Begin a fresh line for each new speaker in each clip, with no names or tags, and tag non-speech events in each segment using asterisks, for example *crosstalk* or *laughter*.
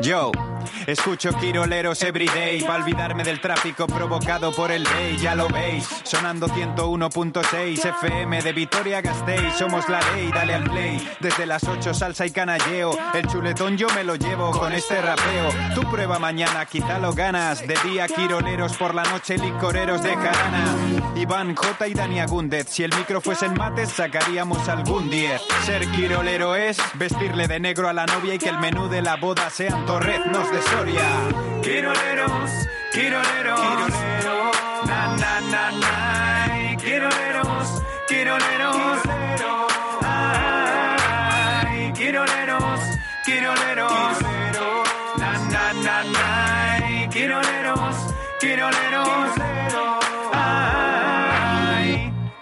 Yo escucho quiroleros everyday para olvidarme del tráfico provocado por el ley, ya lo veis, sonando 101.6 FM de Vitoria Gasteiz, somos la ley, dale al play, desde las 8 salsa y canalleo, el chuletón yo me lo llevo con este rapeo, tu prueba mañana, quizá lo ganas, de día quiroleros, por la noche licoreros de jarana, Iván J y Dani Agúndez, si el micro fuese en mates sacaríamos algún 10, ser quirolero es vestirle de negro a la novia y que el menú de la boda sean torreznos de Soria. Quiroleros, quiroleros, quiroleros, na na na na. Quiroleros, quiroleros, ay, quiroleros, quiroleros, na na na na. Quiroleros, quiroleros, ay.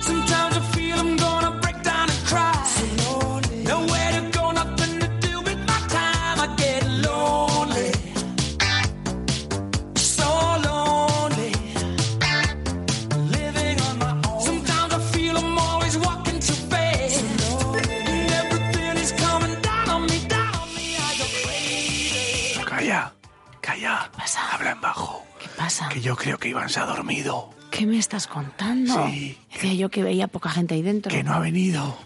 Sometimes I feel I'm gonna break down and cry. Nowhere to go, nothing to do with my time. I get lonely, so lonely, living on my own. Sometimes I feel I'm always walking too fast, and everything is coming down on me, down on me like a crazy.
Calla, calla.
pasa?
Habla en bajo.
¿Qué pasa?
Que yo creo que Iván se ha dormido.
¿Qué me estás contando?
Sí.
Decía yo que veía poca gente ahí dentro.
Que no ha venido.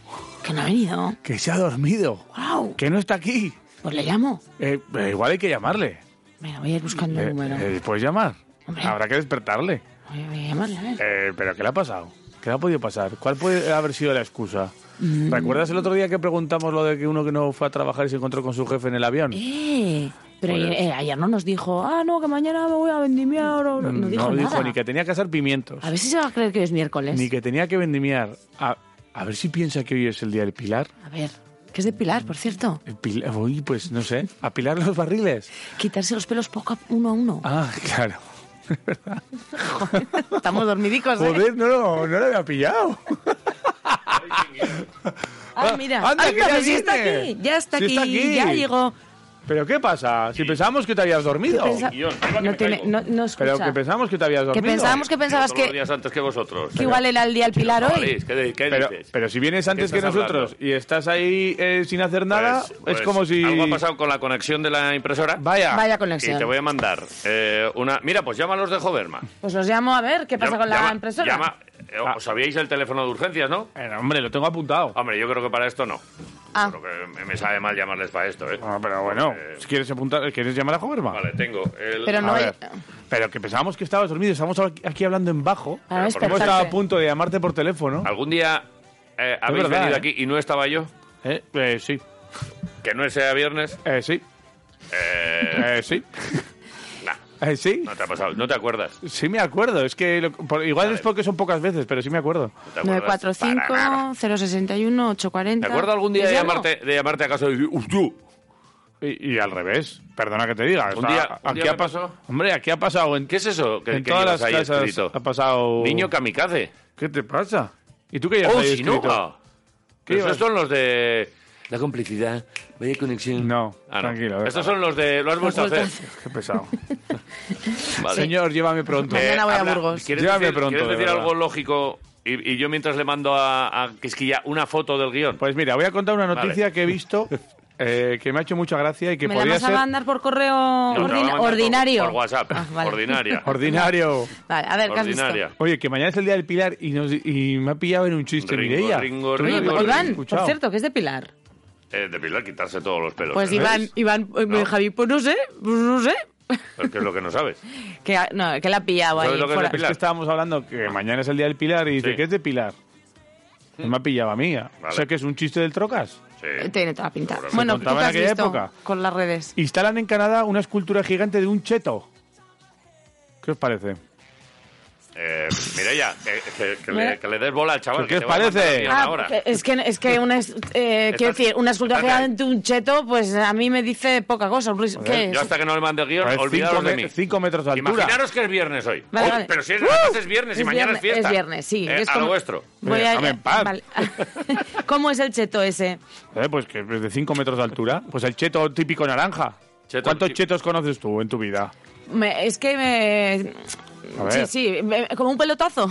Que no ha venido.
Que se ha dormido.
¡Guau!
Que no está aquí.
Pues le llamo.
Eh, eh, igual hay que llamarle.
Venga, voy a ir buscando
Eh,
el número.
eh, ¿Puedes llamar?
Hombre.
Habrá que despertarle.
Voy a- voy a llamarle, a ver.
Eh, ¿Pero qué le ha pasado? ¿Qué le ha podido pasar? ¿Cuál puede haber sido la excusa?
Mm.
¿Recuerdas el otro día que preguntamos lo de que uno que no fue a trabajar y se encontró con su jefe en el avión?
Eh, pero
Joder.
ayer, eh, ayer no nos dijo, ah, no, que mañana me voy a vendimiar. o No, no dijo nada.
ni que tenía que hacer pimientos,
A ver si se va a creer que es miércoles.
ni que tenía que vendimiar. A, a ver si piensa que hoy es el día del pilar.
A ver, que es de Pilar, por
*laughs*
cierto.
El pilar uy, pues no sé, apilar los barriles.
Quitarse los pelos poco a uno a uno.
Ah, claro. *laughs*
Estamos dormidicos, ¿eh?
Joder, no, no, no lo había pillado.
Ah, mira.
Anda,
Ay,
que
no,
ya
pues sí está
viene.
aquí. Ya está
Sí
aquí.
está aquí.
Ya llegó.
¿Pero qué pasa? Si pensábamos que te habías dormido.
Pensa- no, tiene- no- no escucha.
Pero que pensábamos que te habías
Que
dormido.
pensábamos que pensabas
Todos los
que,
días antes que vosotros.
que igual era el día del Pilar hoy.
Chavales, ¿Qué, de- qué
Pero,
dices?
pero si vienes antes
¿Qué
que
estás
nosotros
hablando?
y estás ahí eh, sin hacer
Pues-
nada, es
pues
como si...
Algo ha pasado con la conexión de la impresora.
Vaya.
Vaya
Y te
conexión.
voy a mandar eh, una... Mira, pues llámalos de Joverma.
Pues los llamo a ver qué pasa
Llama-
con la
llama-
impresora.
llama- eh, ¿Os sabíais el teléfono de urgencias, no?
Ah. Eh, hombre, lo tengo apuntado.
Hombre, yo creo que para esto no.
Ah.
Creo que me- me sabe mal llamarles para esto, ¿eh?
Ah, pero bueno,
Eh,
si quieres apuntar, ¿quieres llamar a Joverma?
Vale, tengo el...
Pero no
A
hay-
ver, pero que pensábamos que estabas dormido, estamos aquí- aquí hablando en bajo.
Para
Pero por
Hemos estado a
despertarte.
punto de llamarte por teléfono.
¿Algún día eh, habéis
verdad,
venido
¿eh?
aquí y no estaba yo?
Eh, eh, sí,
Que no sea viernes.
eh, sí,
Eh,
eh, sí,
*laughs* nah,
eh, sí.
no te ha pasado. No te acuerdas.
Sí me acuerdo, es que lo- por- igual es porque son pocas veces, pero sí me acuerdo.
No te acuerdas. Para nada.
945 061 840.
¿Te acuerdas algún día
¿Les
de
llamo?
llamarte, de llamarte a casa y decir, "Uf, tú"?
Y, y al revés, perdona que te diga.
Un
está-
día- un
aquí
día
ha
me
pasado.
pasó.
Hombre, aquí ha pasado en,
¿Qué es eso que,
en
que
todas
llevas
las
ahí
casas.
escrito?
Ha pasado.
Niño kamikaze.
¿Qué te pasa? Oh. ¿Y tú qué llevas
¡Oh,
ahí
si no!
escrito?
Ah,
¿Qué
pero
llevas?
Esos son los de... La complicidad, vaya conexión.
No,
Ah,
tranquilo,
Estos
déjalo.
son los de... ¿Lo has vuelto a
vuelto a
hacer?
Qué
*laughs*
pesado.
Vale.
Señor, llévame pronto.
Eh,
Mañana voy a Burgos.
¿Quieres
Llévame
decir,
pronto,
¿quieres
de
decir
verdad.
algo lógico? Y, y yo mientras le mando a, a Quisquilla una foto del guión.
Pues mira, voy a contar una noticia que he visto eh, que me ha hecho mucha gracia y
*laughs*
que
¿Me la
podría
vas a
ser
mandar por correo
No, te
ordina-
la voy a mandar por-
ordinario?
Por WhatsApp.
Ah, vale. *laughs*
Ordinaria.
ordinario.
Vale, a ver, ¿qué has visto?
Ordinaria.
Oye, que mañana es el día del Pilar y, nos- y me ha pillado en un chiste,
Ringo,
Mireia.
Ringo,
Tú no
Oye,
Ringo,
lo
pues,
habías
Iván, por
escuchado.
cierto, que es de Pilar.
Eh, depilar, quitarse todos los pelos.
Pues
¿eh?
Iván, Iván eh,
No.
Javi, pues no sé, pues no sé.
Es que es lo que no sabes.
Que, ha- no, que la ha pillado ahí
¿Sabes lo que es
fuera. Ah,
de Pilar?
Es que estábamos hablando que mañana es el día del Pilar y dice
Sí. Hmm.
que es de Pilar. No me ha pillado a mí. O sea
Vale.
que es un chiste del Trocas.
Eh,
Sí.
Tiene toda la pinta.
Se
Bueno, ¿tú
contaba
qué
en
has
aquella
visto
época.
con las redes?
Instalan en Canadá una escultura gigante de un cheto. ¿Qué os parece?
Eh, Mireia, que, que- que le,
Mira.
que le des bola al
¿Qué
chaval. que
os
te va a mandar
parece?
a guión
Ah,
ahora.
porque es que, es que una, es-
*laughs*
eh, quiero decir, una escultura
Espérate.
gigante de un cheto, pues a mí me dice poca cosa. Luis, ¿qué
Yo
es?
hasta que no le mande el guión,
Joder,
olvidaros
Pues cinco
de
me-
mí.
cinco metros de altura.
Imaginaros que es viernes hoy.
Vale,
Oh,
vale.
Pero si es,
¡Uh!
además es viernes y
Es
mañana es
viernes,
fiesta.
es viernes, sí.
Eh,
es
a
como-
lo vuestro.
Voy a-
Déjame en paz.
vale. ¿Cómo es el cheto ese?
Eh, pues que es de 5 metros de altura. Pues el cheto típico naranja.
Cheto
¿Cuántos
típico.
chetos conoces tú en tu vida?
Me- es que me...
A ver.
Sí, sí, me- como un pelotazo,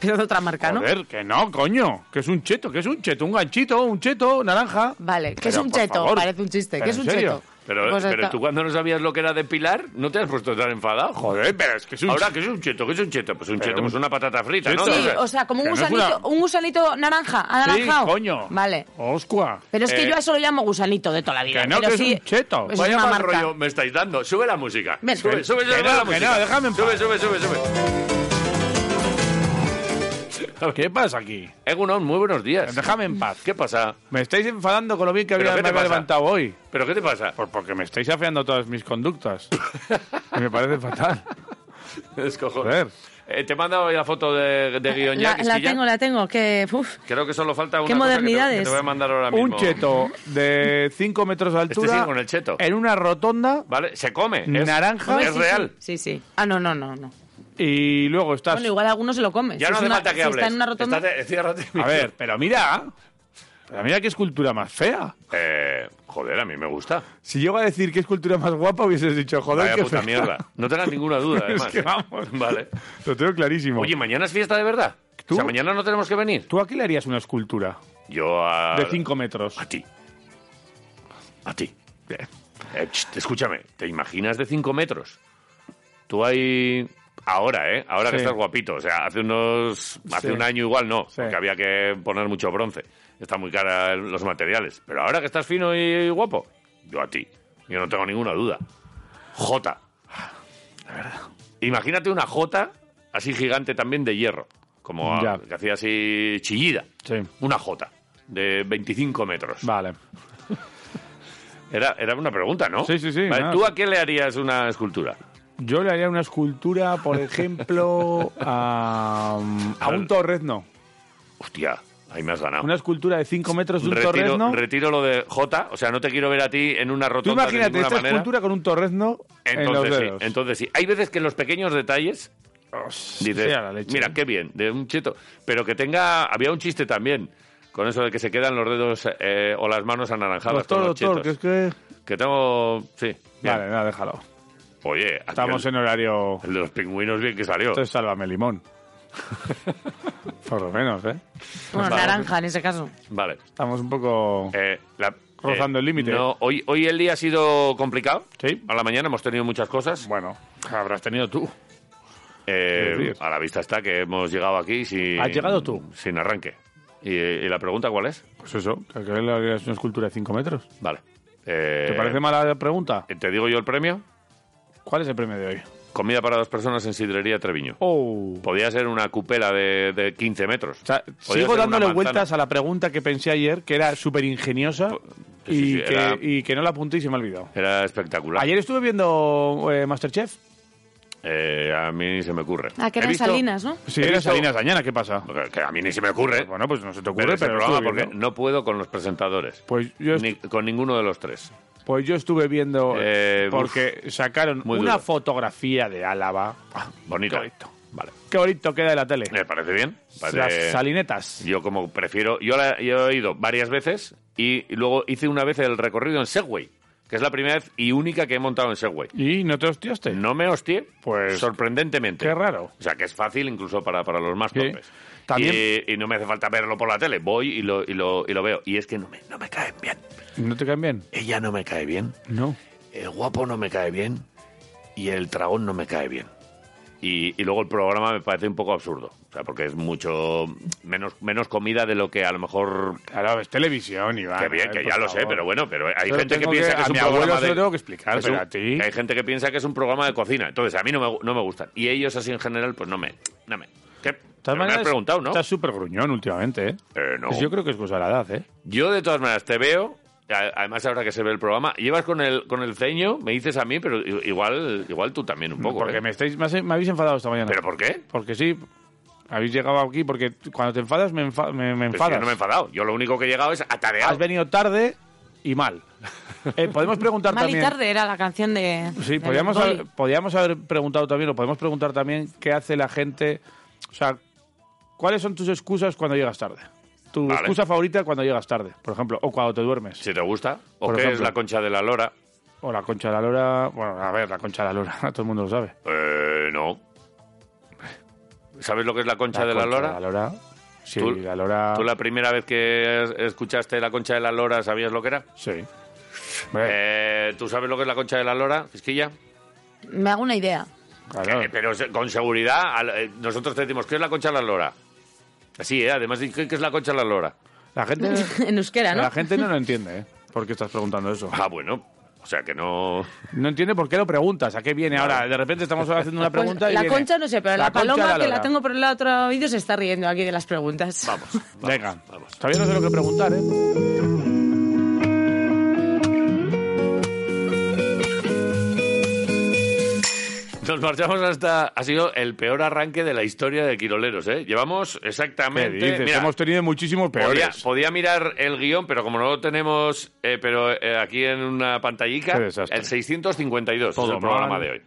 pero de otra marca, ¿no?
Joder, que no, coño. Que es un cheto, que es un cheto, un ganchito, un cheto, naranja.
Vale, ¿qué es
Pero,
un
por
cheto?
favor.
Parece un chiste.
Pero,
¿Qué es
¿en
un
serio?
cheto?
Pero,
Pues
pero
está.
tú cuando no sabías lo que era depilar, ¿no te has puesto tan enfadado?
Joder, pero es que es un
Ahora,
cheto.
¿qué es un cheto? ¿Qué es un cheto? Pues un
Pero
cheto,
un-
pues una patata frita, ¿no?
Cheto.
Sí, o sea, como un
Que no es una-
gusanito, un gusanito naranja, anaranjado.
Sí, coño.
Vale.
Oscua.
Pero es que
Eh,
yo a eso lo llamo gusanito de toda la vida.
que no,
pero
que es
sí,
un cheto.
pues
Vaya
es una
mal
marca.
rollo me estáis dando. Sube la música.
Ven.
Sube, sube,
Que
sube
no,
la
que
música.
no, déjame en
Sube,
paz.
sube, sube, sube.
*laughs* ¿Qué pasa aquí?
Egunon, muy buenos días.
Déjame en paz.
¿Qué pasa?
Me estáis enfadando con lo bien que
¿Pero
había, me
qué te
había
pasa?
levantado hoy.
¿Pero qué te pasa?
Pues
*laughs*
porque me estáis afeando todas mis *laughs* conductas. Y me parece fatal.
Descojones.
Joder.
Eh, te he mandado hoy la foto de, de guión ya,
La,
que es
la
que ya-
tengo, la tengo. Que, uf,
Creo que solo falta una
Qué
cosa que te- Que te,
modernidades.
voy a mandar ahora mismo.
Un cheto de 5 metros de
Este
altura.
sigue con el cheto.
En una rotonda.
¿Vale? Se come. Es-
Naranja.
Es
sí,
real.
Sí, sí. Ah, no, no, no, no.
Y luego estás.
Bueno, igual algunos se lo comen.
Ya
Si
no
es
hace
una-
falta que
si
hables. eh,
Está en una rotonda.
Estate- ciérrate el
A ver,
micro.
pero mira. Pero mira qué escultura más fea.
Eh, joder, a mí me gusta.
Si llego a decir qué escultura más guapa, hubieses dicho, joder,
Vaya
qué
puta
fea.
mierda. No tengas ninguna
*laughs*
duda,
Es
además.
que vamos.
Vale.
Lo tengo clarísimo.
Oye, ¿mañana es fiesta de verdad?
¿Tú?
O sea, ¿mañana no tenemos que venir?
¿tú aquí le harías una escultura
Yo a...
de 5 metros?
A ti. A ti. Eh, ch, escúchame, ¿te imaginas de 5 metros? Tú ahí... Ahora, ¿eh? Ahora que
Sí.
estás guapito. O sea, hace unos... Hace
Sí.
un año igual no,
Sí.
porque había que poner mucho bronce. Está muy cara el- los materiales. Pero ahora que estás fino y guapo, yo a ti. Yo no tengo ninguna duda. Jota. Imagínate una jota así gigante también de hierro. Como a-
Ya.
que hacía así chillida.
Sí.
Una jota de 25 metros.
Vale.
Era, era una pregunta, ¿no?
Sí, sí, sí,
Vale,
nada.
¿Tú a qué le harías una escultura?
Yo le haría una escultura, por
*laughs*
ejemplo, a, a un torrezno.
Hostia, ahí me has ganado.
Una escultura de 5 metros de un
retiro,
torrezno.
retiro lo de jota. O sea, no te quiero ver a ti en una
Tú
rotonda de
imagínate
ninguna
esta
manera.
escultura con un torrezno en los
Entonces sí,
dedos.
entonces sí. Hay veces que en los pequeños detalles Dices,
Sí, a la leche. ¿eh?
mira, qué bien, de un cheto. Pero que tenga. Había un chiste también con eso de que se quedan los dedos eh, o las manos anaranjadas.
Doctor,
con los
doctor, Pues que es
chetos.
que...
Que tengo. Sí. bien.
Vale, nada, déjalo.
Oye,
Estamos
aquel-
en horario...
El de los pingüinos, bien que salió.
Entonces, sálvame
*laughs*
limón. Por lo menos, ¿eh?
Bueno,
Vale.
naranja en ese caso.
Vale.
Estamos un poco...
Eh, la-
Rozando el límite.
No, hoy, hoy el día ha sido complicado.
Sí.
A la mañana hemos tenido muchas cosas.
Bueno, habrás tenido tú.
Eh,
quiero decir.
a la vista está que hemos llegado aquí sin.
¿Has llegado tú?
Sin arranque. ¿Y, y la pregunta cuál es?
Pues eso, que le harías una escultura de 5 metros.
Vale. Eh,
¿Te parece mala la pregunta?
¿Te digo yo el premio?
¿Cuál es el premio de hoy?
Comida para dos personas en Sidrería Treviño.
Oh.
Podía ser una cupela de, de 15 metros.
O sea, sigo dándole vueltas a la pregunta que pensé ayer, que era súper ingeniosa
sí, Pues, sí,
y, que,
era-
y que no la apunté y se me ha olvidado.
Era espectacular.
Ayer estuve viendo eh, Masterchef.
Eh, a mí ni se me ocurre.
Ah, que
He
eran
visto- Pues,
salinas, ¿no?
Sí,
He
era
visto-
Salinas Dañana, ¿qué pasa?
Que a mí ni se me ocurre.
Bueno, pues no se te
pero
ocurre,
este
pero, lo
programa,
estuve
porque
viendo.
no puedo con los presentadores.
Pues yo est-
Ni con ninguno de los tres.
Pues yo estuve viendo
Eh, uf,
porque sacaron
muy
una
duro.
fotografía de Álava.
Bonito.
qué bonito.
Vale.
Qué bonito queda de la tele.
¿Me parece bien?
Las
Parece-
salinetas.
Yo como prefiero... Yo, la- yo he ido varias veces y luego hice una vez el recorrido en Segway, que es la primera vez y única que he montado en Segway.
¿Y no te hostiaste?
No me hostié,
Pues,
sorprendentemente.
qué raro.
O sea, que es fácil incluso para, para los más
Sí.
torpes.
También-
Y, y no me hace falta verlo por la tele. Voy y lo, y lo, y lo veo. Y es que no me, no me caen bien.
¿No te caen bien?
Ella no me cae bien.
No.
El guapo no me cae bien. Y el dragón no me cae bien. Y, y luego el programa me parece un poco absurdo. O sea, porque es mucho menos, menos comida de lo que a lo mejor...
Claro, es televisión, Iván.
que bien,
a ver,
que
por
ya lo sé,
favor.
pero bueno, pero hay
Pero
gente que
tengo
piensa que,
que- a
es un
mi
programa
abuelo se
de...
lo tengo que explicar,
es
pero
un-
a ti-
Hay gente que piensa que es un programa de cocina. Entonces, a mí no me, no me gustan. Y ellos así en general, pues no me... No me, ¿qué?
De
Pero
todas
me has
maneras,
preguntado, ¿no?
Estás súper gruñón últimamente, ¿eh?
Eh, no.
Pues yo creo que es cosa de la edad, ¿eh?
Yo, de todas maneras, te veo a- además ahora que se ve el programa, llevas con el con el ceño, me dices a mí, pero i- igual igual tú también un poco.
Porque
¿eh?
me, estáis, me, has- me habéis enfadado esta mañana.
¿Pero por qué?
Porque sí, habéis llegado aquí porque cuando te enfadas me, enfa- me- me
Pero si
enfadas.
yo no me he enfadado. Yo lo único que he llegado es atareado.
Has venido tarde y
*laughs*
mal. Eh, podemos preguntar
Mal y
también...
tarde era la canción de.
Sí,
de
podíamos
Bad
haber,
Bunny.
podíamos haber preguntado también, o podemos preguntar también qué hace la gente, o sea, cuáles son tus excusas cuando llegas tarde. Tu
Vale.
excusa favorita cuando llegas tarde, por ejemplo, o cuando te duermes.
Si te gusta. ¿O
Por
qué es
ejemplo.
la concha de la lora?
O la concha de la lora, bueno, a ver, la concha de la lora, *laughs* todo el mundo lo sabe.
Eh, no. ¿Sabes lo que es la concha, de, la
concha
lora?
La lora, sí,
Tú-
la lora,
¿Tú la primera vez que es- escuchaste la concha de la lora sabías lo que era?
sí. Hombre,
Eh, ¿Tú sabes lo que es la concha de la lora, Quisquilla?
Me hago una
*laughs*
idea.
claro.
Eh, pero se- con seguridad, al- eh, nosotros te decimos, ¿qué es la concha de la lora? Así, ¿eh? Además, ¿qué, qué es la concha de la lora?
la gente,
*laughs* en euskera, ¿no?
la gente no lo entiende, ¿eh? ¿Por qué estás preguntando eso?
Ah, bueno. O sea, que no...
No entiende por qué lo preguntas, a qué viene ahora. De repente estamos haciendo una
Pues
pregunta y
la
viene,
concha no sé, pero la,
concha de
paloma que
lora".
la tengo por el otro vídeo se está riendo aquí de las preguntas. *laughs*
Vamos. vamos,
Venga,
Vamos.
todavía no sé lo que preguntar, ¿eh?
Nos marchamos hasta... Ha sido el peor arranque de la historia de Quiroleros, ¿eh? Llevamos
¿Qué
exactamente...
dices?
Mira,
Hemos tenido muchísimos
podía,
peores.
podía mirar el guión, pero como no lo tenemos eh, pero eh, aquí en una pantallica,
Qué desastre.
el 652 es
Todo
el programa
mal.
de hoy.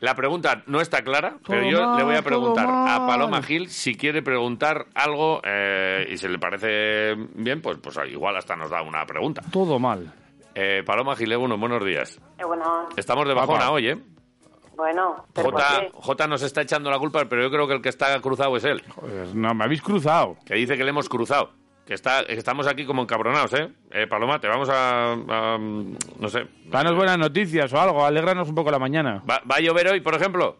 La pregunta no está clara, pero
Todo
yo le voy a
mal,
preguntar
todo
a Paloma
mal.
Gil si quiere preguntar algo eh, y si le parece bien, pues, pues igual hasta nos da una pregunta.
Todo mal.
Eh, Paloma Gil, uno, buenos días.
Eh, bueno,
Estamos de
Papá.
bajona hoy, ¿eh?
bueno, pero ¿por
J,
qué?
J nos está echando la culpa, pero yo creo que el que está cruzado es él,
Joder, no, me habéis cruzado.
que dice que le hemos cruzado. Que está, que estamos aquí como encabronados, ¿eh? Eh, Paloma, te vamos a... a, mm, no sé.
Danos buenas noticias o algo, alégranos un poco la mañana.
¿Va, va a llover hoy, por ejemplo?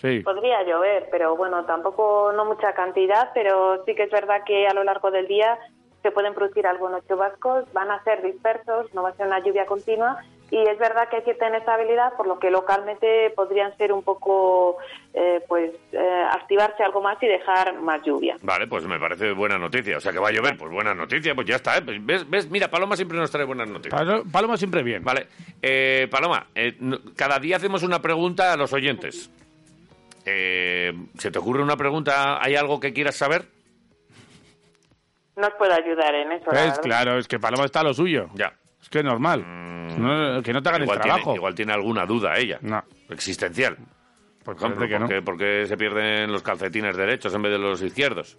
Sí.
podría llover, pero bueno, tampoco no mucha cantidad, pero sí que es verdad que a lo largo del día se pueden producir algunos chubascos, van a ser dispersos, no va a ser una lluvia continua y es verdad que hay cierta inestabilidad, por lo que localmente podrían ser un poco, eh, pues, eh, activarse algo más y dejar más lluvia.
Vale, pues me parece buena noticia. O sea, que va a llover, pues buena noticia, pues ya está, ¿eh? Pues ¿Ves? ¿Ves? Mira, Paloma siempre nos trae buenas noticias.
Palo- Paloma siempre bien.
Vale. Eh, Paloma, eh, no- cada día hacemos una pregunta a los oyentes. Eh, ¿Se te ocurre una pregunta? ¿Hay algo que quieras saber?
No os puedo ayudar en eso, la
Es
verdad.
claro, es que Paloma está a lo suyo.
Ya. Mm.
Es que es normal. No, que no te hagan
Igual
el
tiene,
trabajo.
igual tiene alguna duda ella.
No.
Existencial.
Pues
Por ejemplo,
parece que
¿por,
no.
qué, por qué se pierden los calcetines derechos en vez de los izquierdos?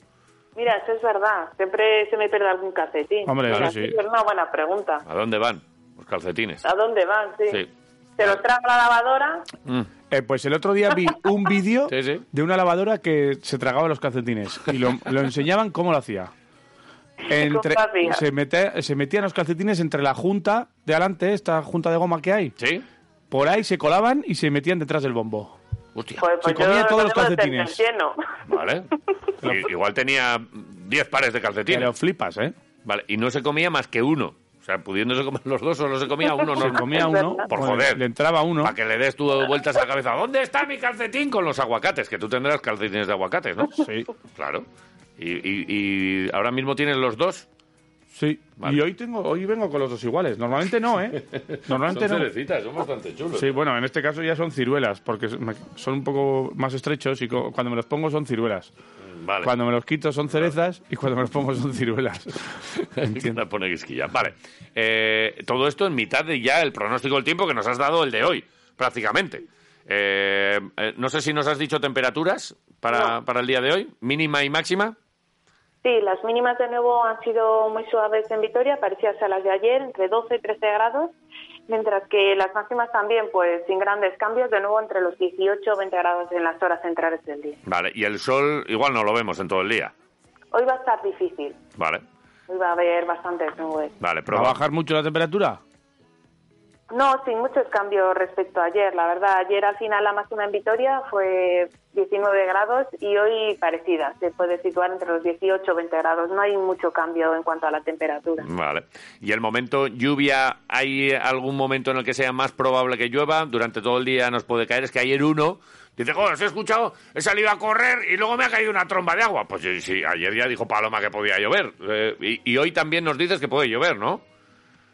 Mira, eso es verdad, siempre se me pierde algún calcetín.
Hombre,
Mira,
eso sí.
Es una buena pregunta.
¿A dónde van los calcetines?
¿A dónde van? Sí.
Sí.
Se los traga la lavadora.
Mm.
Eh, pues el otro día vi un vídeo
*laughs* Sí, sí.
de una lavadora que se tragaba los calcetines y lo, lo enseñaban cómo lo hacía. Entre,
¿Cómo hacía?
se, mete- se metían los calcetines entre la junta de adelante, esta junta de goma que hay.
¿Sí?
Por ahí se colaban y se metían detrás del bombo.
Hostia.
Joder,
Se
pues yo
comía
no
todos los
tengo
calcetines.
sentencieno.
*laughs*
Vale. I- Igual tenía 10 pares de calcetines.
Pero flipas, ¿eh?
Vale, y no se comía más que uno. O sea, pudiéndose comer los dos, solo se comía uno.
Se
No,
comía
Es
uno,
verdad.
Por
bueno,
joder.
le entraba uno.
Para que le des tú vueltas a la cabeza. ¿Dónde está mi calcetín? Con los aguacates, que tú tendrás calcetines de aguacates, ¿no?
Sí,
Claro. Y, y- y ahora mismo tienes los dos.
sí.
Vale.
Y hoy tengo, hoy vengo con los dos iguales. Normalmente no,
*laughs*
¿eh? Normalmente no.
cerecitas, son bastante chulos.
Sí, bueno, en este caso ya son ciruelas, porque me- son un poco más estrechos y co- cuando me los pongo son ciruelas.
Mm, Vale.
Cuando me los quito son cerezas y cuando me los pongo son ciruelas.
*laughs*
Entiendo.
La pone guisquilla. Vale. Eh, todo esto en mitad de ya el pronóstico del tiempo que nos has dado el de hoy, prácticamente. Eh, eh, no sé si nos has dicho temperaturas para, para el día de hoy, mínima y máxima.
Sí, las mínimas de nuevo han sido muy suaves en Vitoria, parecidas a las de ayer, entre 12 y 13 grados, mientras que las máximas también, pues sin grandes cambios, de nuevo entre los 18 o 20 grados en las horas centrales del día.
Vale. Y el sol, igual no lo vemos en todo el día.
Hoy va a estar difícil,
Vale.
hoy va a haber bastantes nubes.
Vale,
¿Va a
proba-
bajar mucho la temperatura?
No, sin muchos cambios respecto a ayer, la verdad. Ayer al final la máxima en Vitoria fue 19 grados y hoy parecida, se puede situar entre los 18 o 20 grados. No hay mucho cambio en cuanto a la temperatura.
Vale. ¿Y el momento lluvia, hay algún momento en el que sea más probable que llueva? Durante todo el día nos puede caer. Es que ayer uno dice, joder, os he escuchado, he salido a correr y luego me ha caído una tromba de agua. Pues sí, sí, ayer ya dijo Paloma que podía llover. Eh, y, y hoy también nos dices que puede llover, ¿no?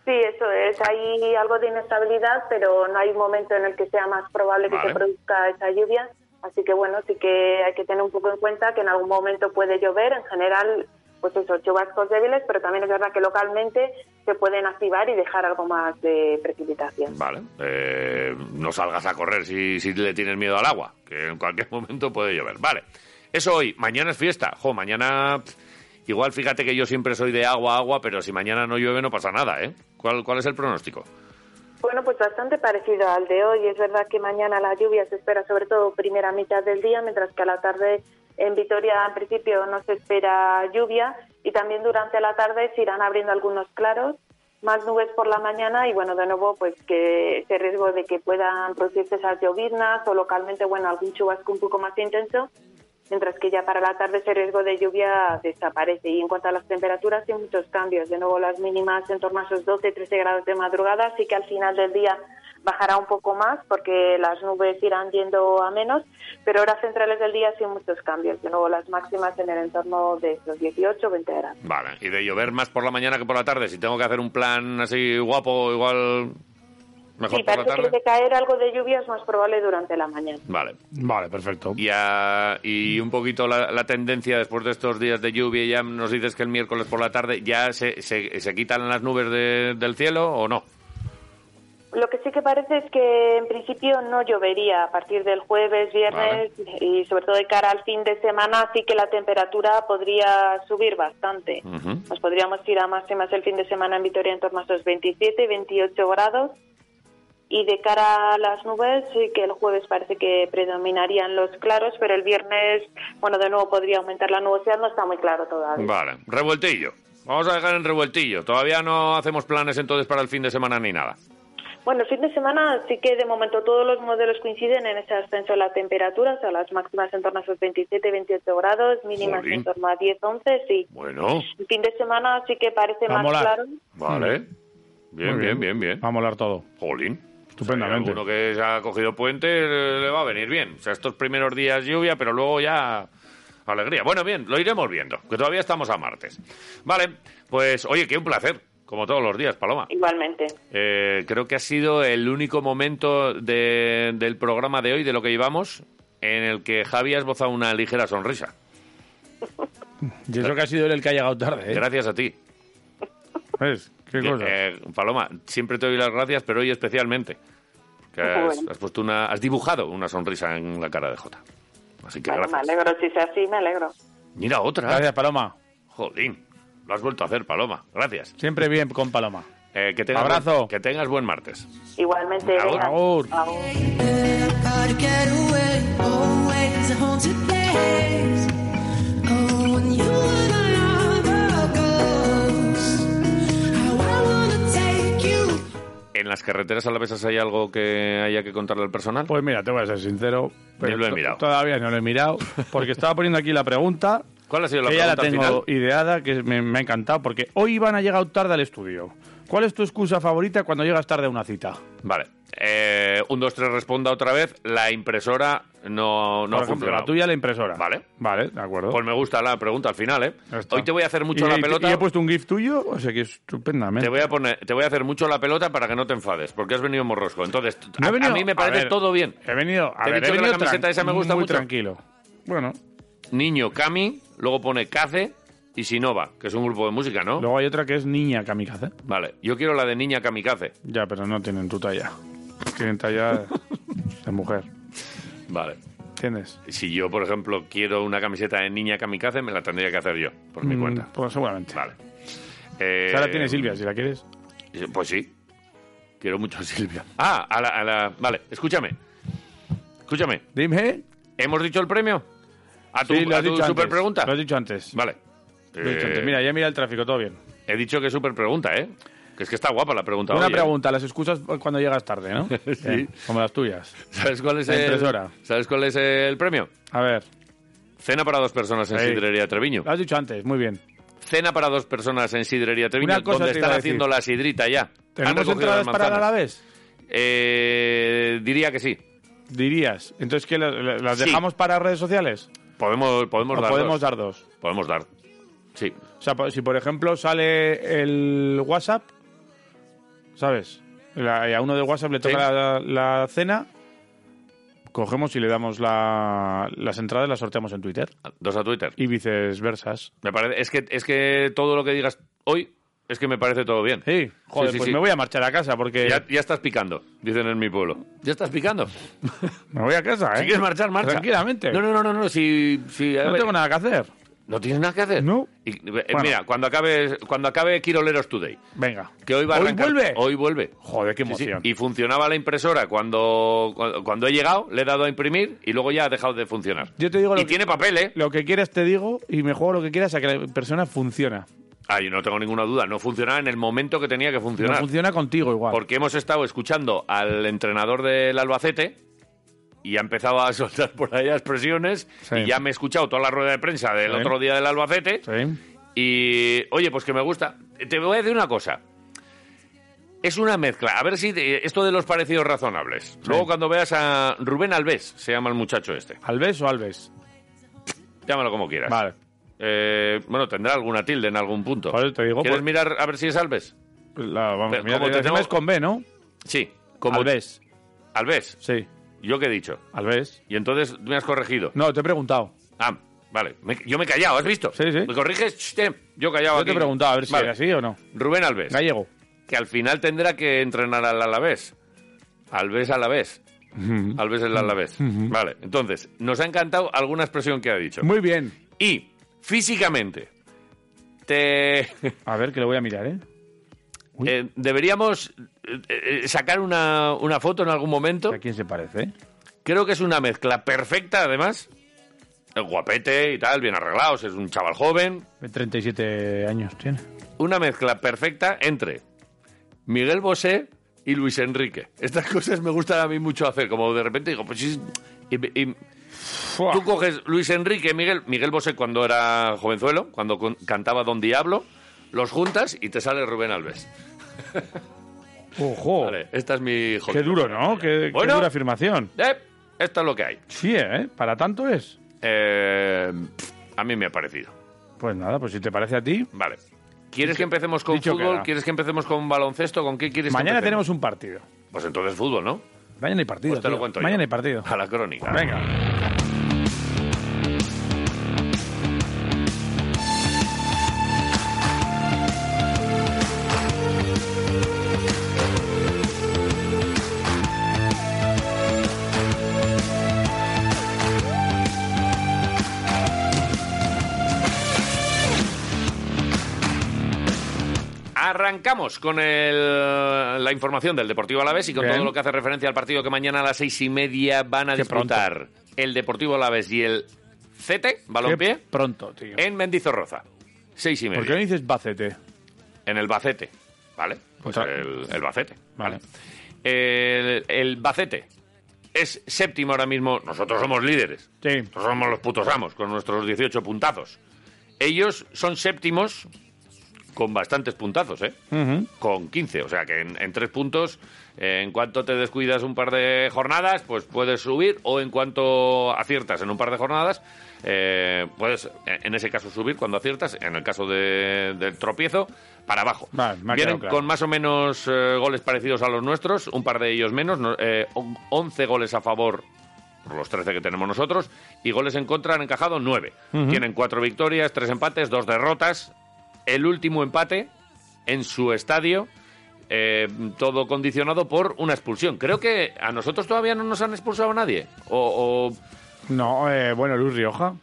Sí, eso es. Hay algo de inestabilidad, pero no hay un momento en el que sea más probable que
Vale.
se produzca esa lluvia. Así que bueno, sí que hay que tener un poco en cuenta que en algún momento puede llover. En general, pues eso, chubascos débiles, pero también es verdad que localmente se pueden activar y dejar algo más de precipitación.
Vale. Eh, no salgas a correr si, si le tienes miedo al agua, que en cualquier *laughs* momento puede llover. Vale. Eso hoy. Mañana es fiesta. Jo, mañana. pff, Igual fíjate que yo siempre soy de agua, agua, pero si mañana no llueve no pasa nada, ¿eh? ¿Cuál, cuál es el pronóstico?
Bueno, pues bastante parecido al de hoy. Es verdad que mañana la lluvia se espera sobre todo primera mitad del día, mientras que a la tarde en Vitoria en principio no se espera lluvia y también durante la tarde se irán abriendo algunos claros, más nubes por la mañana y bueno, de nuevo pues que ese riesgo de que puedan producirse esas lloviznas o localmente bueno algún chubasco un poco más intenso, mientras que ya para la tarde ese riesgo de lluvia desaparece. Y en cuanto a las temperaturas, hay muchos cambios. De nuevo, las mínimas en torno a esos 12-13 grados de madrugada, así que al final del día bajará un poco más porque las nubes irán yendo a menos, pero horas centrales del día sí muchos cambios. De nuevo, las máximas en el entorno de esos 18-20 grados.
Vale. ¿Y de llover más por la mañana que por la tarde? Si tengo que hacer un plan así guapo, igual. Mejor
Sí,
por la
parece que
tarde.
de caer algo de lluvia es más probable durante la mañana.
Vale.
Vale, perfecto.
Y, a- y un poquito la, la tendencia después de estos días de lluvia, ya nos dices que el miércoles por la tarde ya se, se- se quitan las nubes de- del cielo o no.
Lo que sí que parece es que en principio no llovería a partir del jueves, viernes y sobre todo de cara al fin de semana, sí que la temperatura podría subir bastante.
Mm.
Ujú.
Mm-hmm.
Nos podríamos ir a máximas el fin de semana en Vitoria en torno a esos 27, 28 grados. Y de cara a las nubes, sí que el jueves parece que predominarían los claros, pero el viernes, bueno, de nuevo podría aumentar la nubosidad, no está muy claro todavía.
Vale, revueltillo. Vamos a dejar en revueltillo. Todavía no hacemos planes entonces para el fin de semana ni nada.
Bueno, el fin de semana sí que de momento todos los modelos coinciden en ese ascenso de la temperatura, o sea, las máximas en torno a esos 27, 28 grados, mínimas
Jolín.
en torno a 10, 11, sí.
Bueno,
El fin de semana sí que parece
Va
más
a molar. Mm.
claro.
vale. Bien,
Muy
bien, bien, bien.
Va a molar todo.
Jolín.
Estupendamente.
Uno que se ha cogido puente eh, le va a venir bien. O sea, estos primeros días lluvia, pero luego ya alegría. Bueno, bien, lo iremos viendo, que todavía estamos a martes. Vale, pues oye, qué un placer, como todos los días, Paloma.
Igualmente.
Eh, creo que ha sido el único momento de- del programa de hoy, de lo que llevamos, en el que Javi ha esbozado una ligera sonrisa.
Y eso que ha sido él el que ha llegado tarde, ¿eh?
Gracias a ti.
¿Ves? ¿Qué cosa?
Eh, Paloma, siempre te doy las gracias, pero hoy especialmente. Que has,
Bueno.
has puesto una, has dibujado una sonrisa en la cara de Jota. Así que
Bueno, me
gracias.
alegro, si sea así, me alegro.
Mira otra.
Gracias, Paloma.
Jolín, lo has vuelto a hacer, Paloma. Gracias.
Siempre bien con Paloma.
Eh, que tengas
Abrazo.
buen- que tengas buen martes.
Igualmente.
Agur,
venga.
agur.
Agur.
How to get away, always a haunted place. Oh, when you and I are the ghosts, how I wanna take you.
¿En las carreteras alavesas hay algo que haya que contarle al personal?
Pues mira, te voy a ser sincero.
Ni lo he
to-
mirado.
Todavía no lo he mirado. Porque estaba poniendo aquí la pregunta.
¿Cuál ha sido la
que ya la
pregunta
tengo
al final?
ideada, que me, me ha encantado. Porque hoy Iván ha llegado tarde al estudio. ¿Cuál es tu excusa favorita cuando llegas tarde a una cita?
Vale. Eh, un, dos, tres, responda otra vez. La impresora no, no
Por
ha
ejemplo,
funcionado.
la tuya, la impresora.
Vale.
Vale, de acuerdo.
Pues me gusta la pregunta al final, ¿eh?
Ya está.
Hoy te voy a hacer mucho
Y-
la
y-
pelota.
Y he puesto un gif tuyo, o sea que estupendamente.
Te voy, a poner, te voy a hacer mucho la pelota para que no te enfades, porque has venido morrosco. Entonces, t-
No
a,
he
a
venido-
mí me
a
parece
ver,
todo bien.
He venido. A
Te he
ver,
dicho
he
que la
venido
camiseta
tran-
esa me gusta
muy
mucho.
tranquilo. Bueno,
Niño Cami, luego pone Cace y Sinova, que es un grupo de música, ¿no?
luego hay otra que es niña kamikaze.
Vale, yo quiero la de Niña Kamikaze.
Ya, pero no tienen tu talla. Tienen
*laughs*
talla de mujer.
Vale.
¿Entiendes?
Si yo, por ejemplo, quiero una camiseta de Niña Kamikaze, me la tendría que hacer yo, por mi
Mm,
cuenta.
Pues seguramente.
Vale. Eh,
Ahora tiene Silvia, si la quieres.
Pues sí. Quiero mucho a Silvia. Ah, a la, a la- Vale, escúchame. Escúchame.
Dime.
¿Hemos dicho el premio? A tu,
Sí,
a tu super pregunta.
Lo has dicho antes.
Vale.
Lo he dicho
Eh,
antes. Mira, ya mira el tráfico, todo bien.
He dicho que es súper pregunta, ¿eh? Que es que está guapa la pregunta.
Una
hoy, ¿eh?
pregunta, las excusas cuando llegas tarde, ¿no?
*laughs* Sí.
Bien, como las tuyas.
¿Sabes cuál es
La
el
impresora.
¿Sabes cuál es el premio?
A ver,
Cena para dos personas en
Sí.
Sidrería Treviño.
lo has dicho antes, muy
Ah,
bien.
Cena para dos personas en Sidrería Treviño,
Una cosa
donde
te
están
iba a
haciendo
decir.
la sidrita ya. Han
¿Tenemos
recogido
entradas
las
para la
manzanas.
vez?
Eh, diría que sí.
Dirías. Entonces, ¿qué? la- la- ¿Las
Sí.
dejamos para redes sociales?
Podemos, podemos
¿O
dar.
podemos
dos.
dar dos?
Podemos dar. Sí.
O sea, po- si por ejemplo sale el WhatsApp, ¿sabes? La- y a uno de WhatsApp le toca
Sí.
la, la cena, cogemos y le damos la- las entradas, las sorteamos en Twitter
Dos a Twitter.
y viceversa.
Me parece, es, que, es que todo lo que digas hoy es que me parece todo bien.
Sí, joder,
sí,
pues
sí.
me voy a marchar a casa porque
Ya, ya estás picando, dicen en mi pueblo. Ya estás picando.
me voy a casa, ¿eh?
Si quieres marchar, marcha.
Tranquilamente.
No, no, no, no, no. Si, si, a
No
ver,
tengo nada que hacer.
¿no tienes nada que hacer.
No.
Y, eh,
Bueno.
Mira, cuando acabe, cuando acabe Quiroleros Today,
Venga.
que hoy va a arrancar-
vuelve?
Hoy vuelve.
Joder, qué
Sí, sí.
emoción.
Y funcionaba la impresora cuando, cu- cuando he llegado, le he dado a imprimir y luego ya ha dejado de funcionar.
Yo te digo lo
y
que-
tiene papel, ¿eh?
Lo que quieras te digo y me juego lo que quieras a que la persona funciona.
Ah, yo no tengo ninguna duda, no funcionaba en el momento que tenía que
No
funcionar.
funciona contigo igual.
Porque hemos estado escuchando al entrenador del Albacete y ha empezado a *laughs* soltar por ahí expresiones
Sí.
y ya me he escuchado toda la rueda de prensa del
Sí.
otro día del Albacete
Sí.
y oye, pues que me gusta. Te voy a decir una cosa. Es una mezcla. A ver si te- esto de los parecidos razonables. Luego cuando veas a Rubén Alves, se llama el muchacho este.
¿Alves o Alves?
Llámalo como quieras.
Vale.
Eh, bueno, tendrá alguna tilde en algún punto.
Joder, te digo,
¿Quieres
pues-
mirar a ver si es Alves?
La, vamos,
Pero
mira,
como te
encima
tengo-
es con B, ¿no?
Sí. Como
Alves.
Alves.
Sí.
¿Yo qué he dicho?
Alves.
Y entonces me has corregido.
No, te he preguntado.
Ah, vale. Me- yo me he callado, ¿has visto?
Sí, sí.
¿Me corriges? Ch, te- yo he callado
Yo
aquí.
te he preguntado a ver si
Vale.
era así o
*laughs*
no.
Rubén Alves,
Gallego.
que al final tendrá que entrenar al Alavés. Alves Alavés. Alves el Alavés. Vale, entonces, nos ha encantado alguna expresión que ha dicho.
Muy bien.
Y, físicamente, te...
*laughs* A ver, que lo voy a mirar, ¿eh? Uy.
eh, deberíamos eh, eh, sacar una, una foto en algún momento.
¿A quién se parece?
Creo que es una mezcla perfecta, además. El guapete y tal, bien arreglados, es un chaval joven.
37 años tiene.
Una mezcla perfecta entre Miguel Bosé y Luis Enrique. Estas *laughs* cosas me gustan a mí mucho hacer, como de repente digo, pues sí. y- y- tú coges Luis Enrique, Miguel, Miguel Bosé cuando era jovenzuelo, cuando con- cantaba Don Diablo, los juntas y te sale Rubén Alves.
¡Ojo!
Vale, esta es mi
Qué
jodida.
duro, ¿no? Qué, qué
Bueno.
dura afirmación.
Eh, esto es lo que hay.
Sí, ¿eh? ¿Para tanto es?
Eh, pff, a mí me ha parecido.
Pues nada, pues si te parece a ti.
Vale. ¿Quieres que empecemos con
dicho
fútbol?
queda.
¿Quieres que empecemos con baloncesto? ¿Con este qué quieres que
Mañana
empecemos?
tenemos un partido.
Pues entonces fútbol, ¿no?
Mañana hay partido.
Pues te lo
tío.
cuento yo.
Mañana hay partido.
A la crónica.
Venga.
Arrancamos con el- la información del Deportivo Alavés y con
Bien.
todo lo que hace referencia al partido que mañana a las seis y media van a
Qué
disputar el Deportivo Alavés y el CT,
Qué
balompié,
Pronto, tío.
en Mendizorroza. Seis y media.
¿Por qué no dices Bacete?
En el Bacete, ¿vale? Pues
Otra-
el, el Bacete, ¿vale?
Vale.
El, el Bacete es séptimo ahora mismo. Nosotros somos líderes.
Sí.
Nosotros somos los putos amos con nuestros 18 puntazos. Ellos son séptimos con bastantes puntazos, ¿eh?
Ujú.
Con 15. O sea que en, en tres puntos, eh, en cuanto te descuidas un par de jornadas, pues puedes subir. O en cuanto aciertas en un par de jornadas, eh, puedes, eh, en ese caso, subir cuando aciertas. En el caso de- del tropiezo, para abajo.
Vale, me ha
Vienen
quedado claro.
con más o menos eh, goles parecidos a los nuestros, un par de ellos menos, no- eh, on- 11 goles a favor por los 13 que tenemos nosotros, y goles en contra han encajado 9. Tienen 4 victorias, 3 empates, 2 derrotas. El último empate en su estadio, eh, todo condicionado por una expulsión. Creo que a nosotros todavía no nos han expulsado a nadie. O, o
No, eh, bueno, Luis Rioja.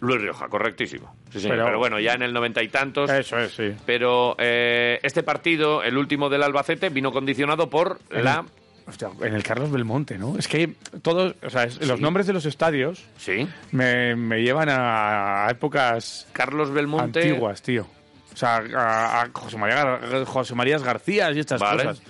Luis Rioja, correctísimo. Sí, señor. Pero,
Pero-
bueno, ya en el noventa y tantos.
Eso es, sí.
Pero eh, este partido, el último del Albacete, vino condicionado por la...
Hostia, en el Carlos Belmonte, ¿no? Es que todos, o sea, es- los nombres de los estadios
Sí,
me, me llevan a, a épocas
Carlos Belmonte.
antiguas, tío. O sea, a, a José, María, Gar- José Marías García y estas
Vale.
cosas.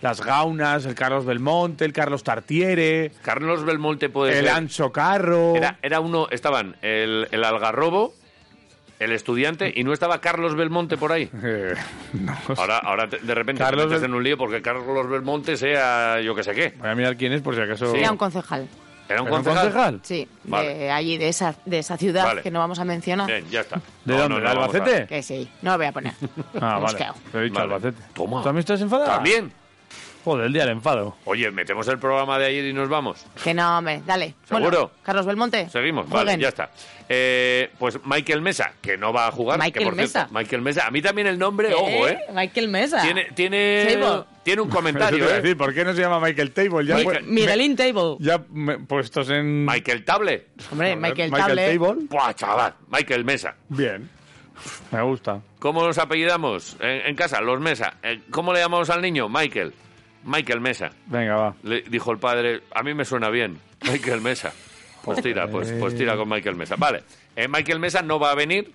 Las Gaunas, el Carlos Belmonte, el Carlos Tartiere,
Carlos Belmonte puede
el
ser-
Ancho Carro.
Era, era uno, estaban el, el Algarrobo, el Estudiante, y no estaba Carlos Belmonte por ahí.
*laughs* Eh, no,
Ahora, ahora te- de repente
Carlos
te metes
Bel-
en un lío porque Carlos Belmonte sea yo que sé qué.
voy a mirar quién es por si acaso.
Sí.
Era un concejal.
Era un
¿Era un
concejal.
concejal?
Sí,
Vale.
de allí, de esa, de esa ciudad
Vale.
que no vamos a mencionar.
Bien, ya está.
¿De
No,
dónde?
no,
¿De
no, vamos a-
Albacete?
Que sí, no lo voy a poner.
*laughs* Ah,
Hemos
vale.
quedado.
Te he dicho
Vale.
Albacete.
Toma.
¿También estás enfadada?
También.
Joder, el día del enfado.
Oye, metemos el programa de ayer y nos vamos.
Que no, hombre, dale.
¿Seguro?
Bueno, Carlos Belmonte.
Seguimos,
jueguen.
vale, ya está. Eh, pues Michael Mesa, que no va a jugar. que,
Michael
por cierto,
Mesa.
Michael Mesa. A mí también el nombre,
¿Eh?
ojo, ¿eh?
Michael Mesa.
Tiene, tiene,
Table.
tiene
*laughs*
un
Eso te
comentario,
iba a
¿eh?
decir, ¿Por qué no se llama Michael Table? Ya,
Michael-
pu-
Miguelín Table.
ya me- puestos en.
Michael Table.
Hombre,
Joder,
Michael, Table.
Michael Table.
Buah, chaval. Michael Mesa.
Bien. Me gusta.
¿Cómo los apellidamos en, en casa? Los Mesa. Eh, ¿Cómo le llamamos al niño? Michael. Michael Mesa.
Venga, va.
Le dijo el padre, a mí me suena bien, Michael
*laughs*
Mesa. Pues tira, pues, pues tira con Michael Mesa. Vale, eh, Michael Mesa no va a venir,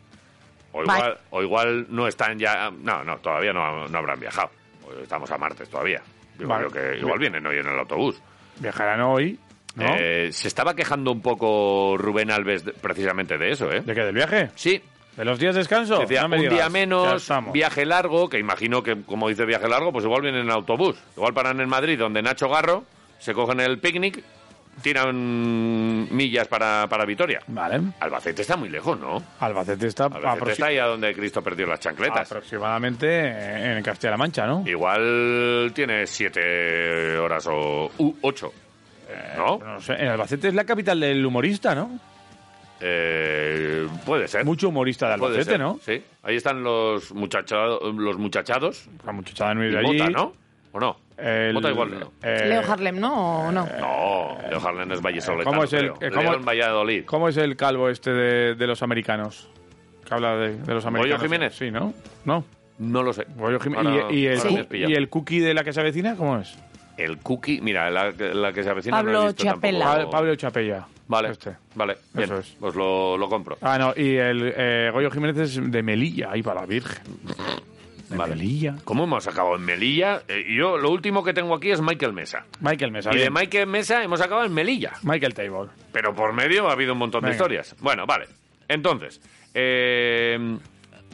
o igual, o igual no están ya... No, no, todavía no, no habrán viajado. Pues Estamos a martes todavía. Yo
Vale.
creo que igual vienen hoy en el autobús.
Viajarán hoy, ¿no?
Eh, se estaba quejando un poco Rubén Alves de- precisamente de eso, ¿eh?
¿De qué? ¿Del viaje?
Sí,
¿De los días de descanso?
decía,
No me
un
digas.
día
Ya
menos,
estamos.
viaje largo, que imagino que, como dice viaje largo, pues igual vienen en autobús. Igual paran en Madrid, donde Nacho Garro, se cogen el picnic, tiran millas para, para Vitoria.
Vale. Ah,
Albacete está muy lejos, ¿no?
Albacete está,
Albacete
aproxi-
está ahí a donde Cristo perdió las
Ah,
chancletas.
aproximadamente en Castilla-La Mancha, ¿no?
Igual tiene siete horas o u- ocho, ¿no?
Eh, No sé, en Albacete es la capital del humorista, ¿no?
Eh, puede ser.
Mucho humorista de
Puede
Albacete,
ser,
¿no?
Sí, ahí están los, muchachados los muchachados.
La muchachada no
Y
vive allí.
Mota, ¿no? ¿O no?
El-
Mota igual no.
eh,
Leo Harlem, ¿no? ¿O no?
No, Leo Harlan es vallesoletano.
¿Cómo es el-
creo.
eh, cómo-
León Valladolid.
¿Cómo es el calvo este de, de los americanos? Que habla de, de los americanos.
Jiménez?
Sí, ¿no? No.
No lo sé.
Goyo Jiménez.
Ahora-
¿Y, y el,
ahora me has
cu-
pillado.
¿Y el cookie de la que se avecina? ¿Cómo es?
El cookie, mira, la, la que se avecina no
Pablo
he visto
Chiapella.
tampoco.
Pa- Pablo Chapella.
Vale,
Este.
vale, bien,
Eso es.
pues lo, lo compro.
Ah, no, y el eh, Goyo Jiménez es de Melilla, ahí para la Virgen. De
Vale.
Melilla.
¿Cómo hemos acabado en Melilla? Eh, yo lo último que tengo aquí es Michael Mesa.
Michael Mesa.
Y de
bien.
Michael Mesa hemos acabado en Melilla.
Michael Table.
Pero por medio ha habido un montón de
Venga.
historias. Bueno, vale. Entonces, eh,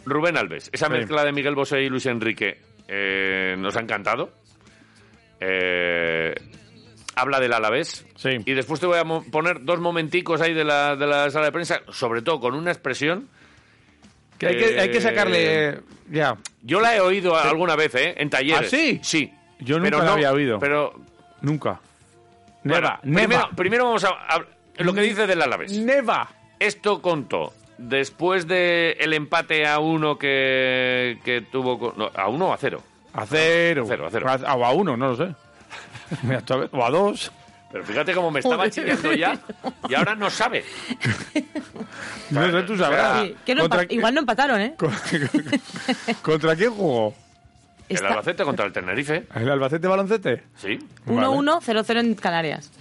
Rubén Alves, esa
Sí.
mezcla de Miguel Bosé y Luis Enrique eh, nos ha encantado. Eh, habla del Alavés.
Sí.
Y después te voy a mo- poner dos momenticos ahí de la, de la sala de prensa, sobre todo con una expresión.
Que hay, que, hay que
Eh,
sacarle. eh, Ya.
Yo la he oído alguna vez, ¿eh? En talleres.
¿Ah, sí?
Sí.
Yo nunca
Pero
la
no-
había oído.
Pero.
Nunca. Neva,
bueno, primero,
neva.
primero vamos a, a- Lo que dice del Alavés.
Neva.
Esto contó después de el empate a uno que, que tuvo con- no, a uno o a cero.
A cero.
A cero, a cero.
A- o a uno, no lo
*laughs*
sé. Mira, tú a ver, o a dos.
Pero fíjate cómo me estaba chillando ya y ahora no sabe.
No sé, tú sabrás.
Sí,
Que no
Ah, ¿Contra
empa-
qué-
Igual no empataron,
*laughs*
¿eh?
¿Contra quién jugó?
El
Está
Albacete contra el Tenerife,
¿El Albacete Baloncete?
sí.
1-1, 0-0 en Canarias.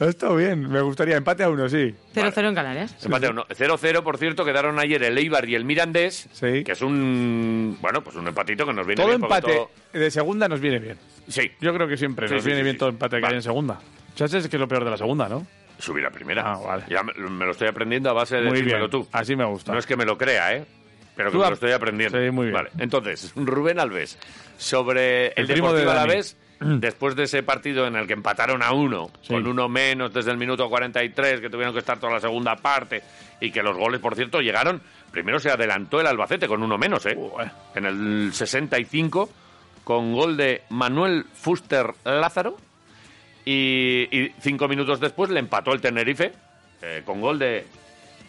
Ha estado bien. Me gustaría empate a uno, sí.
0-0 en Canarias.
Empate a uno. 0-0, por cierto, quedaron ayer el Eibar y el Mirandés,
Sí.
que es un bueno, pues un empatito que nos viene
Todo
bien porque
empate
todo-
de segunda nos viene bien.
Sí,
Yo creo que siempre
Sí,
nos
sí,
viene
sí,
bien
sí.
todo empate que
Vale.
hay en segunda. Chachas es que es lo peor de la segunda, ¿no?
subir a primera.
Ah, vale.
Ya me, me lo estoy aprendiendo a base de
Muy
decírmelo
bien.
tú.
Así me gusta.
No es que me lo crea, ¿eh? Pero que
Tú
me
a-
lo estoy aprendiendo.
Sí, muy bien.
Vale, entonces, Rubén Alves, sobre el,
El primo
Deportivo
de Dani.
Alavés, después de ese partido en el que empataron a uno,
Sí.
con uno menos desde el minuto 43, que tuvieron que estar toda la segunda parte, y que los goles, por cierto, llegaron... Primero se adelantó el Albacete con uno menos, ¿eh?
Joder.
En el 65, con gol de Manuel Fuster Lázaro, y, y cinco minutos después le empató el Tenerife eh, con gol de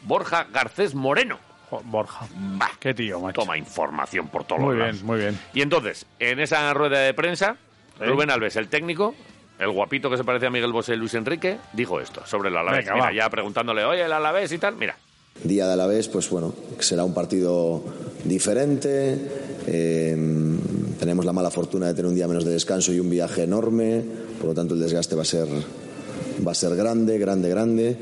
Borja Garcés Moreno.
Jo- Borja.
Bah,
Qué tío, macho.
Toma información por todos
Muy
los
bien,
lados.
muy bien.
Y entonces, en esa rueda de prensa,
Sí.
Rubén Alves, el técnico, el guapito que se parece a Miguel Bosé y Luis Enrique, dijo esto sobre el Alavés.
Venga,
Mira,
va.
ya preguntándole, oye, el Alavés y tal, mira.
día de la vez, pues bueno, será un partido diferente. eh, tenemos la mala fortuna de tener un día menos de descanso y un viaje enorme, por lo tanto el desgaste va a ser va a ser grande, grande, grande,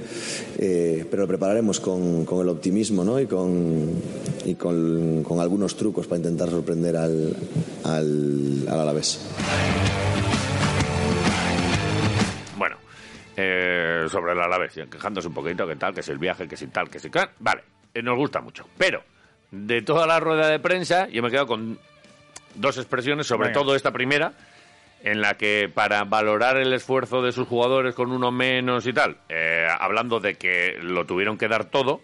eh, pero lo prepararemos con, con el optimismo ¿no? y, con, y con, con algunos trucos para intentar sorprender al, al, al Alavés.
Bueno, eh, sobre el Alavés, quejándose un poquito, que tal, que si el viaje, que si tal, que si tal. Vale, eh, nos gusta mucho. Pero, de toda la rueda de prensa, yo me quedo con dos expresiones, sobre
Venga.
todo esta primera, en la que para valorar el esfuerzo de sus jugadores con uno menos y tal, eh, hablando de que lo tuvieron que dar todo,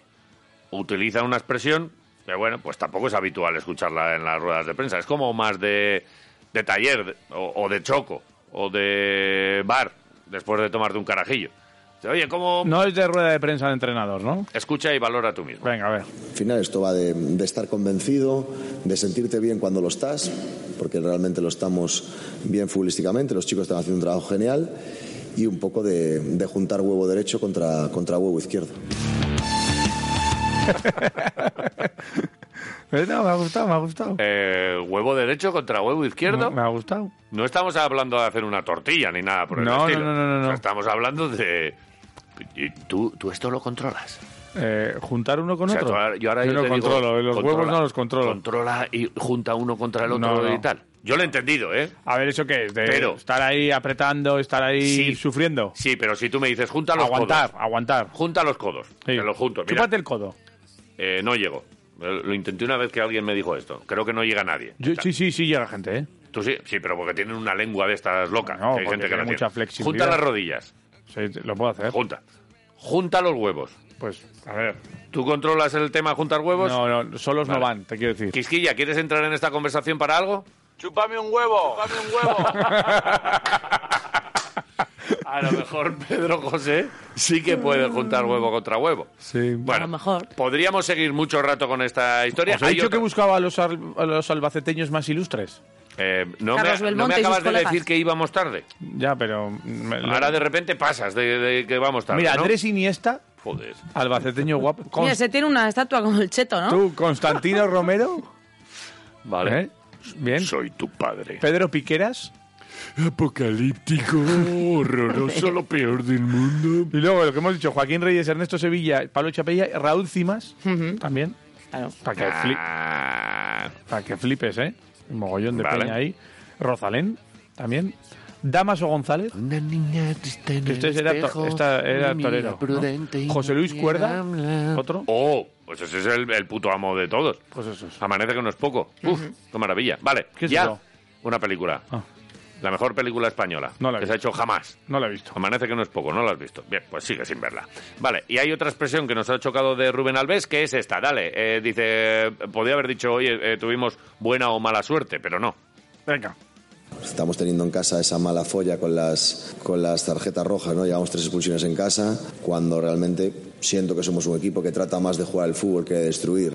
utiliza una expresión Que bueno, pues tampoco es habitual escucharla en las ruedas de prensa. Es como más de, de taller de- o, o de choco o de bar después de tomarte un carajillo. Dice, Oye, ¿cómo
No es de rueda de prensa de entrenador, ¿no?
escucha y valora tú mismo?
Venga, a ver.
Al final esto va de, de estar convencido, de sentirte bien cuando lo estás, porque realmente lo estamos bien futbolísticamente, los chicos están haciendo un trabajo genial, y un poco de, de juntar huevo derecho contra, contra huevo izquierdo.
Eh, No, me ha gustado, me ha gustado.
Eh, huevo derecho contra huevo izquierdo.
Me ha gustado.
No estamos hablando de hacer una tortilla ni nada por el
No, no,
estilo.
no, no, no,
O sea,
no.
estamos hablando de... y Tú, tú esto lo controlas.
Eh, juntar uno con
O sea,
otro.
tú ahora- yo ahora yo
no
te digo,
controlo, eh, los
controla-
huevos no los controlo.
Controla y junta uno contra el otro
No, no.
y tal. Yo lo he entendido, ¿eh?
A ver, ¿eso qué es? De
Pero-
estar ahí apretando, estar ahí
Sí.
sufriendo.
Sí, pero si tú me dices, junta los
Aguantar,
codos.
aguantar.
Junta los codos.
Sí.
Te lo junto. Mira,
Chúpate el codo.
eh, no llego. Eh, Lo intenté una vez que alguien me dijo esto. Creo que no llega nadie.
Yo-
O sea,
sí, sí, sí llega gente, ¿eh?
Tú sí, sí, pero porque tienen una lengua de estas locas.
No,
que hay
porque
gente que
tiene
no
mucha
tiene.
flexibilidad.
Junta las rodillas.
Sí, lo puedo hacer.
Junta. Junta los huevos.
Pues, a ver.
¿Tú controlas el tema de juntar huevos?
No, no, solos no van, te quiero decir.
Quisquilla, ¿quieres entrar en esta conversación para algo?
¡Chúpame un huevo! ¡Chúpame un huevo!
A lo mejor *laughs* Pedro José sí que puede juntar huevo contra huevo.
Sí.
Bueno,
A lo mejor.
podríamos seguir mucho rato con esta historia.
¿Os he
Hay
dicho
otra-
que buscaba a los, al- a los albaceteños más ilustres?
Eh, no,
Carlos
me, no
Belmonte
me
y sus
acabas de
colegas.
decir que íbamos tarde.
Ya, pero... mm, me-
Ahora de repente pasas de, de que vamos tarde.
Mira,
¿no?
Andrés Iniesta,
Joder.
albaceteño guapo. Con-
Mira, se tiene una estatua como el cheto, ¿no?
Tú, Constantino Romero.
Vale.
¿eh? Bien.
Soy tu padre.
Pedro Piqueras.
Apocalíptico,
*laughs*
horroroso, lo peor del mundo.
Y luego, lo que hemos dicho, Joaquín Reyes, Ernesto Sevilla, Pablo Chapella, Raúl Cimas, también.
Claro.
Para que, fli- pa' que flipes, ¿eh? Un mogollón de
Ah. Vale.
peña ahí. Rosalén, también. Damaso González.
Una niña triste en
Que usted era, to- esta- era torero. ¿no? José Luis Cuerda, otro.
Oh, pues ese es el, el puto amo de todos.
Pues eso es.
Amanece que no es poco. Uf, qué maravilla. Vale,
¿Qué es
ya
eso?
una película.
Ah.
La mejor película española
No la he
que se ha hecho jamás.
No lo he visto.
Amanece que no es poco, no la has visto. Bien, pues sigue sin verla. Vale, y hay otra expresión que nos ha chocado de Rubén Alves, que es esta. Dale, eh, dice, eh, podía haber dicho, oye, eh, tuvimos buena o mala suerte, pero no.
Venga.
Estamos teniendo en casa esa mala folla con las, con las tarjetas rojas, ¿no? Llevamos tres expulsiones en casa, cuando realmente siento que somos un equipo que trata más de jugar al fútbol que de destruir.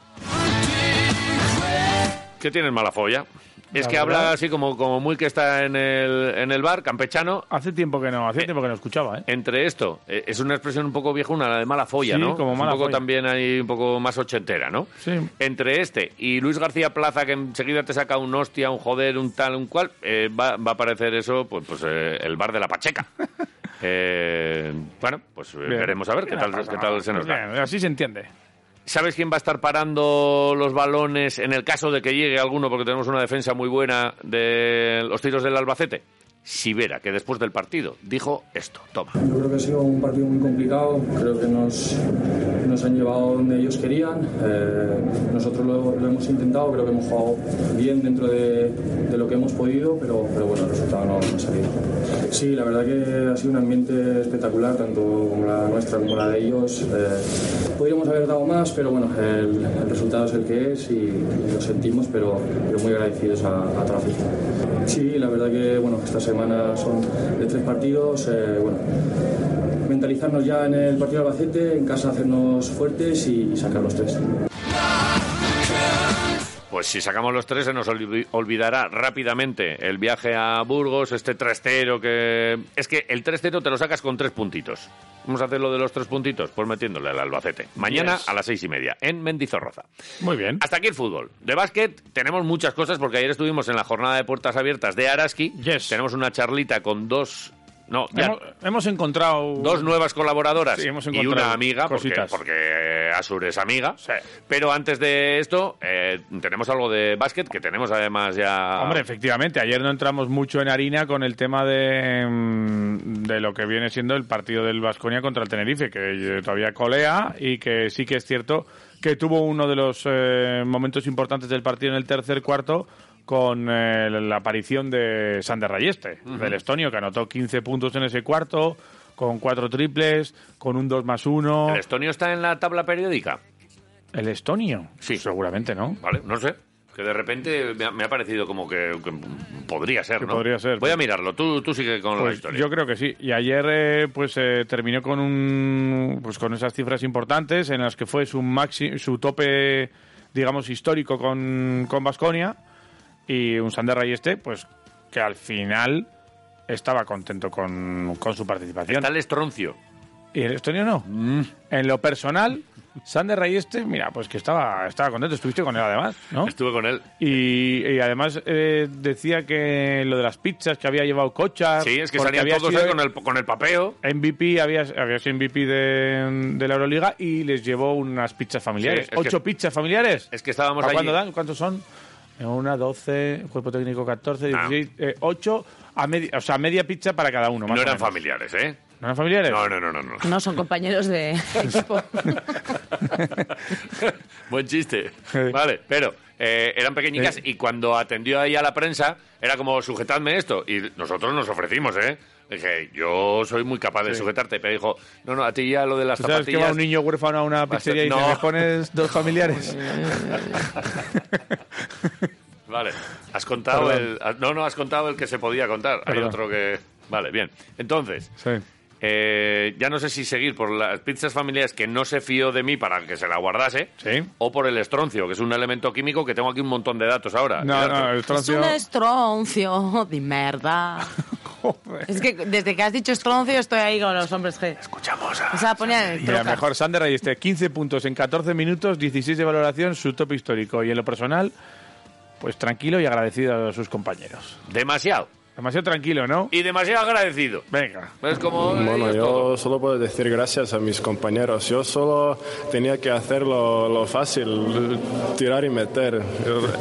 ¿Qué tienes mala folla? Es
La
que
verdad.
habla así como, como muy que está en el, en el bar, campechano.
Hace tiempo que no, hace
Eh,
tiempo que no escuchaba, ¿eh?
Entre esto, eh, es una expresión un poco viejuna, la de mala folla,
Sí,
¿no?
como
Es
mala
un poco
folla.
también ahí un poco más ochentera, ¿no?
Sí.
Entre este y Luis García Plaza, que enseguida te saca un hostia, un joder, un tal, un cual, eh, va, va a aparecer eso, pues, pues eh, el bar de
*laughs*
la Pacheca. Eh, bueno, pues eh,
Bien.
veremos a ver qué
No
tal,
pasa
qué tal
nada.
se nos da.
Bien, así se entiende.
¿Sabes quién va a estar parando los balones en el caso de que llegue alguno, porque tenemos una defensa muy buena de los tiros del Albacete? Sivera, que después del partido dijo esto. Toma.
Yo creo que ha sido un partido muy complicado, creo que nos, nos han llevado donde ellos querían, Eh, nosotros lo, lo hemos intentado, creo que hemos jugado bien dentro de, de lo que hemos podido, pero, pero bueno, el resultado no, no ha salido. Sí, la verdad que ha sido un ambiente espectacular, tanto como la nuestra como la de ellos. Eh, podríamos haber dado más, pero bueno, el, el resultado es el que es y, y lo sentimos, pero, pero muy agradecidos a, a toda la afición. Sí, la verdad que bueno, esta semana son de tres partidos. eh, bueno, mentalizarnos ya en el partido de Albacete, en casa hacernos fuertes y, y sacar los tres.
Pues si sacamos los tres se nos olvi- olvidará rápidamente el viaje a Burgos, este 3-0 que... Es que el 3-0 te lo sacas con tres puntitos. Vamos a hacer lo de los tres puntitos, pues metiéndole al Albacete. Mañana
Yes.
a las seis y media, en Mendizorroza.
Muy bien.
Hasta aquí el fútbol. De básquet tenemos muchas cosas porque ayer estuvimos en la jornada de puertas abiertas de Araski.
Yes.
Tenemos una charlita con dos... No, ya-
Hemos, hemos encontrado...
Dos nuevas colaboradoras
Sí, hemos
y
encontrado
una amiga, porque,
cositas.
porque Asur es amiga. Pero antes de esto, eh, tenemos algo de básquet que tenemos además ya.
Hombre, efectivamente, ayer no entramos mucho en harina con el tema de, mm, de lo que viene siendo el partido del Vasconia contra el Tenerife, que eh, todavía colea y que sí que es cierto que tuvo uno de los eh, momentos importantes del partido en el tercer cuarto con eh, la aparición de Sander Rayeste, del estonio, que anotó 15 puntos en ese cuarto, con cuatro triples, con un 2 más 1.
¿El Estonio está en la tabla periódica?
¿El estonio? Sí. Seguramente, ¿no?
Vale, no sé. Que de repente me ha, me ha parecido como que, que podría ser,
Que
¿no?
podría ser.
Voy a mirarlo. Tú, tú sigue con la
Pues
historia.
yo creo que sí. Y ayer eh, pues eh, terminó con un pues con esas cifras importantes en las que fue su maxi, su tope digamos histórico con con Baskonia y un Sander este pues que al final estaba contento con, con su participación.
Está el estroncio.
¿Y el estonio no? En lo personal, Sander Rayeste, mira, pues que estaba, estaba contento. Estuviste con él además, ¿no?
Estuve con él.
Y, y además eh, decía que lo de las pizzas que había llevado Cochas.
Sí, es que
porque
salían
había
todos
sido
ahí con el, con el papeo.
MVP, había, había sido MVP de, de la Euroliga y les llevó unas pizzas familiares.
Sí, es que-
¿Ocho pizzas familiares?
Es que estábamos
¿Para
allí.
cuándo dan? ¿Cuántos son? Eh, Una, doce, cuerpo técnico 14,
Ah.
16, eh, ocho, a media, o sea, media pizza para cada uno. más
No
o
eran
menos.
familiares, ¿eh?
¿No eran familiares?
No, no, no, no. no.
No, son compañeros de
*laughs*
equipo.
Buen chiste. Vale, pero eh, eran pequeñicas y cuando atendió ahí a la prensa era como, sujetadme esto. Y nosotros nos ofrecimos, ¿eh? Dije, yo soy muy capaz de
Sí.
sujetarte. Pero dijo, no, no, a ti ya lo de las
¿Tú sabes que va
zapatillas...
un niño huérfano a una
Va a ser-
pizzería y
no.
dice, ¿me pones dos familiares? *laughs*
Vale, has contado
Perdón.
el... ah, No, no, has contado el que se podía contar. Hay
Perdón.
otro que... Vale, bien. Entonces,
Sí.
eh, ya no sé si seguir por las pizzas familiares que no se fió de mí para que se la guardase o por el estroncio, que es un elemento químico que tengo aquí un montón de datos ahora.
No, no, el
Es
estroncio...
un estroncio de merda.
*laughs*
Es que desde que has dicho estroncio estoy ahí con los hombres G.
Escuchamos
O sea, ponían el
Mira,
troca.
mejor Sander ahí está. 15 puntos en 14 minutos, 16 de valoración, su top histórico. Y en lo personal, pues tranquilo y agradecido a sus compañeros.
Demasiado.
Demasiado tranquilo, ¿no?
Y demasiado agradecido.
Venga.
Es como...
Bueno,
es
yo
todo.
solo puedo decir gracias a mis compañeros. Yo solo tenía que hacer lo, lo fácil, tirar y meter.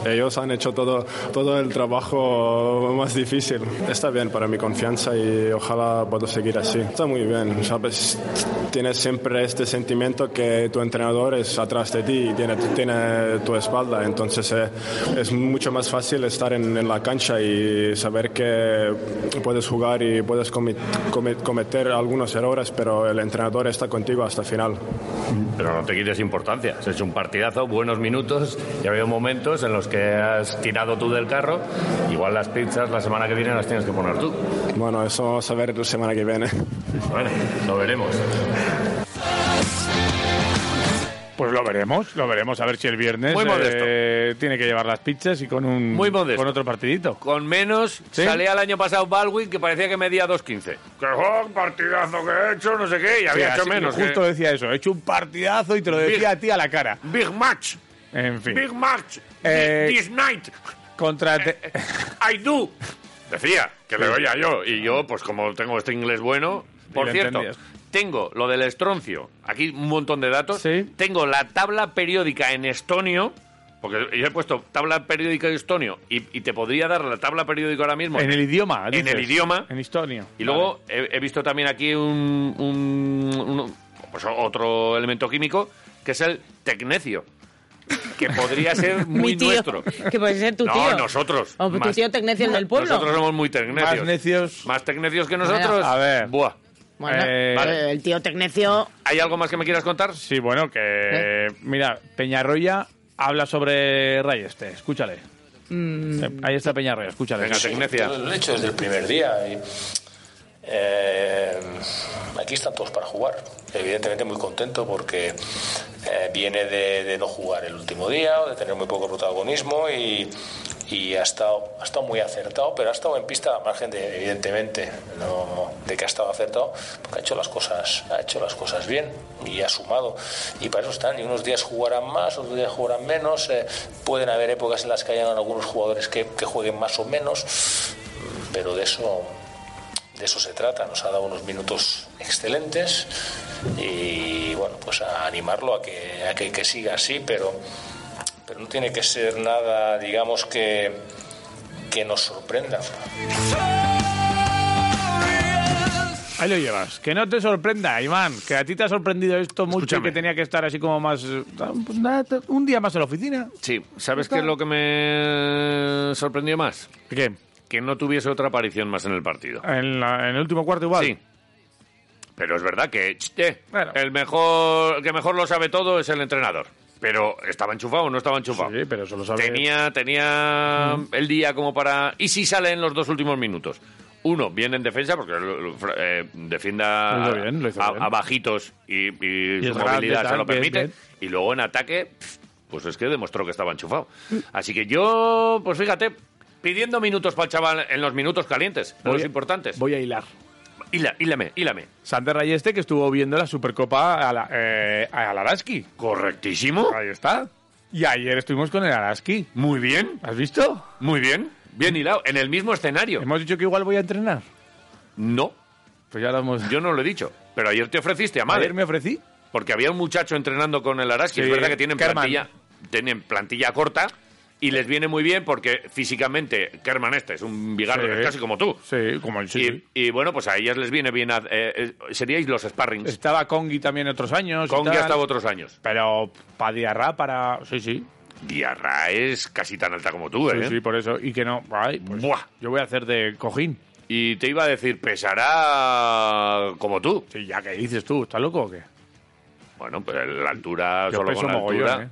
Ellos han hecho todo, todo el trabajo más difícil. Está bien para mi confianza y ojalá puedo seguir así. Está muy bien, ¿sabes? Tienes siempre este sentimiento que tu entrenador es atrás de ti y tiene, tiene tu espalda. Entonces eh, es mucho más fácil estar en, en la cancha y saber que puedes jugar y puedes comi- come- cometer algunos errores, pero el entrenador está contigo hasta el final.
Pero no te quites importancia. Has hecho un partidazo, buenos minutos. Y ha habido momentos en los que has tirado tú del carro. Igual las pizzas la semana que viene las tienes que poner tú.
Bueno, eso vamos a ver la semana que viene.
Bueno, lo veremos.
Pues lo veremos, lo veremos. A ver si el viernes
Muy modesto.
eh, tiene que llevar las pizzas y con un
Muy modesto.
con otro partidito.
Con menos
¿Sí?
salía el año pasado Baldwin que parecía que medía 2.15. Que oh, partidazo que he hecho, no sé qué, y había
Sí,
hecho
así-
menos. eh.
Justo
que-
decía eso, he hecho un partidazo y te lo decía a ti a la cara.
Big match,
En fin.
big match,
Eh,
this night, Eh,
Contra... Te- *laughs*
I do. Decía, que le oía yo. Y yo, pues como tengo este inglés bueno... Por
lo
cierto,
entendías.
tengo lo del estroncio. Aquí un montón de datos.
Sí.
Tengo la tabla periódica en estonio. Porque yo he puesto tabla periódica de estonio y, y te podría dar la tabla periódica ahora mismo.
en el idioma.
En
dices.
el idioma.
En estonio.
Y luego he, he visto también aquí un, un- un- pues otro elemento químico que es el tecnecio, que podría ser muy
Mi tío,
nuestro.
*laughs* Que puede ser tu
no,
tío.
nosotros.
O tu
Más-
tío Tecnecio el del pueblo.
Nosotros somos muy
Más
tecnecios. Más,
necios.
tecnecios que nosotros.
A ver.
Buah.
Bueno,
Eh,
eh, el tío Tecnecio.
¿Hay algo más que me quieras contar?
Sí, bueno, que. Mira, Peñarroya habla sobre Rayeste. Escúchale. Eh, Ahí está Peñarroya, escúchale.
Venga, Tecnecia.
Lo he hecho desde el primer día. y, eh, aquí están todos para jugar. Evidentemente muy contento porque eh, viene de, de no jugar el último día, de tener muy poco protagonismo y, y ha, estado, ha estado muy acertado, pero ha estado en pista a margen de, evidentemente, no- de que ha estado acertado, porque ha hecho las cosas, ha hecho las cosas bien y ha sumado. Y para eso están, y unos días jugarán más, otros días jugarán menos, eh, pueden haber épocas en las que hayan algunos jugadores que, que jueguen más o menos, pero de eso de eso se trata. Nos ha dado unos minutos excelentes y bueno, pues a animarlo a que, a que, que siga así, pero, pero no tiene que ser nada, digamos, que, que nos sorprenda.
Ahí lo llevas. Que no te sorprenda, Iván. Que a ti te ha sorprendido esto mucho y
Escúchame.
que tenía que estar así como más. eh, pues nada, te- un día más en la oficina.
Sí. ¿Sabes qué es lo que me sorprendió más?
¿Qué?
Que no tuviese otra aparición más en el partido.
En, la- en el último cuarto igual.
Sí. Pero es verdad que ch, eh,
Bueno.
el mejor el que mejor lo sabe todo es el entrenador. Pero estaba enchufado o no estaba enchufado. Sí,
pero eso lo
Tenía, tenía el día como para. ¿Y si sale en los dos últimos minutos? Uno, viene en defensa porque lo- lo- fra- eh, defienda
Lo hizo bien, lo hizo
a,
bien.
a bajitos y, y
Y
su
es grande,
movilidad se
tal,
lo
bien,
permite.
bien.
Y luego en ataque, pf, pues es que demostró que estaba enchufado.
Mm.
Así que yo, pues fíjate, pidiendo minutos para el chaval en los minutos calientes, en
Voy
los
a-
importantes.
Voy a hilar.
Hila, hílame, hílame.
Sander Rayeste que estuvo viendo la Supercopa a, la, eh, a Alaski.
Correctísimo.
Ahí está. Y ayer estuvimos con el Alaski.
Muy bien.
¿Has visto?
Muy bien. Bien hilado. En el mismo escenario.
Hemos dicho que igual voy a entrenar.
No.
Pues ya lo hemos...
Yo no lo he dicho. Pero ayer te ofreciste a madre.
Ayer me ofrecí.
Porque había un muchacho entrenando con el
Sí,
Araski. es verdad que tienen
Kerman.
plantilla, tienen plantilla corta y les viene muy bien porque físicamente Kerman este es un bigardo
Sí.
es casi como tú.
Sí, como el
y,
sí.
y bueno, pues a ellas les viene bien. haz- eh, eh, seríais los sparrings.
Estaba Congi también otros años. y
Con que
tal.
estaba otros años.
Pero para Diarra, para... Sí, sí.
Diarra es casi tan alta como tú,
sí,
¿eh?
sí, por eso. Y que no... Ay, pues, Yo voy a hacer de cojín.
Y te iba a decir, pesará como tú.
Sí, ya que dices tú, ¿estás loco o qué?
Bueno, pero la altura,
Yo
solo
peso
con la
mogollón,
altura.
¿eh?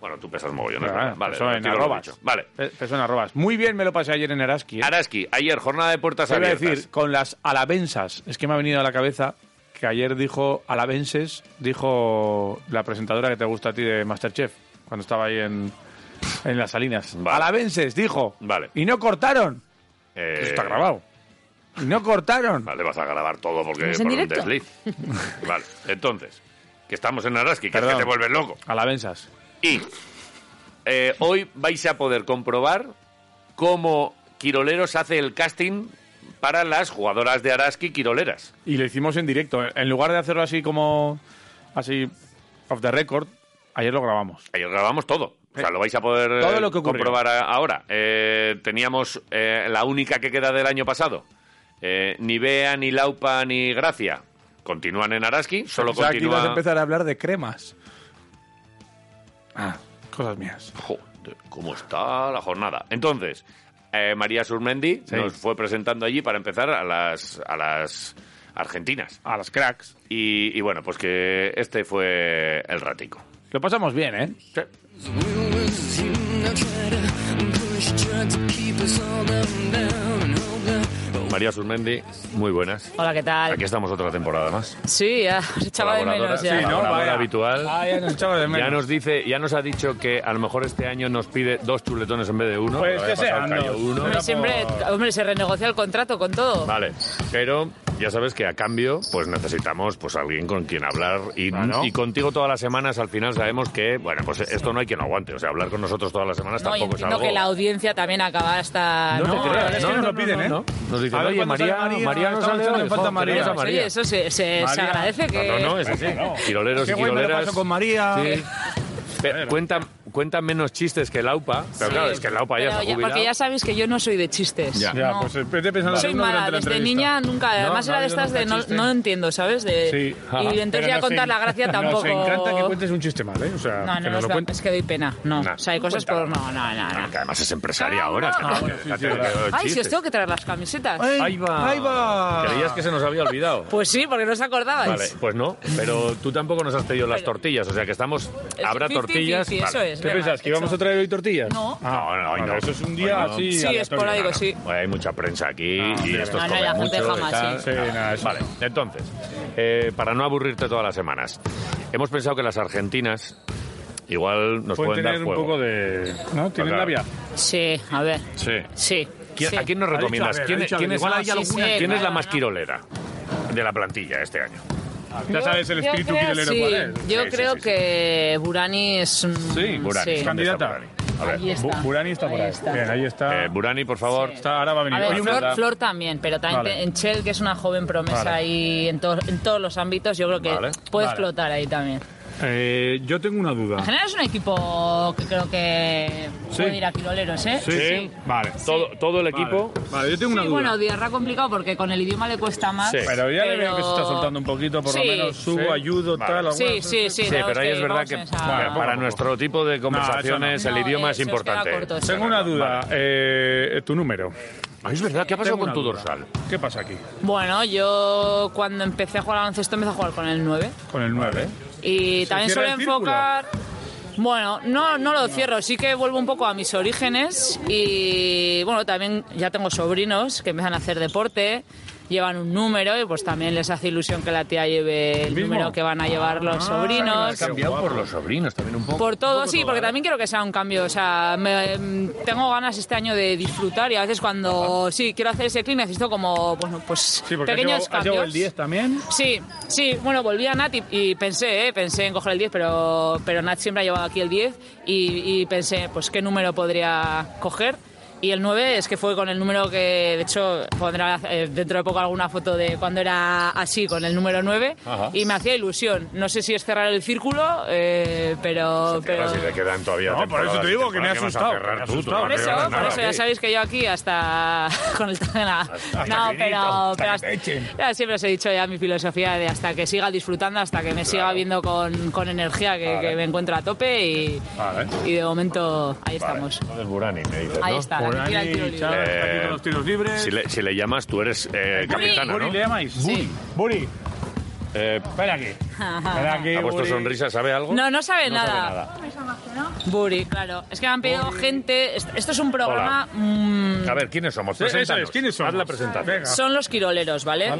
Bueno, tú pesas mogollón, es
Ah,
verdad. Vale,
peso en
retiro lo
arrobas.
dicho. Vale.
Pe- peso en arrobas. Muy bien me lo pasé ayer en Araski. ¿eh?
Araski, ayer, jornada de puertas
Te iba a
abiertas.
decir, con las alabensas, es que me ha venido a la cabeza que ayer dijo alabenses, dijo la presentadora que te gusta a ti de Masterchef, cuando estaba ahí en, en las salinas. Alabenses, dijo.
Vale.
Y no cortaron.
Eh,
Eso está grabado. Y no cortaron.
Vale, vas a grabar todo porque
¿Estamos
por
en
un
directo? *laughs*
desliz. Vale, entonces, que estamos en Araski, que es
Perdón.
que te vuelves loco.
Alabensas.
Y eh, hoy vais a poder comprobar cómo Quiroleros hace el casting para las jugadoras de Araski Quiroleras.
Y lo hicimos en directo. En lugar de hacerlo así como, así, off the record, ayer lo grabamos.
Ayer grabamos todo. O sea, lo vais a poder
Todo
eh,
lo que ocurrió.
comprobar a- ahora. Eh, teníamos eh, la única que queda del año pasado. Eh, ni Bea, ni Laupa, ni Gracia continúan en Araski. Solo
Pensaba que ibas a
continúa...
empezar a hablar de cremas. Ah, cosas mías.
Joder, ¿cómo está la jornada? Entonces, eh, María Surmendi
Sí.
nos fue presentando allí para empezar a las, a las argentinas.
A las cracks.
Y, y bueno, pues que este fue el ratico.
Lo pasamos bien, ¿eh?
María Surmendi, muy buenas.
Hola, ¿qué tal?
Aquí estamos otra temporada más.
Sí, ya *laughs* os echaba de menos ya.
Colaboradora habitual.
Ah, ya nos echaba de menos.
Ya nos dice, ya nos ha dicho que a lo mejor este año nos pide dos chuletones en vez de uno.
Pues
Porque
que
había pasado
sean
callo
dos.
uno.
Hombre, siempre, hombre, se renegocia el contrato con todo.
Vale, pero ya sabes que a cambio pues necesitamos pues alguien con quien hablar y,
Claro.
y contigo todas las semanas al final sabemos que, bueno, pues esto no hay quien lo aguante, o sea, hablar con nosotros todas las semanas
No, y
tampoco es
entiendo
algo...
que la audiencia también acaba hasta...
No te creas,
es
no,
que
no,
Lo piden, ¿eh?
no. Nos dicen,
A ver
oye,
cuándo sale
María,
María,
María no
estamos
sale
echando
hoy,
en falta
joder,
María.
tenemos a
Oye,
Oye, eso se, E se- se
María.
agradece que...
No, no, no, es así. Quiroleros
Qué
y
guay me lo
quiroleras...
paso con María.
Sí. Pe- cuentan, cuentan menos chistes que el AUPA, pero
Sí.
claro, es que el AUPA ya
Pero
se ha
ya-
jubilado.
porque ya sabéis que yo no soy de chistes.
Ya.
Ya,
No.
pues vete pensando
soy
en uno
mala,
durante la
desde
entrevista.
niña nunca, además
no ha
era de
habido
estas de
nunca
no,
chiste.
no entiendo, ¿sabes? De,
Sí.
Y entonces ya contar la
*laughs*
gracia tampoco.
Nos encanta que cuentes un chiste mal, ¿eh? O sea,
No, no,
que
no,
nos
es,
lo cuentes.
es que doy pena. No,
Nah.
o sea, hay cosas por... No, no, no, no.
Que además es empresaria ahora. que no,
bueno, sí,
que-
sí,
que-
verdad.
que-
Ay, si os
chistes.
tengo que traer las camisetas.
Ahí va.
Ahí va.
Creías que se nos había olvidado.
Pues sí, porque no os acordabais.
Vale, pues no, pero tú tampoco nos has pedido las tortillas, o sea que estamos. Habrá
50-50,
tortillas.
eso
vale.
es.
¿Qué pensás? ¿Que íbamos a traer hoy tortillas? Ah, No.
No, no, hoy
Bueno,
no.
eso es un día
Hoy no.
así.
Sí,
aleatorio.
esporádico, sí. Ah,
Hoy hay mucha prensa aquí y
sí,
estos
no, no,
comen
la gente
mucho,
jamás,
y tal.
sí. Sí, nada, eso
Vale, entonces, eh, para no aburrirte todas las semanas, hemos pensado que las argentinas igual
Pueden
nos pueden,
tener
dar
un
juego.
poco de. ¿No? ¿Tienen
Claro.
labia?
Sí, a ver,
Sí.
sí.
¿Quién-
sí.
¿A quién nos
Ha dicho,
recomiendas?
a ver,
¿Quién,
ha dicho, a
quién
ver.
es, la-
Igual hay alguna-
quién es la
sí, claro,
más
¿no?
quirolera de la plantilla este año?
Ya sabes el
Yo
espíritu
creo-
quirolero
sí.
cuál es.
Yo
Sí, sí,
creo
sí, sí.
que Burani es... un-
Sí,
Burani.
sí.
¿dónde está
Candidata.
Burani? A ver.
Ahí está.
Bu- Burani está por
Ahí
ahí.
está.
Bien, ahí está.
Eh, Burani, por favor.
Está- ahora va a venir.
A ver,
Ahí
Flor,
está.
Flor también, pero también
Vale.
te- en Chel, que es una joven promesa
Vale.
ahí en, to- en todos los ámbitos, yo creo que
Vale.
puede
Vale.
explotar ahí también.
Eh, yo tengo una
En
duda.
general es un equipo que creo que
Sí.
puede ir a Quiroleros, ¿eh?
Sí. Vale.
Todo, todo el equipo.
Vale, vale, yo tengo una
Sí,
duda.
bueno, Diarra complicado porque con el idioma le cuesta más.
Sí.
Pero ya le veo que se está soltando un poquito, por lo
Sí.
menos subo,
Sí.
ayudo,
Vale.
tal. alguna
Sí, sí,
cosa.
sí.
Sí,
tenemos
pero ahí es verdad
vamos
que
en esa-
para,
poco a
para
poco.
nuestro tipo de conversaciones
No,
el idioma
eh,
es
se os queda
importante.
corto, sí.
Tengo una duda.
Vale.
Eh, tu número.
Ah, es verdad, ¿qué ha pasado
Tengo
con
una
tu
duda.
dorsal?
¿Qué pasa aquí?
Bueno, yo cuando empecé a jugar al baloncesto empecé a jugar con el 9.
Con el 9.
Y también
cierra
suelo
el círculo?
enfocar. Bueno, no, no lo cierro, sí que vuelvo un poco a mis orígenes y bueno, también ya tengo sobrinos que empiezan a hacer deporte, llevan un número y pues también les hace ilusión que la tía lleve el
mismo?
número que van a llevar
Ah,
los sobrinos.
cambiado por los sobrinos también un poco.
Por todo, sí, porque también quiero que sea un cambio. O sea, me- em, tengo ganas este año de disfrutar y a veces cuando sí quiero hacer ese clic necesito como, bueno, pues
Porque has
pequeños
llevado- has llevado
cambios.
el 10 también.
Sí, sí, bueno, volví a Nat y, y pensé, eh, pensé en coger el 10, pero, pero Nat siempre ha llevado aquí el 10 y, y pensé, pues, ¿qué número podría coger? Y el 9 es que fue con el número que, de hecho, pondrá eh, dentro de poco alguna foto de cuando era así, con el número 9,
Ajá.
y me hacía ilusión. No sé si es cerrar el círculo, eh, pero... pero...
Ahora sí te quedan todavía
No, por eso
temporadas
te
y
digo que me ha
temporadas
asustado,
vas a cerrar
me ha
tú, tú
asustado.
no
Por
vas
eso,
a cerrar
por
nada,
eso ya
sí.
sabéis que yo aquí hasta *laughs* con el traje nada. No,
grito,
pero,
hasta
pero
que te echen.
ya siempre os he dicho ya mi filosofía de hasta que siga disfrutando, hasta que me siga viendo con, con energía, que,
Vale.
que me encuentro a tope y, y de momento ahí estamos.
Entonces Burani, me dices,
Ahí
¿no?
está, la que tira el tiro libre.
Chávez,
Eh,
está aquí con los tiros libres.
Si le, si le llamas, tú eres eh, capitana,
Buri,
¿no?
¿le llamáis? Sí. Buri,
Eh,
ven aquí. Ven aquí,
¿Ha puesto
Buri.
sonrisa? ¿Sabe pues algo?
No, no sabe nada.
nada.
Buri, claro. Es que me han pedido gente. est- Esto es un programa. mm,
A ver, ¿quiénes somos?
Sí, eso es,
Preséntanos.
¿quiénes
Haz la presentación.
Son los quiroleros, ¿vale?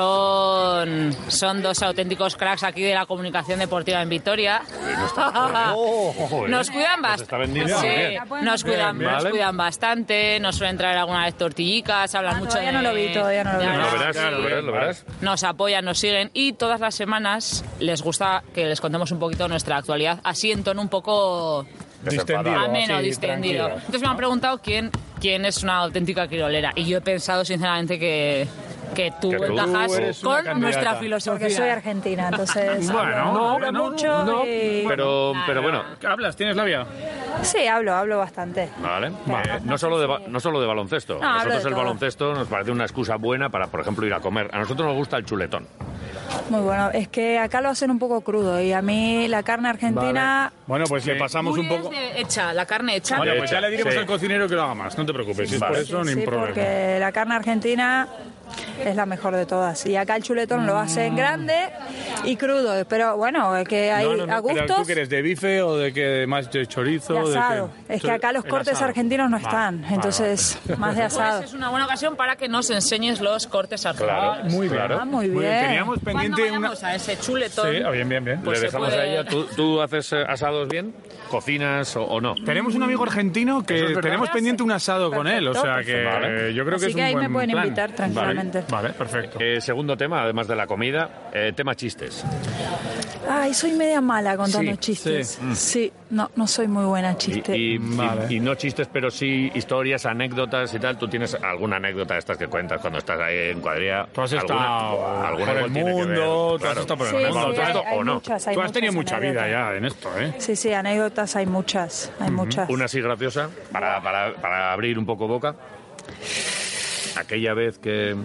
Son, son dos auténticos cracks aquí de la comunicación deportiva en Victoria. *laughs* Nos cuidan
¿eh? Nos
bastante.
está vendiendo
Sí,
muy bien.
nos cuidan,
Bien,
nos
bien.
cuidan bastante, nos suelen traer alguna vez tortillicas, hablan mucho
Ah, todavía
de-
no lo vi, todavía no lo vi.
Ya,
Lo
ya.
verás, lo verás, lo verás.
Nos apoyan, nos siguen y todas las semanas les gusta que les contemos un poquito nuestra actualidad, así en tono un poco
Desenfadado,
ameno,
así,
distendido.
tranquilo.
Entonces me han preguntado quién, quién es una auténtica quirolera y yo he pensado sinceramente que, que tú
Que tú
encajas
eres una
con
candidata.
nuestra filosofía.
Porque soy argentina,
*laughs*
entonces.
Bueno,
hablo-
no,
hablo
no,
mucho
no,
y-
Pero, pero bueno,
¿Hablas? ¿Tienes labia?
Sí, hablo, hablo bastante.
Vale. Eh, no, solo de, ba- no solo de baloncesto.
No,
a
hablo
nosotros
de
el
todo.
baloncesto nos parece una excusa buena para, por ejemplo, ir a comer. A nosotros nos gusta el chuletón.
Muy bueno. Es que acá lo hacen un poco crudo y a mí la carne argentina.
Bueno, pues le pasamos un poco.
hecha, la carne hecha.
Vale, pues ya le diremos
Sí.
al cocinero que lo haga más, no te preocupes. Si es
Vale.
por eso, no
Sí,
hay problema.
porque la carne argentina es la mejor de todas. Y acá el chuletón lo hacen grande y crudo. Pero bueno, es que hay
No, no, no,
a
pero ¿Tú
gustos.
quieres de bife o de que de más de chorizo?
De
de
asado.
qué?
Es que acá los
El
cortes
asado.
argentinos no
Vale,
están.
vale,
entonces,
vale.
más de asado.
Pues es una buena ocasión para que nos enseñes los cortes artesanales.
Ah, muy bien.
Ah, muy bien.
Teníamos pendiente
¿Cuándo
una.
vayamos a ese chuletón?
Sí, ah, bien, bien, bien.
Pues
Le
se
dejamos
puede-
a ella. ¿Tú, tú haces eh, asados bien? ¿Cocinas o, o no?
Tenemos un amigo argentino
Eso es
que
verdad.
tenemos pendiente un asado con él, o sea
perfecto.
que
Vale.
eh, yo creo
Así
que es
que
un
ahí
buen
me pueden
plan.
invitar tranquilamente.
Vale, vale, perfecto.
Eh, segundo tema, además de la comida, eh, tema chistes.
Ay, soy media mala contando
Sí,
chistes.
sí. Mm.
Sí. no, no soy muy buena chiste.
Y, y- y- y no chistes, pero sí historias, anécdotas y tal. ¿Tú tienes alguna anécdota de estas que cuentas cuando estás ahí en cuadrilla?
Tú has
¿Alguna-
estado
alguna
por el
igual tiene que
mundo,
ver?
tú has estado por el
Sí,
mundo,
sí,
tú has
hay-
estado-
hay
o no.
muchas, hay
tú has tenido
muchas
mucha vida
anécdotas.
ya en esto, ¿eh?
Sí, sí, anécdotas hay muchas, hay muchas.
Una así graciosa, para, para- para abrir un poco boca. Aquella vez que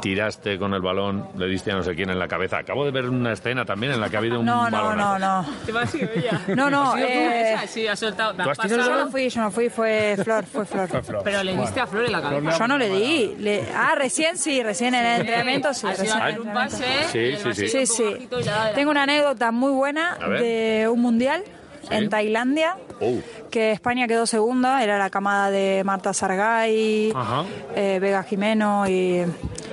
tiraste con el balón, le diste a no sé quién en la cabeza. Acabo de ver una escena también en la que ha habido un
No, no,
balonazo.
no, no.
¿Te vas a decir ella?
*laughs* No, no,
¿Has sido tú?
eh,
Esa sí, ha soltado.
¿Tú has tirado
Yo no fui, yo no fui, fue Flor, fue Flor.
Pero le diste a Flor en la cabeza.
Yo no le di. le- ah, recién sí, recién en el entrenamiento sí.
Ha sido
recién en el
hacer un pase.
¿eh?
Sí,
y el
sí,
vasito
sí.
Sí, sí.
un poco bajito y la- la-
Tengo una anécdota muy buena
A ver.
de un mundial
Sí.
en Tailandia,
Oh.
que España quedó segunda, era la camada de Marta Sargay,
Ajá.
eh, Vega Jimeno y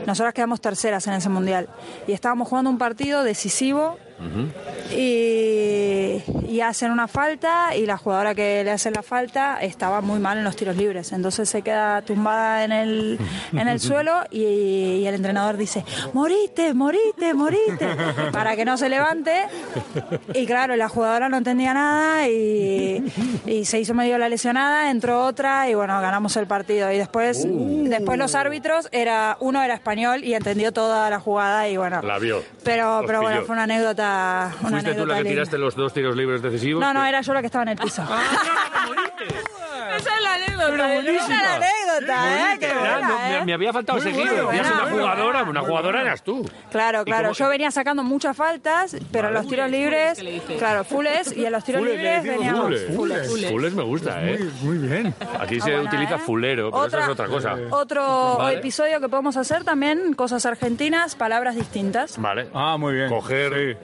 nosotras quedamos terceras en ese mundial. Y estábamos jugando un partido decisivo y, y hacen una falta y la jugadora que le hace la falta estaba muy mal en los tiros libres. Entonces se queda tumbada en el, en el suelo y, y el entrenador dice, moriste, moriste, moriste, para que no se levante.
*laughs*
Y claro, la jugadora no entendía nada y, y se hizo medio la lesionada, entró otra y bueno, ganamos el partido. Y después, después los árbitros, era uno era español y entendió toda la jugada y bueno.
La vio.
Pero,
Os
pero bueno,
pilló.
fue una anécdota. Una
¿Fuiste tú
anécdota
la que
linda.
tiraste Ah, los dos tiros libres decisivos?
No, no, era yo la que estaba en el piso. *laughs*
Esa es la anécdota.
Pero buenísima. Esa es la anécdota, ¿eh? Qué
Ah, no,
buena,
me,
¿eh?
me había faltado
Muy
ese
buena,
giro.
buena,
Eras una
muy
jugadora, una jugadora eras tú.
Claro,
¿Y
claro.
cómo- Ah,
Yo venía sacando muchas faltas, pero en los tiros libres,
que le dije.
claro, fules, y en los tiros
Fules, le
libres
decimos
veníamos.
fules. Fules. Fules me gusta, ¿eh?
Muy bien.
Aquí se
buena,
utiliza
¿eh?
fulero, pero
Otra- eh,
eso es otra cosa.
Otro
Vale.
episodio que podemos hacer también, cosas argentinas, palabras distintas.
Vale.
Ah, muy bien.
Coger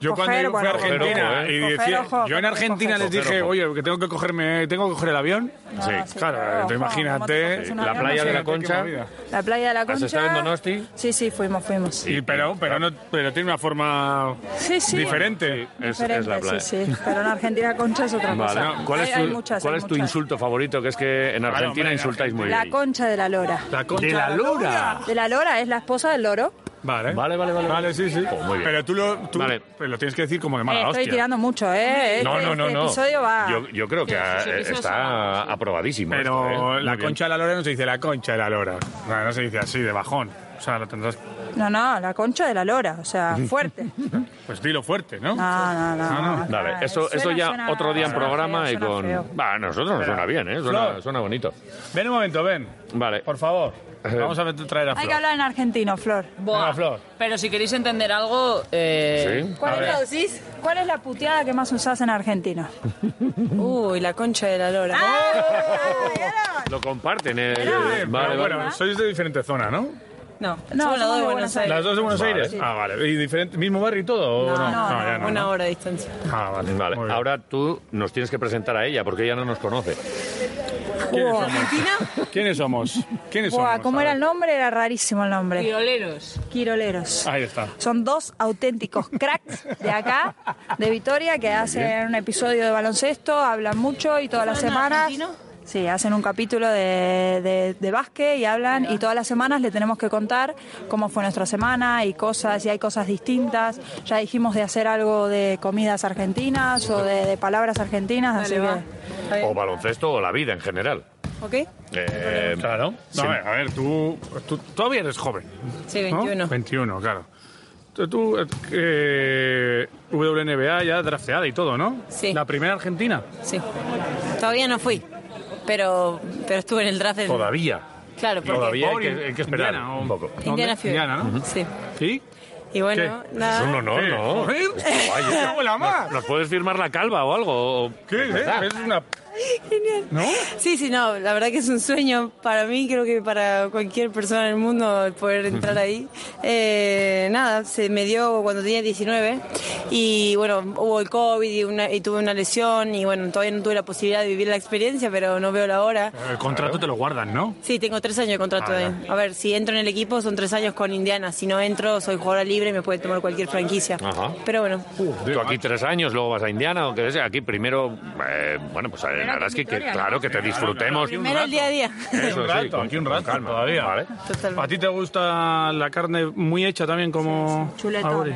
Yo cuando
Coger,
yo fui a
bueno,
Argentina
coger,
y
coger,
decía-
ojo,
yo
coger,
en Argentina
coger.
les dije,
Coger, ojo.
oye, que tengo que cogerme, tengo que coger el avión. sí, claro,
ojo,
te
como
imagínate
te coges un La avión, playa de la
imagínate qué
Concha.
movida.
La playa de la Concha.
Donosti?
Sí, sí, fuimos, fuimos.
Y pero pero no pero tiene una forma
Sí, sí.
diferente.
Diferente, sí, sí. Pero en Argentina Concha es otra
Vale.
cosa.
¿Cuál es
Hay-
tu,
hay muchas,
cuál
hay
es tu
muchas.
insulto favorito? Que es que en Argentina insultáis muy
La
bien.
Concha de la Lora.
La Concha de la de la Lora. Lora.
De la Lora, es la esposa del loro.
Vale.
Vale, vale, vale.
Vale, sí, sí.
Oh, muy bien.
Pero tú lo tú pero lo tienes que decir como de
Eh,
mala
estoy
hostia.
tirando mucho, ¿eh?
No,
Este-
no, no,
este
no.
episodio va...
Yo, yo creo que ah, eh, está aprobadísimo.
Pero
esto, ¿eh? Muy
la
bien.
concha de la lora no se dice la concha de la lora. No, no se dice así, de bajón. O sea, lo tendrás.
No, no, la Concha de la Lora, o
*laughs*
sea, fuerte.
Pues dilo fuerte, ¿no?
No, no, no.
Vale, eso,
Ah, suena-
eso ya
suena-
otro día en
suena
programa
feo,
y con.
suena
Bah, a nosotros nos
Espera.
suena bien, ¿eh? Suena,
Flor.
suena bonito.
Ven un momento, ven.
Vale.
Por favor. Vamos a meter- traer a
Hay
Flor.
que hablar en argentino, Flor.
Buah. Pero si queréis entender algo... eh,
Sí. ¿Cuál A es ver. la
¿Cuál es la puteada que más usás en argentino? *laughs* Ah, Uy, la concha de la lora.
Lo comparten. eh,
Pero
vale,
bueno,
vale.
sois de diferente zona, ¿no?
No,
No, somos las dos de Buenos Aires.
¿Las dos de Buenos
Vale.
Aires?
Sí.
Ah, vale. ¿Y diferente, mismo barrio y todo? o
No, no,
no, ya
no,
no,
una
¿no?
hora de distancia.
Ah, vale.
Vale, ahora tú nos tienes que presentar a ella porque ella no nos conoce.
¿Quiénes somos? ¿Quiénes somos? ¿Quiénes
Buah,
somos?
¿cómo era el nombre? Era rarísimo el nombre.
Quiroleros.
Quiroleros.
Ahí está.
Son dos auténticos cracks de acá, de Vitoria, que hacen un episodio de baloncesto, hablan mucho y todas las semanas. Sí, hacen un capítulo de, de- de básquet y hablan y todas las semanas le tenemos que contar cómo fue nuestra semana y cosas, y hay cosas distintas. Ya dijimos de hacer algo de comidas argentinas o de, de palabras argentinas, así que...
O baloncesto o la vida en general.
¿Ok?
Eh,
claro. No,
sí.
a, ver, a ver, tú, tú todavía eres joven.
Sí,
¿no?
21.
21, claro. Tú, tú, eh, WNBA ya drafteada y todo, ¿no?
Sí.
La primera argentina.
Sí. Todavía no fui, pero, pero estuve en el draft del...
Todavía.
Claro, porque...
Todavía hay que, hay que esperar
Indiana,
un poco.
Indiana Fever.
Indiana, ¿no?
Sí.
¿Sí?
Y bueno,
¿Qué?
nada.
Es un honor,
Sí,
¿no?
joder.
Está
*laughs*
guay, ¿eh?
Hola,
¿Nos, nos puedes firmar la calva o algo?
¿Qué?
¿Verdad?
Es una...
Genial.
¿No?
Sí, sí, no, la verdad que es un sueño para mí, creo que para cualquier persona del mundo el poder entrar ahí. Eh, nada, se me dio cuando tenía 19 y bueno, hubo el COVID y, una- y tuve una lesión y bueno, todavía no tuve la posibilidad de vivir la experiencia, pero no veo la hora.
El contrato te lo guardan, ¿no?
Sí, tengo tres años de contrato.
Ah,
eh. A ver, si entro en el equipo son tres años con Indiana. Si no entro, soy jugadora libre y me puede tomar cualquier franquicia.
Ajá. Uh.
Pero bueno,
Tú aquí tres años, luego vas a Indiana o que sea. Aquí primero, eh, bueno, pues eh, la verdad es que, que- claro que te disfrutemos.
primero el día a día. *laughs*
Eso
un
sí,
rato,
con-
aquí un
con
rato
calma,
todavía.
¿vale?
¿Eh? ¿A ti te gusta la carne muy hecha también como... Auri?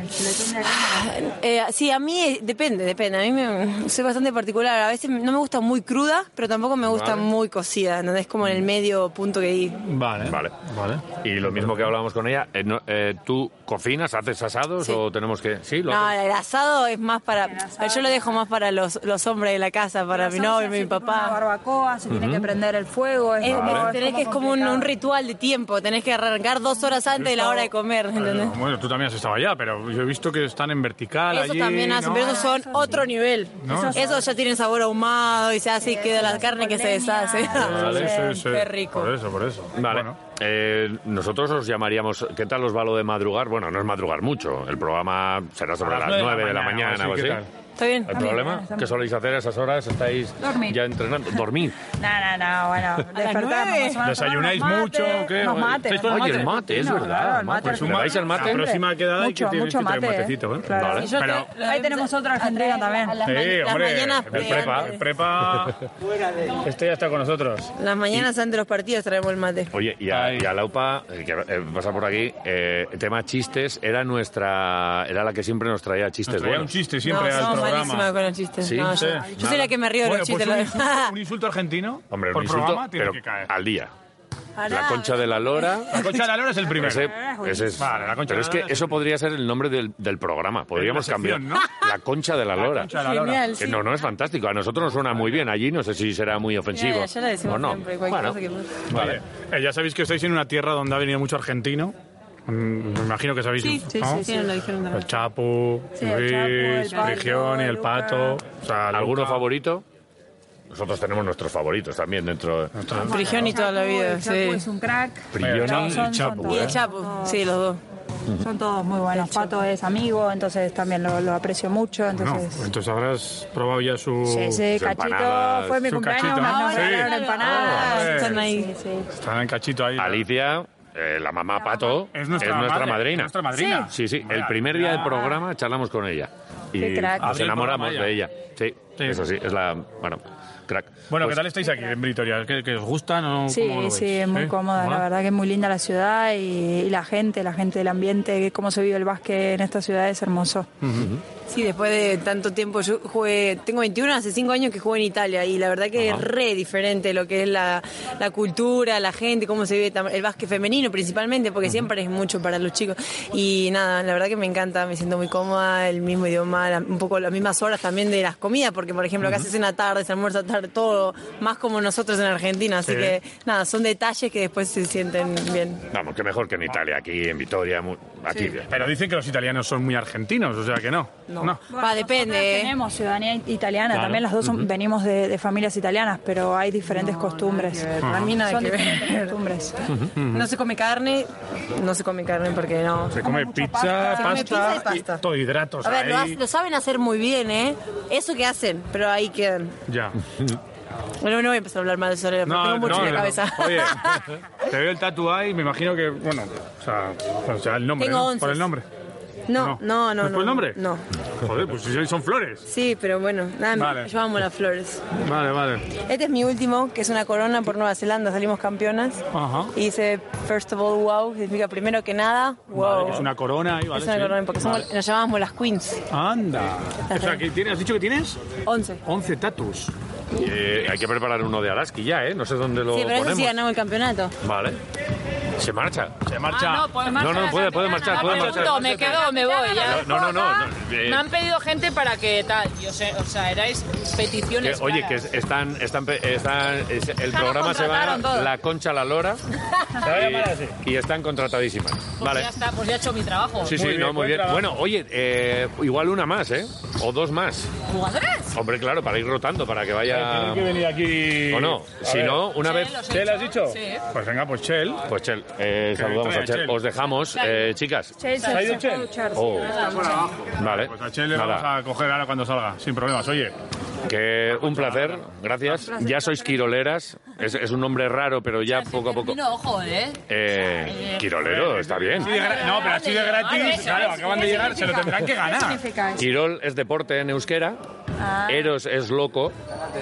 Eh, sí, a mí eh, depende, depende. A mí me- soy bastante particular. A veces no me gusta muy cruda, pero tampoco me gusta
Vale. Mm.
muy cocida. ¿no? Es como en el medio punto que hay.
Vale.
Vale. Y lo mismo que hablábamos con ella, eh, no- eh, ¿tú cocinas, haces asados o tenemos que...? Sí, lo
No,
haces?
el asado es más para... Yo lo dejo más para los, los hombres de la casa, para mi novio, mi
Una
papá.
barbacoa, se tiene
Ujú.
que prender el fuego. Es,
Es,
como-
es- tenés que es como un, un ritual de tiempo. Tenés que arrancar dos horas antes de la hora de comer, ¿entendés?
Bueno, tú también has estado allá, pero yo he visto que están en vertical
Eso
allí,
también hacen,
¿no?
pero esos son otro nivel.
No.
Eso ya tiene sabor ahumado y se hace y queda la carne que se deshace.
Vale, sí, sí.
Qué rico.
Por eso, por eso.
Vale. Eh, nosotros os llamaríamos, ¿qué tal os va lo de madrugar? Bueno, no es madrugar mucho, el programa será sobre
A
las 9 de la mañana o así.
¿qué
¿Está bien?
¿El problema? ¿Qué soléis hacer a esas horas? ¿Estáis
Dormir.
ya entrenando? Dormir.
No, no, no,
*laughs*
bueno,
nueve.
despertamos.
¿Desayunáis mucho? o ¿Qué?
Nos mate.
¿Estáis con
Oye, el mate, es
No,
verdad.
claro, el
mate.
mate
Pues
es un
le dais al mate.
La próxima quedada hay que
Mucho,
tienes
mucho
que traer
mate,
matecito, ¿eh?
Claro.
Vale.
Y yo
Pero-
Ahí tenemos otra argentina también.
Sí, hombre,
mañanas
eh,
el
pre-
prepa,
antes.
el prepa. Este ya está con nosotros.
Las mañanas antes de los partidos traemos el mate.
Oye, y a, y a Laupa, eh, que eh, pasa por aquí, eh, tema chistes, era nuestra, era la que siempre nos traía
Nos
chistes
traía
buenos.
un chiste siempre
no,
al
somos malísimas
programa.
con los chistes.
Sí,
No,
sí.
yo, yo soy la que me río de
Bueno,
los chistes.
pues un
la verdad.
insulto, un insulto argentino
Hombre, un
por
insulto,
programa tiene
pero
que caer.
al día.
Pará.
La concha de la lora.
La concha de la lora es el primero. Ah,
Ese, ese es.
Vale, la concha
pero
de
es
la
que
lora es
eso podría ser el nombre del, del programa. Podríamos
la sección,
cambiar. La concha de la lora.
concha de la lora. Genial,
Que
sí.
no, no es fantástico. A nosotros nos suena muy bien. Allí no sé si será muy ofensivo.
Ya, ya la decimos
o no.
siempre, cualquier
Bueno,
cosa que pase.
vale.
Eh, ya sabéis que estáis en una tierra donde ha venido mucho argentino. Mm, Me imagino que sabéis.
Sí, sí,
¿no?
sí, sí, nos lo dijeron también.
El Chapu,
Sí, el Chapu, el
Luis,
Pato,
Prigioni, el
Luca.
Pato. O sea,
¿Alguno
Luca.
favorito? Nosotros tenemos nuestros favoritos también dentro de.
Prigioni toda la vida,
El Chapu
sí.
es un crack.
Prigioni
Son-
y Chapu,
Y
¿eh?
el Chapo, sí, los dos.
Son todos muy buenos. Pato es amigo, entonces también lo, lo aprecio mucho.
No,
Entonces,
entonces habrás probado ya su.
Sí, sí,
su
cachito,
empanada,
fue mi
su
cumpleaños,
cachito.
me
Ah,
regalaron
sí.
empanadas,
Ah,
están
eh.
ahí. Sí, sí.
Están en cachito ahí.
Alicia, eh, la mamá Pato,
Es nuestra madre,
madrina.
es nuestra madrina.
Sí, sí. El
Vaya,
primer día del
ya.
programa charlamos con ella. Y
Qué crack.
nos
Abrió el
enamoramos
programa
de
ella.
ella. Sí, eso sí. Es la... Bueno, crack.
Bueno,
Pues-
¿qué tal estáis aquí en Vitoria? ¿Que, que os gusta? ¿no?
Sí,
¿Cómo lo
sí,
veis?
es muy
¿Eh?
cómoda,
¿Mola?
la verdad que es muy linda la ciudad y, y la gente, la gente, el ambiente, cómo se vive el básquet en esta ciudad es hermoso.
Sí, después de tanto tiempo, yo jugué, tengo 21, hace 5 años que jugué en Italia y la verdad que
Ajá.
es re diferente lo que es la, la cultura, la gente, cómo se vive tam- el básquet femenino principalmente, porque siempre es mucho para los chicos. Y nada, la verdad que me encanta, me siento muy cómoda, el mismo idioma, la- un poco las mismas horas también de las comidas, porque por ejemplo acá
Ujú.
se cena tarde, se almuerza tarde, todo, más como nosotros en Argentina, así
Sí.
que nada, son detalles que después se sienten bien.
Vamos, que mejor que en Italia, aquí en Vitoria, mu- aquí.
Pero dicen que los italianos son muy argentinos, o sea que no. No.
Va, depende. Tenemos ciudadanía italiana,
Claro.
también las dos son- venimos de, de familias italianas, pero hay diferentes costumbres.
ver, para mí nada
Son
que ver.
diferentes costumbres.
No se come carne, no se come carne porque no.
Se come pizza,
pasta. Se
pasta,
come pizza y pasta.
y todo hidratos
A ver, lo,
ahí.
ha- lo saben hacer muy bien, ¿eh? Eso que hacen, pero ahí quedan.
Ya.
Bueno, no voy a empezar a hablar mal de Soler, porque tengo mucho en la cabeza.
Oye, te veo el tatuaje y me imagino que, bueno, o sea, o sea, el nombre,
Tengo
¿no?
once.
Por el nombre.
*laughs* No, no, no.
¿No es
no,
por el nombre?
No.
Joder, pues si son flores.
Sí, pero bueno, nada,
Vale.
yo amo las flores.
Vale, vale.
Este es mi último, que es una corona por Nueva Zelanda, salimos campeonas.
Ajá.
Y dice, first of all, wow, que significa primero que nada, wow.
Vale, que es una corona ahí, vale.
Es una
sí.
corona, porque somos-
Vale.
nos llamábamos las queens.
Anda. O sea, que tienes, ¿has dicho que tienes?
11.
11 tatus.
Eh, hay que preparar uno de Alaski ya, ¿eh? No sé dónde lo
Sí, pero eso
ponemos.
sí ganamos el campeonato.
Vale. Se marcha. Se
marcha. Ah, no, pues marcha
no,
la
puede, puede marchar, puede
me
marchar.
pregunto, me quedo, me voy. Ya.
No, no, no. no, eh,
Me han pedido gente para que tal. Yo sé, o sea, erais
que-
peticiones.
oye, que
claras.
están, están, pe- están- es- el
nos
programa se va
contrataron todos.
La Concha la Lora
va a
y-
llamar así.
y, están contratadísimas.
Pues
Vale.
ya está, pues ya he hecho mi trabajo.
Sí, sí, no, muy bien. Bueno, oye, eh, igual una más, ¿eh? O dos más.
¿Jugadores?
Hombre, claro, para ir rotando, para que vaya.
Eh, Tienen que venir aquí.
O no,
A
si
ver.
no, una vez.
¿Chel has dicho?
Sí.
Pues venga, pues Chel.
Pues Chel, eh,
Que
saludamos
trae
a
a
Chel.
Chel.
Os dejamos, eh, chicas.
Chel,
¿Se ha ido
se fue a
Chel?
duchar, sí,
Oh.
está por abajo.
Vale.
Pues a Chel le
Nada.
vamos a coger ahora cuando salga, sin problemas. Oye,
Que un placer, gracias. Ya sois quiroleras, es, es un nombre raro, pero ya poco a poco.
No, ojo, ¿eh?
Eh, quirolero, está bien.
Sí, de gra- no, pero así de gratis, claro, acaban de llegar, se lo tendrán que ganar.
Quirol es deporte en euskera, Eros es loco,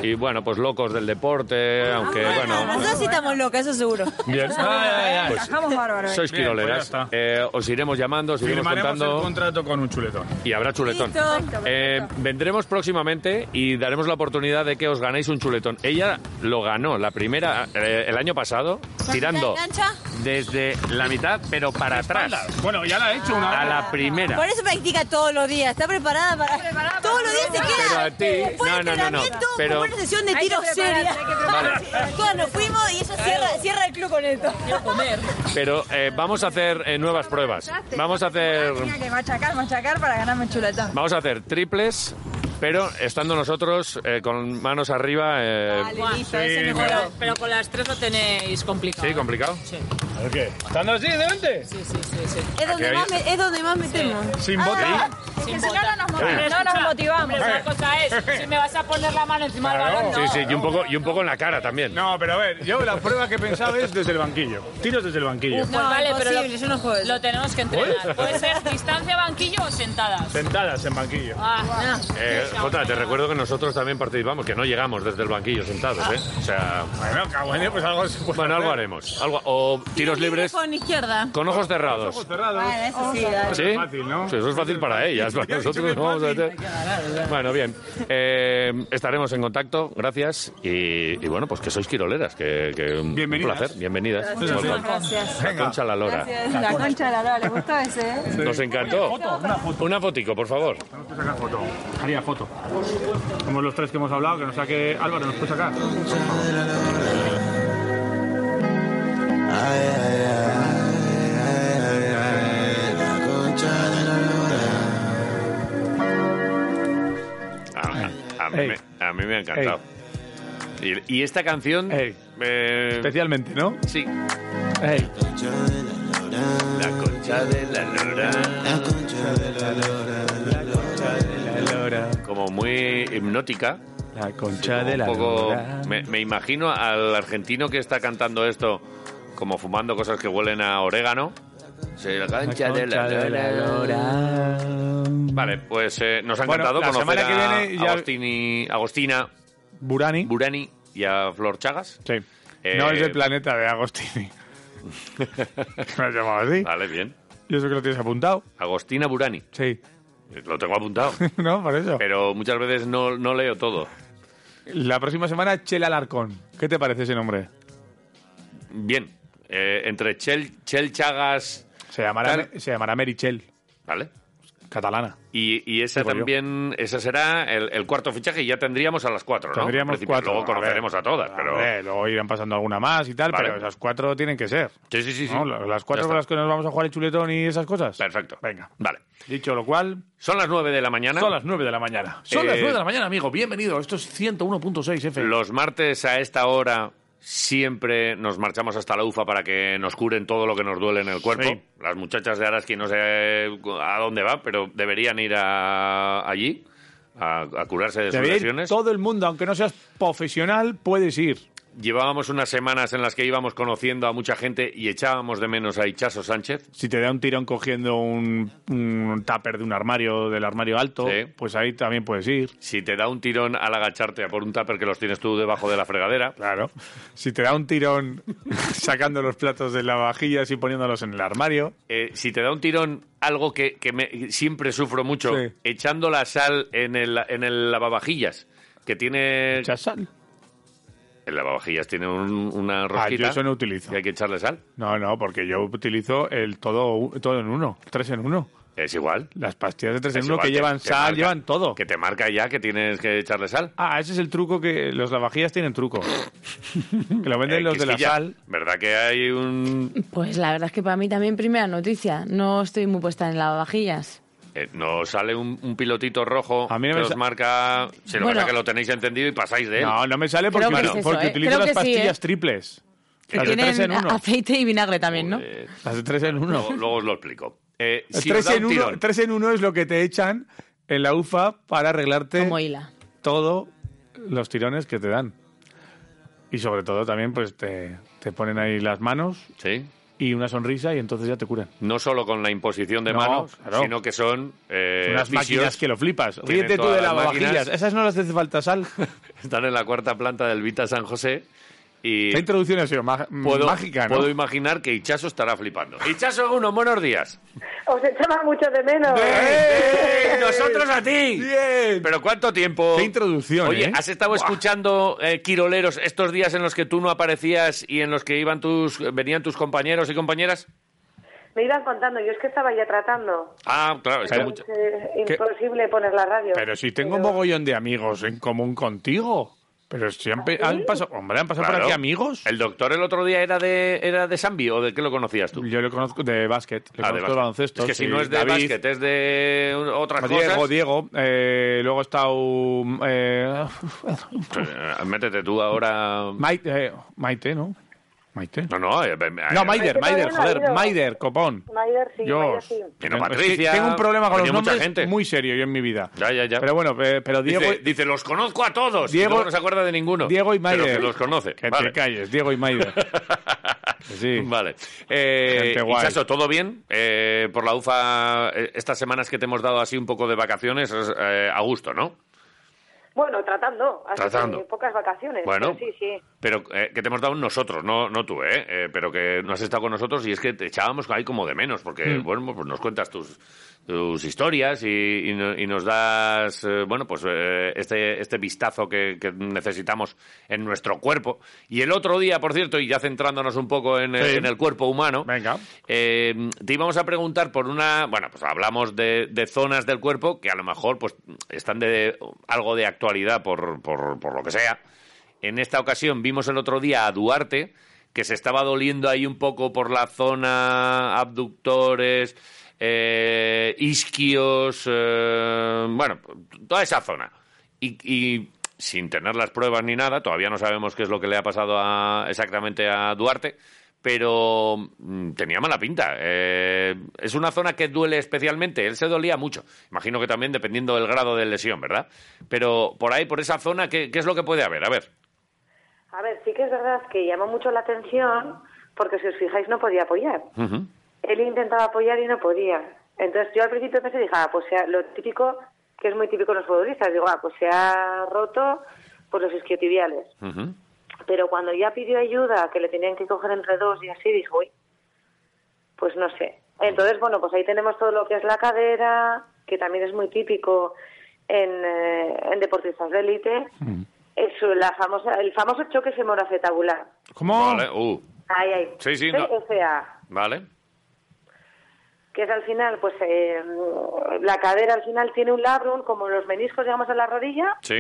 y bueno, pues locos del deporte, aunque bueno.
Nosotros sí estamos locas, eso seguro.
Bien. Pues
Encajamos bárbaro.
sois
Bien,
quiroleras.
pues ya
Eh, os iremos llamando, os iremos
Firmaremos el
contando.
contrato con un chuletón.
Y habrá chuletón.
Listo. Perfecto,
Eh, vendremos próximamente y daremos la oportunidad de que os ganéis un chuletón. Ella lo ganó la primera eh, el año pasado,
Pues
tirando
¿Cancha?
desde la mitad, pero para atrás.
Bueno, ya la he hecho una
A la primera.
Por eso practica todos los días. Está preparada para. todos los días se queda.
Pero a ti. No, no, no, no.
Pero...
Pero.
Una sesión de
Hay que
tiro
prepararse,
seria.
hay que prepararse.
Todas nos fuimos y ella cierra, cierra el club con esto. Quiero comer.
Pero eh, vamos a hacer eh, nuevas pruebas. Vamos a hacer.
Tenía que machacar, machacar para ganarme el chuletón.
Vamos a hacer triples, pero estando nosotros eh, con manos arriba. eh,
listo,
sí,
ese
me-
mejor. Pero con las tres lo tenéis complicado.
Sí, complicado.
Sí.
¿Por qué?
¿Estando así delante?
Sí, sí, sí. sí.
Es donde,
Aquí hay-
más me- Ah, es donde más metemos.
Sin bote.
Sin
que si no, no nos
votar.
motivamos.
Pero
No nos
escucha,
motivamos.
hombre, Una cosa es, si me vas a poner la mano encima del balón, no.
Sí, sí, y un poco, y un poco en la cara también.
No, pero a ver, yo la prueba que he pensado es desde el banquillo. Tiros desde el banquillo.
No, vale, pero lo,
imposible, yo no juego eso.
lo tenemos que entrenar.
¿Puedes?
Puede ser distancia banquillo o sentadas.
Sentadas en banquillo.
Ah,
Eh, Jota, te recuerdo que nosotros también participamos, que no llegamos desde el banquillo sentados, ¿eh? O sea...
Bueno, cabrón, pues algo se puede
Bueno, algo
hacer.
haremos. Algo, o tiros libres
Con izquierda.
con ojos cerrados.
Cerrado.
Bueno, Ah, eso sí, dale.
¿Sí? Sí, eso es fácil para ellas, para nosotros no vamos a hacer... Bueno, bien. Eh, estaremos en contacto, gracias. Y, y bueno, pues que sois quiroleras, que, que un-
Bienvenidas.
un placer. Bienvenidas.
Gracias.
Welcome.
Gracias.
La concha la lora.
La concha de la lora, ¿le gustó ese? eh?
Nos encantó. Una, fotico, por favor.
Tenemos que sacar foto. Haría foto. Como los tres que hemos hablado, que nos saque Álvaro, nos puede sacar.
A, a- a mí,
Ey.
me, a mí me ha encantado. Y, y esta canción... eh,
Especialmente, ¿no?
Sí.
Ey.
lora, la concha de la lora, la concha de la lora, la concha de la lora.
Como muy hipnótica.
La concha
Como
de
un
la
poco-
lora.
me, me imagino al argentino que está cantando esto como fumando cosas que huelen a orégano. Sí, la concha, de la,
concha de la
lora. Vale, pues eh, nos ha
Bueno,
encantado
la
conocer
semana que
a
viene ya-
Agostini- Agostina
Burani.
Burani y a Flor Chagas.
Sí.
Eh,
No es el planeta de
*laughs*
Agostini. me has llamado así.
Vale, bien.
Yo sé que lo tienes apuntado.
Agostina Burani. Eh,
Sí.
Lo tengo apuntado.
no, por *laughs* eso.
Pero muchas veces no, no leo todo.
La próxima semana, Chela Alarcón. ¿Qué te parece ese nombre?
Bien. Eh, entre Chel, Chel Chagas.
Se llamará, se llamará Mary Chel.
Vale.
Catalana.
Y, y esa
Digo yo.
también, esa será el, el cuarto fichaje y ya tendríamos a las cuatro, ¿no? En
Tendríamos
principio.
cuatro.
Luego
a ver,
conoceremos a, todas, pero...
hombre, Eh, luego irán pasando alguna más y tal,
Vale.
pero esas cuatro tienen que ser.
Sí, sí, sí. sí.
¿no? Las las
Ya
cuatro
está.
con las que nos vamos a jugar el chuletón y esas cosas.
Perfecto.
Venga.
Vale.
Dicho lo cual,
Son las nueve de la mañana.
son las nueve de la mañana. Son
Eh,
las nueve de la mañana, amigo. Bienvenido. Esto es 101.6 FM.
Los martes a esta hora siempre nos marchamos hasta la UFA para que nos curen todo lo que nos duele en el cuerpo.
Sí.
Las muchachas de Araski no sé eh, a dónde va, pero deberían ir a- allí a, a curarse de sus
Debería ir
lesiones.
todo el mundo, aunque no seas profesional, puedes ir.
Llevábamos unas semanas en las que íbamos conociendo a mucha gente y echábamos de menos a Ichazo Sánchez.
Si te da un tirón cogiendo un, un tupper de un armario, del armario alto,
Sí.
pues ahí también puedes ir.
Si te da un tirón al agacharte a por un tupper que los tienes tú debajo de la fregadera.
Claro. Si te da un tirón *laughs* sacando los platos de la vajillas y poniéndolos en el armario.
Eh, si te da un tirón, algo que, que me- siempre sufro mucho,
Sí.
echando la sal en el, en el lavavajillas, que tiene...
¿Echas sal?
El lavavajillas tiene un- una rosquita.
Ah, yo eso no utilizo.
Y hay que echarle sal.
No, no, porque yo utilizo el todo, todo en uno, tres en uno.
Es igual.
Las pastillas de tres
Es
en uno
igual,
que
te-
llevan
te
sal,
marca-
llevan todo.
Que te marca ya que tienes que echarle sal.
Ah, ese es el truco que los lavavajillas tienen
*laughs*
truco. que lo venden
Eh,
los de la
Quisquilla,
sal.
¿Verdad que hay un...?
Pues la verdad es que para mí también primera noticia. No estoy muy puesta en lavavajillas.
eh, no sale un, un pilotito rojo
A mí no
que
me
os
sa-
marca... Si lo
Bueno.
pasa que lo tenéis encendido y pasáis de él.
No, no me sale
Creo
porque,
que es eso,
porque
¿eh?
utilizo
Creo
las
que sí,
pastillas
¿eh?
triples.
Que
Las de tres en
tienen
uno.
aceite y vinagre también, ¿no?
Eh,
Las de tres en uno.
luego, luego os lo explico. Eh,
El
si os
tres,
da un
en uno
tirón-
tres en uno es lo que te echan en la UFA para arreglarte
Como hila.
todos los tirones que te dan. Y sobre todo también pues te, te ponen ahí las manos
Sí.
y una sonrisa y entonces ya te curan.
no solo con la imposición de
No,
manos,
claro.
sino que son eh,
Unas
fisios.
máquinas que lo flipas.
Tienen
Ríete tú
todas
de
las
las vajillas.
máquinas.
Esas no las hace falta
*laughs*
sal.
están en la cuarta planta del Vita San José y
La introducción ha sido ma- mm,
puedo,
mágica, ¿no?
puedo imaginar que Ichazo estará flipando. Ichazo uno, buenos días.
Os echaba mucho de menos.
¡Ey, nosotros a ti.
¡Bien!
Pero cuánto tiempo.
¡Qué introducción,
Oye,
eh!
¿has estado escuchando eh, Quiroleros estos días en los que tú no aparecías y en los que iban tus venían tus compañeros y compañeras?
Me iban contando, yo es que estaba ya tratando.
Ah, claro, es que mucho-
Es eh, imposible poner la radio.
Pero si tengo un mogollón de amigos en común contigo. Pero si han, pe-
Ah,
han pasado... Hombre, han pasado por
Claro.
aquí amigos.
El doctor el otro día era de era de Sambi o de qué lo conocías tú?
Yo lo conozco de básquet. Le
Ah,
conozco de
de básquet.
baloncesto.
Es que si
sí,
no es de
David,
básquet, es de un- otras
Diego,
cosas.
Diego. eh, luego está un, eh, *laughs*
Eh, Métete tú ahora.
Maite, eh, Maite, ¿no? Maite.
No, no, eh, eh,
Maite
No, Maider, Maider,
también ha
joder,
ido.
Maider, copón.
Maider sí,
Dios.
Maider sí.
Que no,
Es que
Patricia,
Tengo un problema con
venía
los
mucha
nombres
gente.
muy serio yo en mi vida.
Ya, ya, ya.
Pero bueno, pe- pero Diego,
dice, dice, los conozco a todos.
Diego-
y luego no se acuerda de ninguno.
Diego y
Pero
Maider.
que los conoce.
Que
vale.
te calles, Diego y Maider.
*laughs*
Que sí.
Vale. Eh,
Gente guay.
Ichazo, ¿todo bien? Eh, por la UFA, eh, estas semanas que te hemos dado así un poco de vacaciones, eh, a gusto, ¿no?
Bueno, tratando. así
Tratando.
que Pocas vacaciones.
Bueno.
pero Sí, sí.
Pero eh, que te hemos dado nosotros, no, no tú, ¿eh? Eh, Pero que no has estado con nosotros y es que te echábamos ahí como de menos, porque,
Hmm.
bueno, pues nos cuentas tus, tus historias y, y no- y nos das, eh, bueno, pues eh, este, este vistazo que, que necesitamos en nuestro cuerpo. Y el otro día, por cierto, y ya centrándonos un poco en,
Sí.
en el cuerpo humano,
Venga.
eh, te íbamos a preguntar por una. Bueno, pues hablamos de, de zonas del cuerpo que a lo mejor pues están de algo de actualidad por, por, por lo que sea. En esta ocasión vimos el otro día a Duarte que se estaba doliendo ahí un poco por la zona abductores, eh, isquios, eh, bueno, toda esa zona. Y, y sin tener las pruebas ni nada, todavía no sabemos qué es lo que le ha pasado a- exactamente a Duarte, pero mm, tenía mala pinta. Eh, es una zona que duele especialmente. Él se dolía mucho. Imagino que también dependiendo del grado de lesión, ¿verdad? Pero por ahí, por esa zona, ¿qué, qué es lo que puede haber? A ver.
A ver, sí que es verdad que llamó mucho la atención porque si os fijáis no podía apoyar. Él intentaba apoyar y no podía. Entonces yo al principio pensé, dije, ah, pues sea lo típico, que es muy típico en los futbolistas, digo, ah, pues se ha roto por los isquiotibiales. Pero cuando ya pidió ayuda, que le tenían que coger entre dos y así, dijo, uy, pues no sé. Entonces, bueno, pues ahí tenemos todo lo que es la cadera, que también es muy típico en, eh, en deportistas de élite, es la famosa, el famoso choque femoracetabular.
¿Cómo? Vale, uh,
Ahí, ahí.
Sí, sí, no.
CFA.
vale.
que es al final, pues eh, la cadera al final tiene un labrum, como los meniscos, digamos, en la rodilla,
Sí.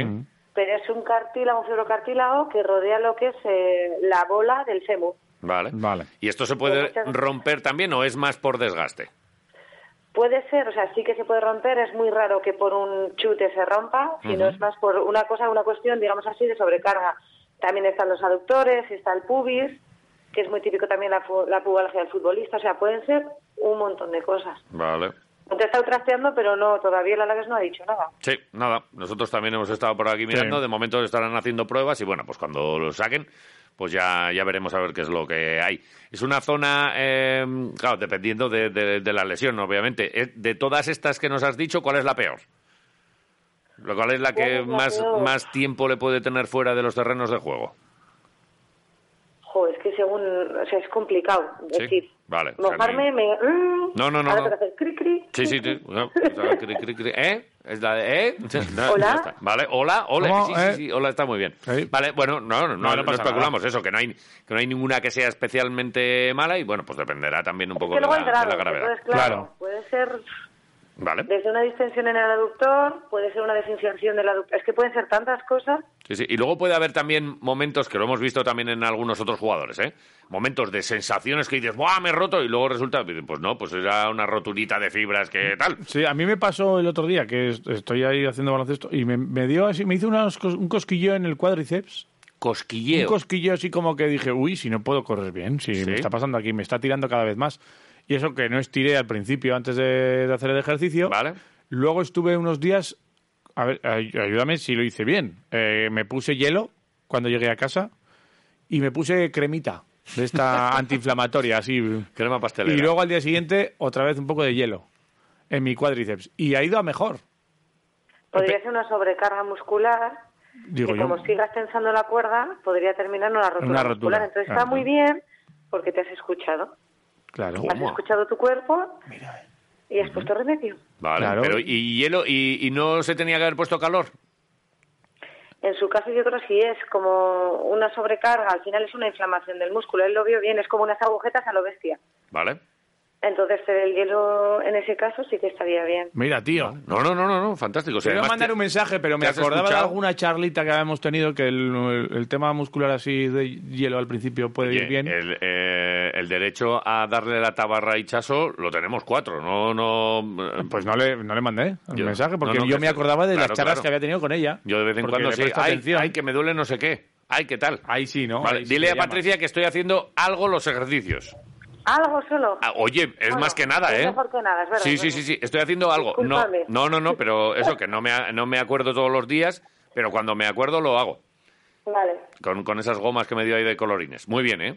pero es un cartílago, un fibrocartílago que rodea lo que es eh, la bola del fémur.
Vale. Vale. ¿Y esto se puede romper también o es más por desgaste?
Puede ser, o sea, sí que se puede romper, es muy raro que por un chute se rompa, sino
Ujú.
es más por una cosa, una cuestión, digamos así, de sobrecarga. También están los aductores, está el pubis, que es muy típico también la, fu- la pubalgia del futbolista, o sea, pueden ser un montón de cosas.
Vale.
Te está trasteando, pero no, todavía la Lagas no ha dicho nada.
Sí, nada. Nosotros también hemos estado por aquí mirando. De momento estarán haciendo pruebas y bueno, pues cuando lo saquen, pues ya, ya veremos a ver qué es lo que hay. Es una zona, eh, claro, dependiendo de, de- de la lesión, obviamente. Eh, De todas estas que nos has dicho, ¿cuál es la peor? Lo cual es la que
¿Cuál es la
más,
peor?
más tiempo le puede tener fuera de los terrenos de juego.
Jo, es que según, o sea, es complicado
Sí.
decir.
Vale. o sea, no hay-
Mojarme, me... mm,
No, no, no,
ahora
no.
tengo que hacer cri, cri.
Sí, sí, sí. No, o sea, cri, cri, cri. ¿Eh? Es la de, ¿eh? *laughs* Ya está.
Hola.
Vale, hola, hola.
¿Cómo?
Sí, sí,
¿Eh?
sí, hola, está muy bien. Vale, bueno, no,
No,
no,
no
no
pasa
especulamos eso, que no, hay, que no hay ninguna que sea especialmente mala y bueno, pues dependerá también un poco
que
de,
luego
la,
el grado,
de la gravedad.
entonces, claro, Puede ser
Vale.
desde una distensión en el aductor, puede ser una desinserción del aductor. Es que pueden ser tantas cosas.
Sí, sí. Y luego puede haber también momentos, que lo hemos visto también en algunos otros jugadores, ¿eh? Momentos de sensaciones que dices, ¡buah, me he roto! Y luego resulta, pues no, pues era una roturita de fibras que tal.
Sí, a mí me pasó el otro día que est- estoy ahí haciendo baloncesto y me, me dio así, me hizo unas cos- un cosquilleo en el cuádriceps.
Cosquilleo.
Un cosquilleo así como que dije, uy, si no puedo correr bien, si me está pasando aquí, me está tirando cada vez más. Y eso que no estiré al principio antes de, de hacer el ejercicio.
Vale.
Luego estuve unos días, a ver, ay- ayúdame si lo hice bien. Eh, me puse hielo cuando llegué a casa y me puse cremita de
*laughs*
esta antiinflamatoria, así.
Crema pastelera.
Y luego al día siguiente, otra vez un poco de hielo en mi cuádriceps. Y ha ido a mejor.
Podría ser una sobrecarga muscular.
Digo
que
yo.
como sigas tensando la cuerda, podría terminar en una rotura,
Una rotura,
muscular. Entonces
claro.
está muy bien porque te has escuchado.
Claro.
Has escuchado tu cuerpo
eh.
y has puesto remedio.
Vale,
Claro.
pero ¿y hielo? ¿Y, y no se tenía que haber puesto calor?
En su caso yo creo que sí es como una sobrecarga, al final es una inflamación del músculo, él lo vio bien, es como unas agujetas a lo bestia.
Vale.
Entonces el hielo en ese caso sí que estaría bien.
Mira, tío.
No, no, no, no, no, fantástico. O sea,
Te iba a
además
mandar
te-
un mensaje, pero me
¿te has
acordaba de
escuchado?
alguna charlita que habíamos tenido que el, el- el tema muscular así de hielo al principio puede
Oye,
ir bien.
El, eh, el derecho a darle la tabarra a Ichaso lo tenemos cuatro, no, no. eh,
Pues no le, no le mandé el mensaje, porque yo me acordaba de las charlas que había tenido con ella.
Yo de vez en
porque
cuando
le
sí,
presto
ay,
atención.
ay, que me duele no sé qué. Ay, ¿qué tal?
Ahí sí, ¿no?
Vale,
Ahí sí
dile
le
a
llama.
Patricia que estoy haciendo algo los ejercicios.
Algo solo.
Ah, oye, es
Bueno,
más que nada,
es
¿eh?
mejor que nada, es verdad,
Sí,
es
sí,
verdad.
sí, sí, estoy haciendo algo. No,
Discúlpame.
no, no, no, pero eso que no me, a- no me acuerdo todos los días, pero cuando me acuerdo lo hago.
Vale.
Con, con esas gomas que me dio ahí de colorines. Muy bien, ¿eh?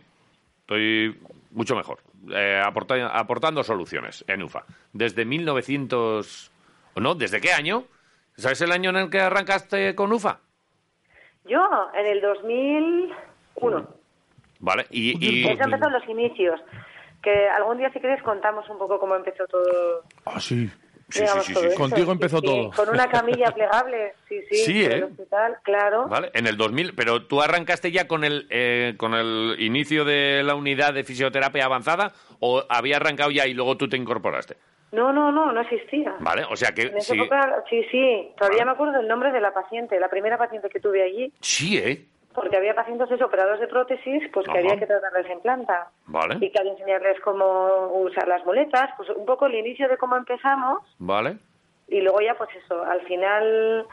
Estoy mucho mejor. Eh, aporta- aportando soluciones en UFA. Desde 1900... ¿o ¿No? ¿Desde qué año? ¿Sabes el año en el que arrancaste con UFA?
Yo en el
Mm,
2001,
Vale, y... y-
eso empezó los inicios, que algún día si quieres contamos un poco cómo empezó todo.
Ah, sí.
Sí, digamos, todo esto.
Contigo empezó
Sí,
todo.
Con una camilla plegable, sí, sí,
Sí,
en el
¿eh?
hospital, claro.
Vale, en el 2000, pero tú arrancaste ya con el eh, con el inicio de la unidad de fisioterapia avanzada o había arrancado ya y luego tú te incorporaste.
No, no, no, no existía.
Vale, o sea
En
que
esa
sí,
época, sí, sí, todavía
Vale.
me acuerdo el nombre de la paciente, la primera paciente que tuve allí,
sí, eh,
porque había pacientes eso, operados de prótesis, pues que
Ajá.
había que tratarles en planta
vale,
y que había que enseñarles cómo usar las muletas, pues un poco el inicio de cómo empezamos
vale,
y luego ya pues eso, al final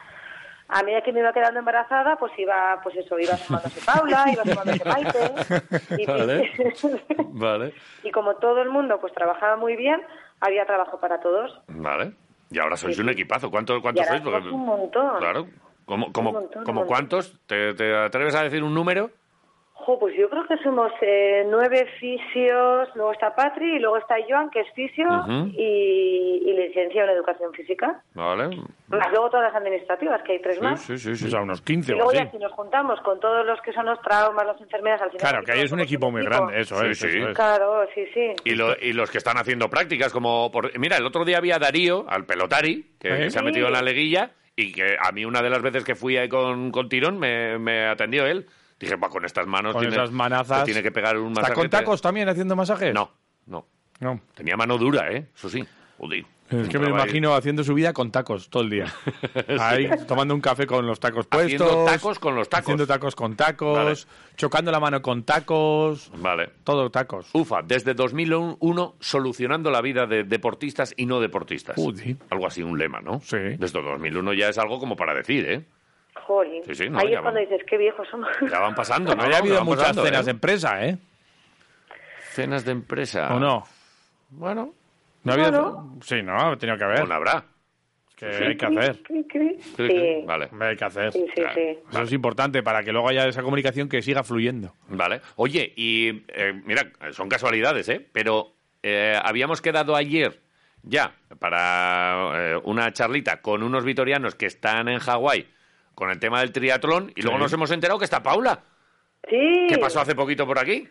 a medida que me iba quedando embarazada, pues iba, pues eso, iba sumándose
*laughs*
Paula, iba sumándose Maite. ¿eh? Y,
Vale. *laughs* Vale.
*laughs* y como todo el mundo pues trabajaba muy bien, había trabajo para todos.
Vale. Y ahora sois un equipazo. ¿Cuántos,
y
cuántos
ahora
sois? Porque-
somos un montón.
Claro. ¿Cómo, cómo,
Un montón, un
cómo
montón.
cuántos? ¿Te, te atreves a decir un número?
Jo, pues yo creo que somos eh, nueve fisios, luego está Patri y luego está Joan, que es fisio
Ujú.
y, y licenciado en educación física.
Vale.
Más luego todas las administrativas, que hay tres más.
Sí, sí, sí.
O sea, unos 15
Y
o
luego
así.
ya si nos juntamos con todos los que son los traumas, las enfermeras, al final...
Claro, que ahí es un equipo muy grande, eso
Sí,
es.
sí.
eso es.
Claro, sí, sí.
Y, lo- y los que están haciendo prácticas, como... por- mira, el otro día había a Darío, al pelotari, que,
¿Eh?
que se ha
Sí.
metido en la leguilla, y que a mí una de las veces que fui ahí con, con Tirón me, me atendió él. Dije, va, con estas manos
Con
tiene,
esas manazas.
te tiene que pegar un masaje.
¿Está con
te-
tacos también haciendo masajes?
No, no.
No.
Tenía mano dura, ¿eh? Eso sí. Joder.
Es que me
Entraba ahí.
imagino haciendo su vida con tacos todo el
*laughs*
día. Ahí, tomando un café con los tacos
Haciendo
puestos.
tacos con los tacos.
Haciendo tacos con tacos. Chocando la mano con tacos.
Vale.
Todo tacos.
Ufa, desde 2001 solucionando la vida de deportistas y no deportistas.
Joder.
Algo así, un lema, ¿no? Sí. Desde 2001 ya es algo como para decir, ¿eh?
Jolín.
Sí, sí, no,
Ahí
ya
es cuando dices, qué viejos somos.
Ya van pasando, ¿no?
Pero
No,
ha habido
van
muchas
pasando,
cenas
¿eh?
de empresa, ¿eh?
Cenas de empresa.
¿O no?
Bueno.
¿No ha habido?
Claro.
Sí, no, ha tenido que haber.
Bueno, habrá.
Que hay que hacer.
Cri, cri.
Cri,
Sí.
Vale.
Hombre, Hay que hacer.
Sí, sí, sí.
Eso es importante para que luego haya esa comunicación que siga fluyendo.
Vale. Oye, y eh, mira, son casualidades, ¿eh? Pero eh, habíamos quedado ayer ya para eh, una charlita con unos vitorianos que están en Hawái con el tema del triatlón y luego
Sí.
nos hemos enterado que está Paula.
Sí.
¿Qué pasó hace poquito por aquí?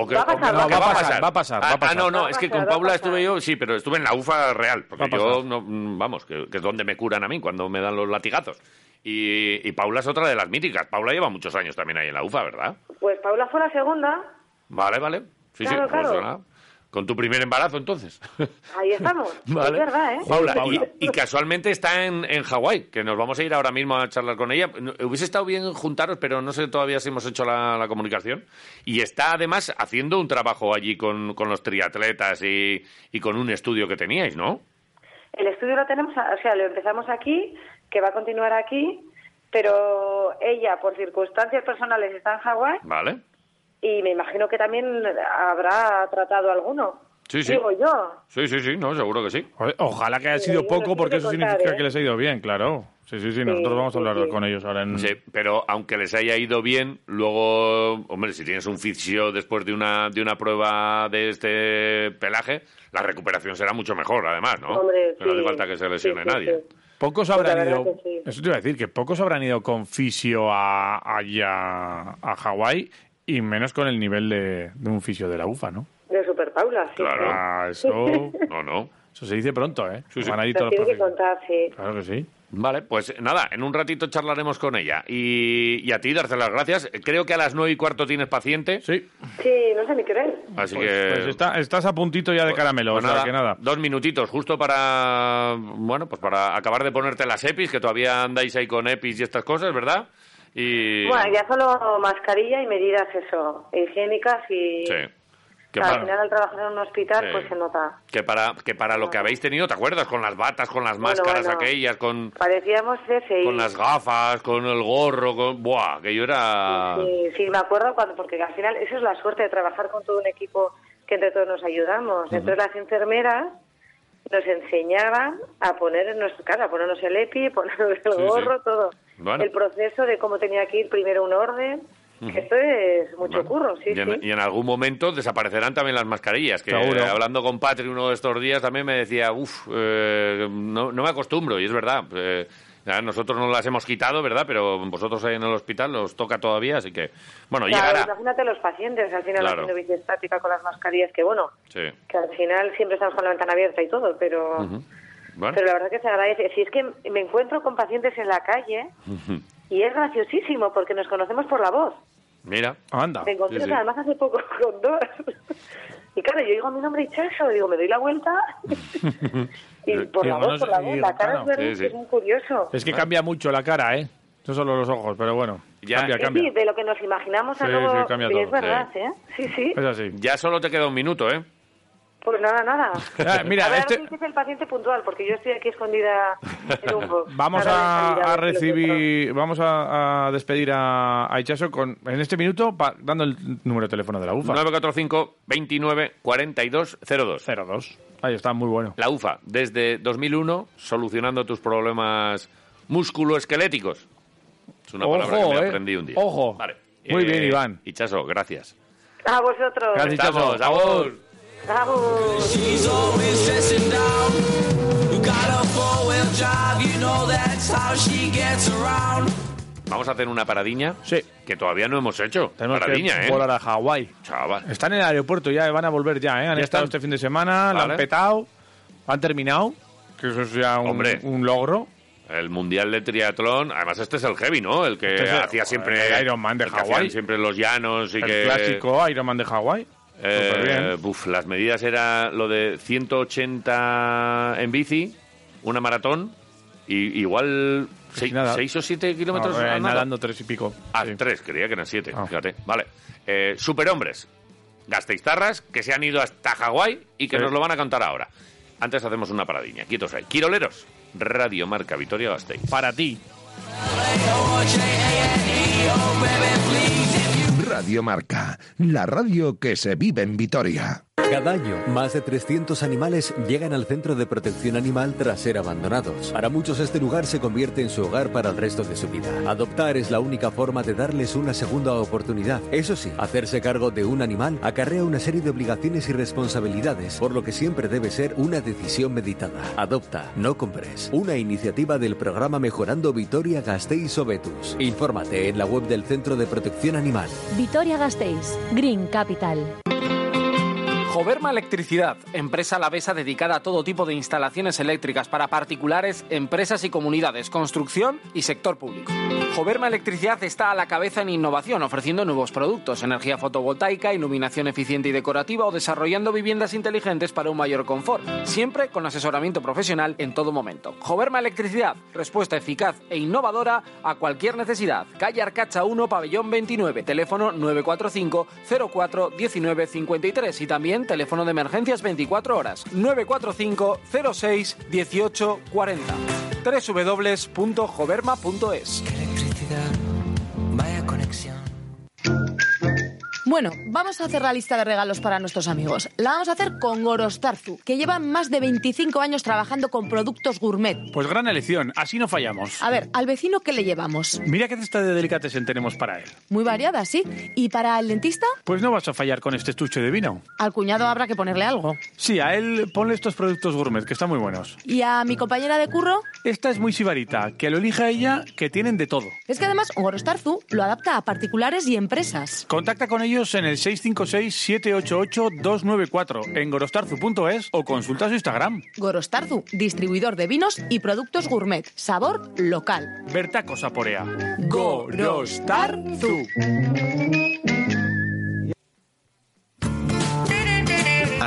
¿O que,
Va a
o que
pasar,
no,
va a
que
pasar, va a pasar, va a
Ah,
pasar.
Ah, no, no,
Va a
es que
pasar,
con
va a
Paula estuve yo, sí, pero estuve en la UFA real, porque
Va a
yo,
pasar.
no, mm, vamos, que, que es donde me curan a mí cuando me dan los latigazos. Y, y Paula es otra de las míticas. Paula lleva muchos años también ahí en la UFA, ¿verdad?
*laughs* Pues Paula fue la segunda.
Vale, vale. Sí,
Claro,
sí, pues
claro.
nada. Con tu primer embarazo, entonces.
Ahí estamos.
*laughs* Vale.
*laughs* Es verdad, ¿eh?
Paula, Y, y casualmente está en, en Hawái, que nos vamos a ir ahora mismo a charlar con ella. No, Hubiese estado bien juntaros, pero no sé todavía si hemos hecho la, la comunicación. Y está además haciendo un trabajo allí con, con los triatletas y, y con un estudio que teníais, ¿no?
El estudio lo tenemos, a- o sea, lo empezamos aquí, que va a continuar aquí, pero ella, por circunstancias personales, está en Hawái
Vale.
y me imagino que también habrá tratado alguno.
Sí, sí.
Digo yo.
Sí, sí, sí, no, seguro que sí.
Ojalá que haya
Sí,
sido
ahí
poco,
nos
porque
tiene
eso
que contar,
significa
¿eh?
que les ha ido bien, claro. Sí, sí, sí, nosotros vamos a hablar con ellos ahora en...
Sí, pero aunque les haya ido bien, luego, hombre, si tienes un fisio después de una, de una prueba de este pelaje, la recuperación será mucho mejor, además, ¿no?
Hombre,
no hace
sí,
falta que se lesione
sí, sí,
nadie.
Pues
Pocos
la
habrán
verdad
ido...
que sí.
Eso te iba a decir, que pocos habrán ido con fisio a, allá a Hawái y menos con el nivel de, de un fisio de la UFA, ¿no?
De Super Paula, sí. sí.
Ah, eso...
*laughs* No, no.
Eso se dice pronto, ¿eh?
Sí, sí.
Van ahí
Nos
todos
tiene
los
que contar, sí.
Claro que sí.
Vale, pues nada, en un ratito charlaremos con ella. Y, y a ti, darte las gracias. Creo que a las nueve y cuarto tienes paciente.
Sí.
Sí, no sé ni qué hora es.
Así
Pues-
que...
pues está- estás a puntito ya de caramelo,
Pues
o sea que nada.
Dos minutitos, justo para, bueno, pues para acabar de ponerte las EPIs, que todavía andáis ahí con EPIs y estas cosas, ¿verdad? Y...
Bueno, ya solo mascarilla y medidas eso, higiénicas y...
Sí. Que
o sea,
para,
al final al trabajar en un hospital
Sí.
pues se nota.
que para, que para lo que habéis tenido, ¿te acuerdas? Con las batas, con las máscaras
bueno.
aquellas, con,
Parecíamos ese y...
con las gafas, con el gorro, con... Buah, que yo era...
Sí, sí, me acuerdo cuando, porque al final eso es la suerte de trabajar con todo un equipo que entre todos nos ayudamos. Entonces las enfermeras nos enseñaban a poner en nuestra cara, a ponernos el EPI, *laughs* ponernos el
Sí, sí.
gorro, todo.
Bueno.
El proceso de cómo tenía que ir primero un orden. que Esto es mucho curro, sí,
Y en,
sí.
y en algún momento desaparecerán también las mascarillas. Que
Seguro.
eh, hablando con Patri uno de estos días también me decía, uff, no, no me acostumbro, y es verdad. eh, ya nosotros no las hemos quitado, ¿verdad? Pero vosotros ahí en el hospital os toca todavía, así que, bueno,
Claro,
llegará.
imagínate los pacientes al final
Claro.
haciendo bici estática con las mascarillas, que bueno,
Sí.
que al final siempre estamos con la ventana abierta y todo, pero,
Ujú. Bueno.
pero la verdad que se agradece. Si es que me encuentro con pacientes en la calle y es graciosísimo porque nos conocemos por la voz.
*laughs* Mira.
Anda.
Me encontré además hace poco *laughs* con dos. Y claro, yo digo mi nombre y chaso, digo, me doy la vuelta y
Eh,
por la voz, por la voz, la cara es verde, es muy curioso.
Es que cambia mucho la cara, ¿eh? No solo los ojos, pero bueno. Cambia,
eh,
Sí, sí,
cambia.
de lo que nos imaginamos a
Sí,
luego,
sí, cambia
y es
todo,
verdad, ¿eh? Sí, sí.
Es así.
Ya solo te queda un minuto, ¿eh?
Pues nada,
*laughs*
nada.
Ah, mira,
a ver,
este-
alguien que es el paciente puntual, porque yo estoy aquí escondida en *laughs*
*laughs*
un box.
Vamos
Ahora
a,
de salida,
a
ver si lo
recibir, vamos a, a despedir a, a Itxaso con, en este minuto pa- dando el número de teléfono de la UFA.
945 29 42 02.
02. Ahí está, muy bueno.
La UFA, desde 2001, solucionando tus problemas musculoesqueléticos. Es una
Ojo,
palabra que me
eh.
aprendí un día.
Ojo.
Vale.
Muy bien, Iván.
Hichaso, gracias.
A vosotros.
Estamos, agur.
She's always dressing down. Got a four-wheel drive, you know that's how she gets around.
Vamos a hacer una paradiña que todavía no hemos hecho.
Tenemos
paradiña,
que
¿eh?
volar a Hawái.
Chaval.
Están en el aeropuerto ya, eh, van a volver ya, ¿eh? Han
Ya
estado
están.
este fin de semana, la
Vale.
han petado, han terminado, que eso es ya un,
Hombre.
un logro.
El Mundial de Triatlón, además este es el heavy, ¿no? El que
Este es el-
hacía siempre...
el Ironman de
el que hacían
Hawái.
siempre los llanos y
el
que...
clásico Ironman de Hawái.
Eh,
Superbién.
buf, las medidas era lo de 180 en bici, una maratón, y igual 6
nada.
o 7 kilómetros
No, eh,
andando.
nadando tres y pico. Ah.
Ah, tres, creía que eran siete, fíjate. Vale. Eh, superhombres, gasteiztarras, que se han ido hasta Hawái y que
Sí.
nos lo van a contar ahora. Antes hacemos una paradiña. Quietos ahí. Quiroleros, Radio Marca Vitoria Gasteiz.
Para ti.
Radio Marca, la radio que se vive en Vitoria.
Cada año, más de 300 animales llegan al centro de protección animal tras ser abandonados. Para muchos este lugar se convierte en su hogar para el resto de su vida. Adoptar es la única forma de darles una segunda oportunidad. Eso sí, hacerse cargo de un animal acarrea una serie de obligaciones y responsabilidades, por lo que siempre debe ser una decisión meditada. Adopta, no compres. Una iniciativa del programa Mejorando Vitoria, Gasteiz o Betus. Infórmate en la web del Centro de Protección Animal.
Vitoria Gasteiz, Green Capital.
Joverma Electricidad, empresa alavesa dedicada a todo tipo de instalaciones eléctricas para particulares, empresas y comunidades, construcción y sector público. Joverma Electricidad está a la cabeza en innovación, ofreciendo nuevos productos, energía fotovoltaica, iluminación eficiente y decorativa o desarrollando viviendas inteligentes para un mayor confort, siempre con asesoramiento profesional en todo momento. Joverma Electricidad, respuesta eficaz e innovadora a cualquier necesidad. Calle Arcacha 1, pabellón 29, teléfono 945 04 19 53 y también teléfono de emergencias 24 horas 945 06 18 40 www.joverma.es
Vaya conexión.
Bueno, vamos a hacer la lista de regalos para nuestros amigos. La vamos a hacer con Gorostarzu, que lleva más de 25 años trabajando con productos gourmet.
Pues gran elección, así no fallamos.
A ver, al vecino, ¿qué le llevamos?
Mira qué cesta de delicatessen tenemos para él.
Muy variada, ¿sí? ¿Y para el dentista?
Pues no vas a fallar con este estuche de vino.
Al cuñado habrá que ponerle algo.
Sí, a él ponle estos productos gourmet, que están muy buenos.
¿Y a mi compañera de curro?
Esta es muy sibarita, que lo elija ella, que tienen de todo.
Es que además Gorostarzu lo adapta a particulares y empresas.
Contacta con ellos en el 656-788-294 en gorostarzu.es o consulta su Instagram.
Gorostarzu, distribuidor de vinos y productos gourmet, sabor local.
Bertaco Saporea.
Gorostarzu.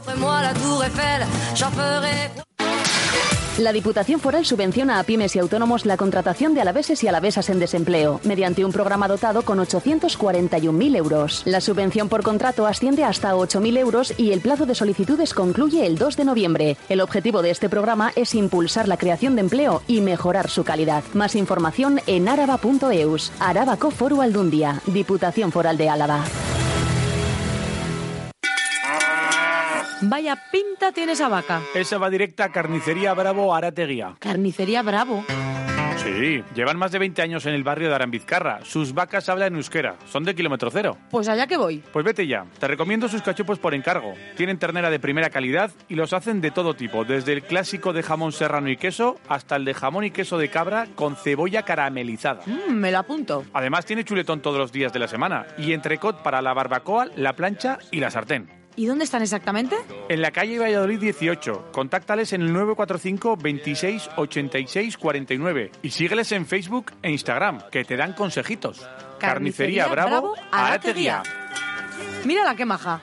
Fais-moi la tour Eiffel, j'en ferai.
La Diputación Foral subvenciona a pymes y autónomos la contratación de alaveses y alavesas en desempleo, mediante un programa dotado con 841.000 euros. La subvención por contrato asciende hasta 8.000 euros y el plazo de solicitudes concluye el 2 de noviembre. El objetivo de este programa es impulsar la creación de empleo y mejorar su calidad. Más información en araba.eus. Arabaco Foro Aldundia, Diputación Foral de Álava.
Vaya pinta tiene esa vaca.
Esa va directa a Carnicería Bravo Arateguía.
Carnicería Bravo.
Sí, llevan más de 20 años en el barrio de Arambizcarra. Sus vacas hablan euskera, son de kilómetro cero.
Pues allá que voy.
Pues vete ya, te recomiendo sus cachopos por encargo. Tienen ternera de primera calidad y los hacen de todo tipo, desde el clásico de jamón serrano y queso hasta el de jamón y queso de cabra con cebolla caramelizada.
Mm, me lo apunto.
Además tiene chuletón todos los días de la semana y entrecot para la barbacoa, la plancha y la sartén.
¿Y dónde están exactamente?
En la calle Valladolid 18. Contáctales en el 945 26 86 49 y sígueles en Facebook e Instagram, que te dan consejitos. Carnicería, Bravo, Arate Guía.
Mira la que maja.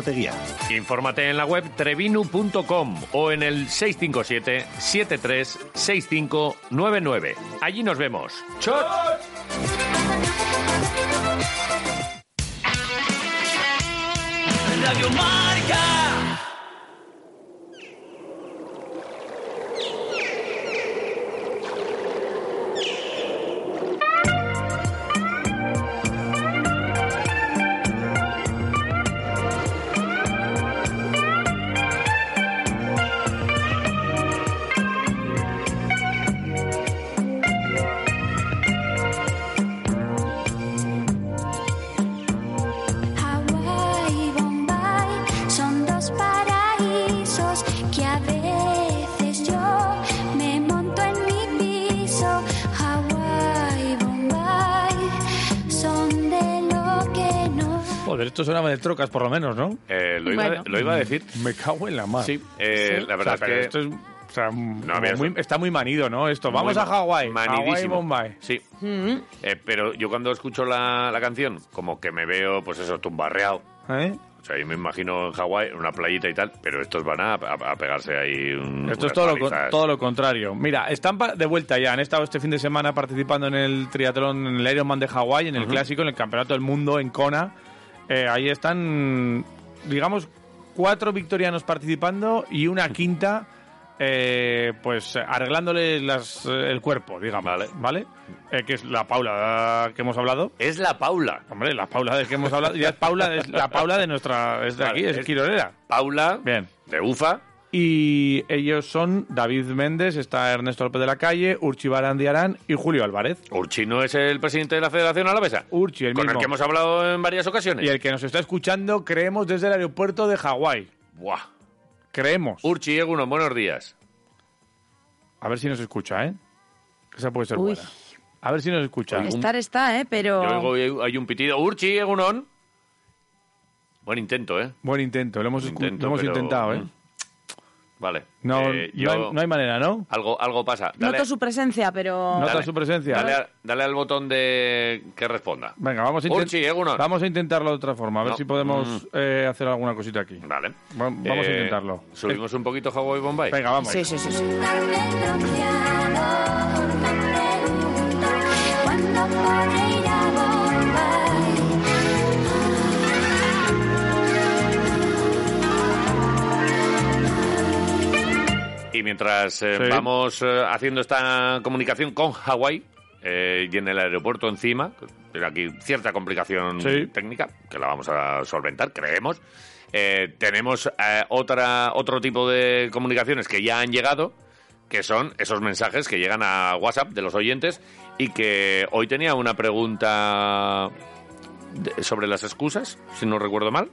te guía.
Infórmate en la web trevinu.com o en el 657-736599. Allí nos vemos. ¡Chot!
Radio Marca.
Hawái y Bombay son dos paraísos que a veces yo me monto en mi piso. Hawái y Bombay son de lo que no.
Joder, esto sonaba de trocas por lo menos, ¿no?
Eh, lo, iba,
Bueno.
lo iba a decir.
Me cago en la mar.
Sí, eh, la verdad
O sea,
es que...
pero esto es- o sea, como
había-
muy- está muy manido, ¿no? Esto.
Muy
Vamos a
ma-
Hawái. Hawái,
manidísimo.
Bombay.
Sí. Eh, pero yo cuando escucho la, la canción, como que me veo, pues eso, tumbarreado.
¿Eh?
O sea, yo me imagino en Hawái, en una playita y tal, pero estos van a, a- a pegarse ahí un,
Esto
unas
es todo lo, con-
palizas.
todo lo contrario. Mira, están pa- de vuelta ya. Han estado este fin de semana participando en el triatlón, en el Ironman de Hawái, en el
Ujú.
clásico, en el Campeonato del Mundo, en Kona. Eh, ahí están, digamos, cuatro victorianos participando y una quinta, eh, pues arreglándole las, eh, el cuerpo, digamos. Vale. Eh, que es la Paula que hemos hablado.
Es la Paula.
Hombre, la Paula de que hemos hablado. Ya es Paula, es la Paula de nuestra. Es de
Vale,
aquí, es,
es
Quirolera.
Paula.
Bien.
De UFA.
Y ellos son David Méndez, está Ernesto López de la Calle, Urchi Barandiarán y Julio Álvarez.
Urchi no es el presidente de la Federación Alavesa.
Urchi, el
Con
mismo.
el que hemos hablado en varias ocasiones.
Y el que nos está escuchando, creemos, desde el aeropuerto de Hawái.
Buah.
Creemos.
Urchi, Eguno, buenos días.
A ver si nos escucha, ¿eh? Esa puede ser
Uy.
buena. A ver si nos escucha.
Estar está, ¿eh? Pero...
Yo oigo, hay un pitido. Urchi, Egunon. Buen intento, ¿eh?
Buen intento, lo hemos, escu-
Intento,
lo hemos
pero-
intentado, ¿eh?
mm. Vale.
No,
Eh,
no
yo-
hay, no hay manera, ¿no?
Algo, algo pasa. Dale,
Noto su presencia, pero...
Nota su presencia.
dale, a- dale al botón de que responda.
Venga, vamos a, inten-
Urchi, eh, Egunon.
vamos a intentarlo de otra forma, a ver
No.
si podemos
Mm.
eh, hacer alguna cosita aquí.
Vale.
vamos a
Eh,
intentarlo.
¿Subimos un poquito Hawái Bombay?
Venga, vamos.
Sí, sí, sí. sí.
Cuando podré ir a Bombay.
Y mientras eh, vamos eh, haciendo esta comunicación con Hawái eh, y en el aeropuerto encima, pero aquí cierta complicación
Sí.
técnica que la vamos a solventar, creemos. eh, tenemos eh, otra otro tipo de comunicaciones que ya han llegado, que son esos mensajes que llegan a WhatsApp de los oyentes y que hoy tenía una pregunta de- sobre las excusas, si no recuerdo mal.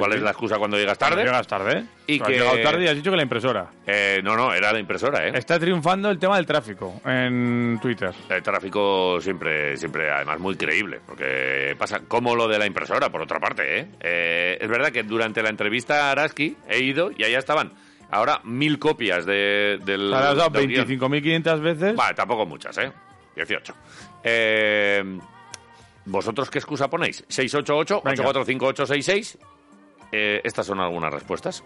¿Cuál es la excusa cuando llegas tarde?
Cuando llegas tarde.
Y
O sea,
que...
has llegado tarde y has dicho que la impresora.
Eh, no, no, era la impresora, ¿eh?
Está triunfando el tema del tráfico en Twitter.
El tráfico siempre, siempre, además, muy creíble, porque pasa como lo de la impresora, por otra parte, ¿eh? Eh, es verdad que durante la entrevista a Araski he ido y allá estaban ahora mil copias de, del...
Ahora has dado
del guión.
25.500 veces.
Vale, tampoco muchas, ¿eh? 18. Eh, ¿Vosotros qué excusa ponéis? 688-845866. Eh, estas son algunas respuestas.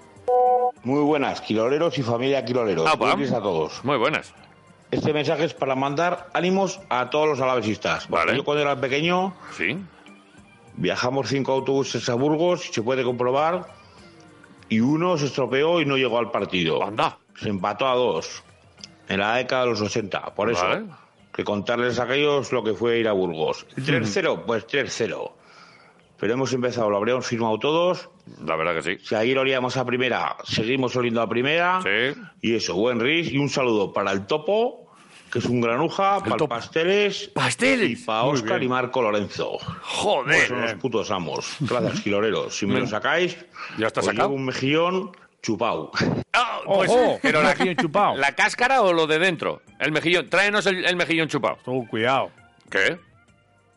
Muy buenas, quiloleros y familia quiloleros.
Ah, va.
Buenos días a todos.
Muy buenas.
Este mensaje es para mandar ánimos a todos los alavesistas. Porque Yo cuando era pequeño viajamos cinco autobuses a Burgos, si se puede comprobar, y uno se estropeó y no llegó al partido. Se empató a dos en la década de los 80. Por eso,
Vale.
que contarles a aquellos lo que fue ir a Burgos. 3-0, pues 3-0. Pero hemos empezado, lo habríamos firmado todos.
La verdad que sí.
Si ayer olíamos a primera, seguimos oliendo a primera. Y eso, buen ris. Y un saludo para el topo, que es un granuja, para el pasteles.
¡Pasteles!
Y para Oscar y Marco Lorenzo.
¡Joder!
Son los putos amos. Gracias, giloreros. Si me lo sacáis,
ya está
sacado. un mejillón chupao.
Pues,
Ojo,
pero la,
mejillón chupado.
¿La cáscara o lo de dentro? El mejillón. Tráenos el, el mejillón chupado.
cuidado.
¿Qué?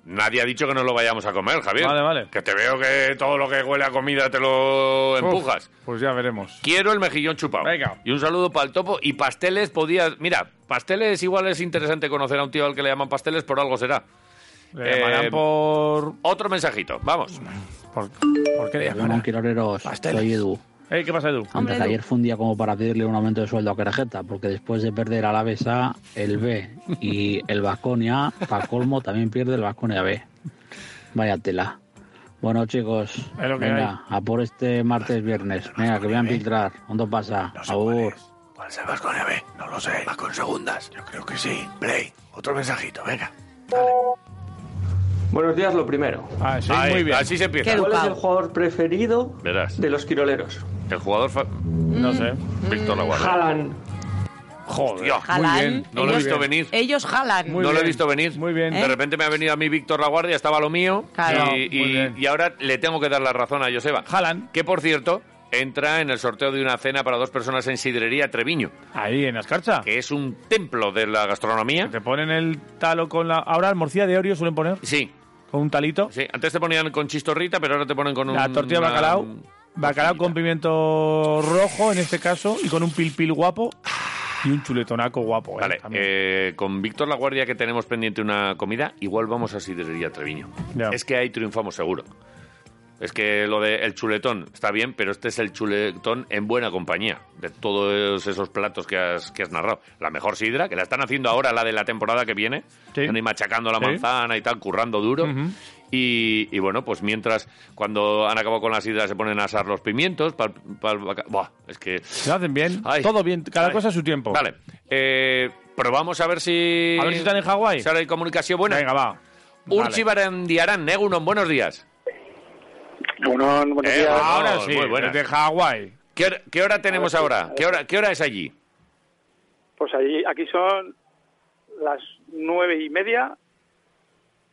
Nadie ha dicho que no lo vayamos a comer, Javier.
Vale, vale.
Que te veo que todo lo que huele a comida te lo empujas.
Uf, pues ya veremos.
Quiero el mejillón chupado.
Venga.
Y un saludo para el topo. Y pasteles podías... Mira, pasteles igual es interesante conocer a un tío al que le llaman pasteles, por algo será. Eh,
Le llamarán por...
Otro mensajito, vamos.
¿Por, por qué le llaman?
Ramón Quiroleros, soy Edu.
Eh, ¿Qué pasa, Edu?
Hombre, ayer fue un día como para pedirle un aumento de sueldo a Carajeta, porque después de perder a la A, el B y el Vasconia, para colmo también pierde el Vasconia B. Vaya tela. Bueno, chicos,
Es lo que
venga, a por este martes, viernes. Venga, que voy a infiltrar. ¿Cuándo pasa? Agur.
¿Cuál es el Vasconia B? No lo sé. Va con segundas. Yo creo que sí. Play. Otro mensajito, venga.
Buenos días, lo primero.
Ahí, Ah, muy bien. así se empieza. Qué
¿Cuál es
educado.
el jugador preferido
Verás.
de los quiroleros?
El jugador... fa- No sé. Víctor Laguardia.
Haaland.
Joder.
Jalan.
No lo he
Ellos-
visto venir.
Ellos jalan.
no lo he visto venir. Muy bien. De
¿Eh?
repente me ha venido a mí Víctor La Guardia, estaba lo mío.
Claro.
Y, y- y ahora le tengo que dar la razón a Joseba. Jalan. Que por cierto, entra en el sorteo de una cena para dos personas en Sidrería Treviño.
Ahí, en Ascarcha.
Que es un templo de la gastronomía.
Te ponen el talo con la... Ahora, almorcilla de Oreo suelen poner.
Sí.
Con un talito.
Sí, antes te ponían con chistorrita, pero ahora te ponen con un.
La tortilla de
una-
bacalao. Bacalao con pimiento rojo, en este caso, y con un pilpil guapo y un chuletonaco guapo. ¿eh?
Vale, eh, con Víctor La Guardia que tenemos pendiente una comida, igual vamos a Sidrería Treviño.
Ya.
Es que ahí triunfamos seguro. Es que lo del chuletón está bien, pero este es el chuletón en buena compañía, de todos esos platos que has, que has narrado. La mejor sidra, que la están haciendo ahora, la de la temporada que viene,
Sí.
Están ahí machacando la
Sí.
manzana y tal, currando duro.
Ujú.
y, y bueno, pues mientras, cuando han acabado con la sidra, se ponen a asar los pimientos. pa'l- pa'l vaca- Buah, es que...
Lo hacen bien. Todo bien. Cada cosa a su tiempo.
Vale. Eh, probamos a ver si.
A ver si están en Hawái.
Si ahora hay comunicación buena. Venga,
va.
Urchi Barandiarán, Negunon, buenos días.
buenos
Eh,
días.
Ahora sí,
Muy buenas.
De Hawái.
¿Qué, hora- qué hora tenemos ahora? ¿Qué hora, ¿Qué hora es allí?
Pues allí, aquí son las nueve y media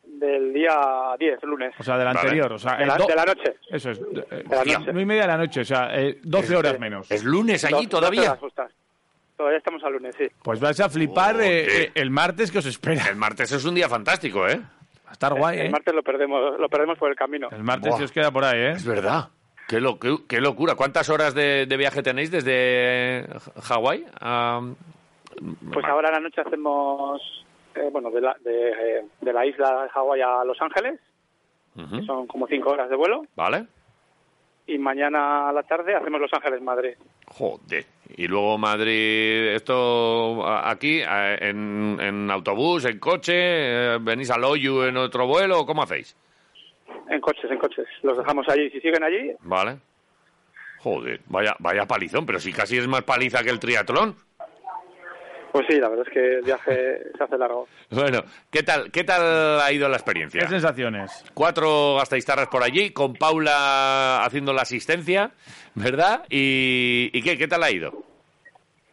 del día 10, lunes.
O sea, del
Vale.
anterior. O sea,
de,
el
la,
do-
de la noche.
Eso es. eh,
la
hostia,
noche.
nueve y media de la noche, o sea, eh, 12 horas menos.
¿Es lunes
Do- doce horas justas. Todavía estamos al lunes, sí.
Pues vais a flipar eh, eh, el martes que os espera.
Oh, El martes es un día fantástico, ¿eh?
Va a estar guay,
el
¿eh?
martes lo perdemos, lo perdemos por el camino.
El martes se os queda por ahí, ¿eh?
Es verdad. Qué, lo- qué- qué locura. ¿Cuántas horas de, de viaje tenéis desde Hawái? Ah, a-
Pues ahora en la noche hacemos, eh, bueno, de la, de, eh, de la isla de Hawái a Los Ángeles, que
Ujú.
son como cinco horas de vuelo,
¿Vale?
y mañana a la tarde hacemos Los Ángeles, Madrid.
Joder. Y luego Madrid, esto a- aquí, a- en, en autobús, en coche, eh, venís al Oyu en otro vuelo, ¿cómo hacéis?
En coches, en coches. Los dejamos allí. Si siguen allí,
Vale. Joder, vaya, vaya palizón, pero si casi es más paliza que el triatlón. *laughs*
pues sí, la verdad es que el viaje se hace largo.
Bueno, ¿qué tal, qué tal ha ido la experiencia?
¿Qué sensaciones?
Cuatro gastaistarras por allí, con Paula haciendo la asistencia, ¿verdad? ¿Y, y qué, qué tal ha ido?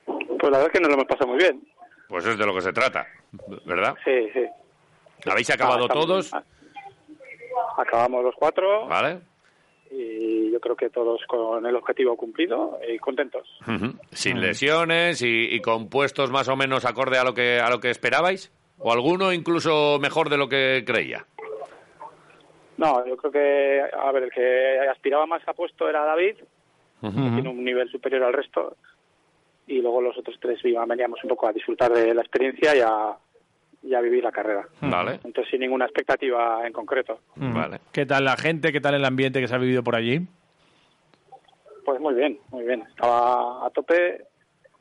Pues la verdad es que nos lo hemos pasado muy bien.
Pues es de lo que se trata, ¿verdad?
Sí, sí.
¿Habéis acabado
Ah, estamos-
todos?
Acabamos los cuatro
¿Vale?
y yo creo que todos con el objetivo cumplido y contentos.
Ujú. Sin lesiones y, y con puestos más o menos acorde a lo que a lo que esperabais o alguno incluso mejor de lo que creía.
No, yo creo que, a ver, el que aspiraba más a puesto era David,
Mm.
que tiene un nivel superior al resto, y luego los otros tres iba- veníamos un poco a disfrutar de la experiencia y a, y a vivir la carrera.
Vale.
Entonces, sin ninguna expectativa en concreto.
Vale.
¿Qué tal la gente? ¿Qué tal el ambiente que se ha vivido por allí?
Pues muy bien, muy bien. Estaba a tope.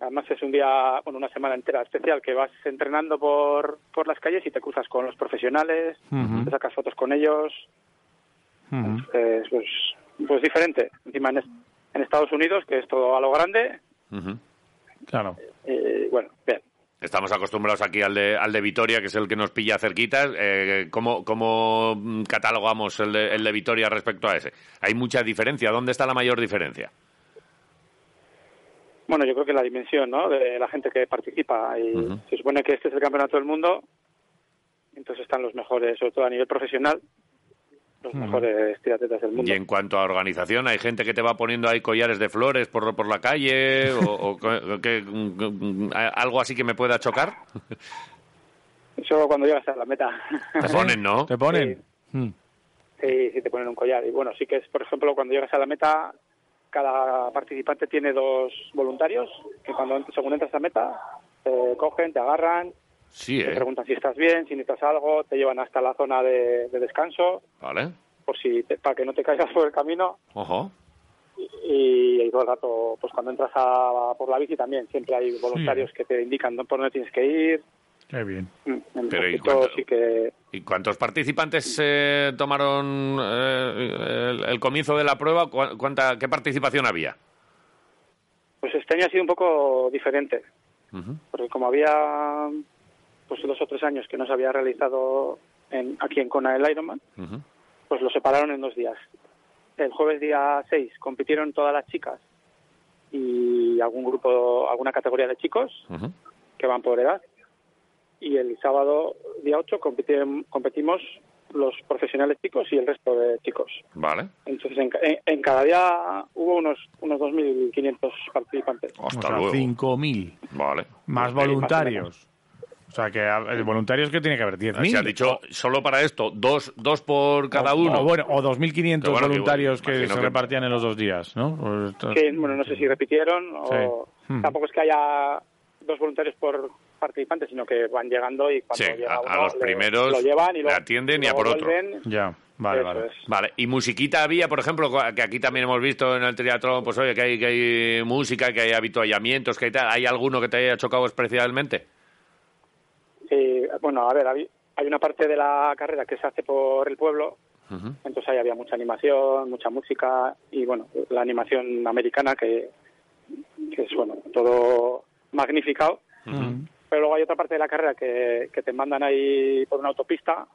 Además es un día, bueno, una semana entera especial que vas entrenando por, por las calles y te cruzas con los profesionales,
Ujú.
te sacas fotos con ellos. eh, pues, pues diferente. Encima en, es- en Estados Unidos, que es todo a lo grande.
Claro.
eh, bueno, bien.
Estamos acostumbrados aquí al de, al de Vitoria, que es el que nos pilla cerquitas. Eh, ¿cómo, cómo, mm, catalogamos el de, el de Vitoria respecto a ese? Hay mucha diferencia. ¿Dónde está la mayor diferencia?
Bueno, yo creo que la dimensión ¿no? de la gente que participa. Y Se supone que este es el campeonato del mundo, entonces están los mejores, sobre todo a nivel profesional, los
Ujú.
mejores tiratetas del mundo.
Y en cuanto a organización, ¿hay gente que te va poniendo ahí collares de flores por, por la calle? ¿O, o co- que- mm, mm, algo así que me pueda chocar?
Solo cuando llegas a la meta.
Te ponen, ¿no?
Te ponen.
Sí, sí, te ponen un collar. Y bueno, sí que es, por ejemplo, cuando llegas a la meta, cada participante tiene dos voluntarios que cuando ent- según entras a meta, te cogen, te agarran,
Sí,
te
¿eh?
preguntan si estás bien, si necesitas algo, te llevan hasta la zona de, de descanso
Vale.
por si te- para que no te caigas *laughs* por el camino
Ojo.
y, y todo el rato, pues cuando entras a, por la bici también siempre hay voluntarios que te indican por dónde tienes que ir.
Qué bien.
Pero ¿y,
Esto
cuánto-
Mm, sí que
y cuántos participantes eh, tomaron eh, el, el comienzo de la prueba? ¿Cuá- ¿Cuánta, ¿Qué participación había?
Pues este año ha sido un poco diferente,
Ujú.
porque como había pues dos o tres años que no se había realizado en- aquí en Kona el Ironman,
Ujú.
pues lo separaron en dos días. El jueves día 6 compitieron todas las chicas y algún grupo, alguna categoría de chicos
Ujú.
que van por edad. Y el sábado día 8 competimos los profesionales chicos y el resto de chicos.
Vale.
Entonces, en, ca- en- en cada día hubo unos unos 2.500 participantes.
O sea, 5.000.
Vale.
Más voluntarios. O sea, que a- el voluntarios que tiene que haber 10.000.
Ah, Se ha dicho solo para esto, dos, dos por cada uno.
O, Ah, bueno, o 2.500
Pero bueno, que
voluntarios que,
igual, imagino
se
que-
repartían en los dos días, ¿no? Pues esto-
Que, bueno, no sé si repitieron o...
Sí. Hmm.
Tampoco es que haya dos voluntarios por participante, sino que van llegando y cuando
Sí,
llega
a, a
uno,
los
le-
primeros
lo llevan y
le
lo
atienden y a
luego
por otro.
vuelven.
Ya, vale,
Eso
vale.
Vale, y musiquita había, por ejemplo, cua- que aquí también hemos visto en el triatlón, pues oye, que hay, que hay música, que hay habituallamientos, que hay tal. ¿Hay alguno que te haya chocado especialmente?
Eh, bueno, a ver, hay hay una parte de la carrera que se hace por el pueblo, entonces ahí había mucha animación, mucha música y bueno, la animación americana que, que es bueno, todo magnificado. Pero luego hay otra parte de la carrera que, que te mandan ahí por una autopista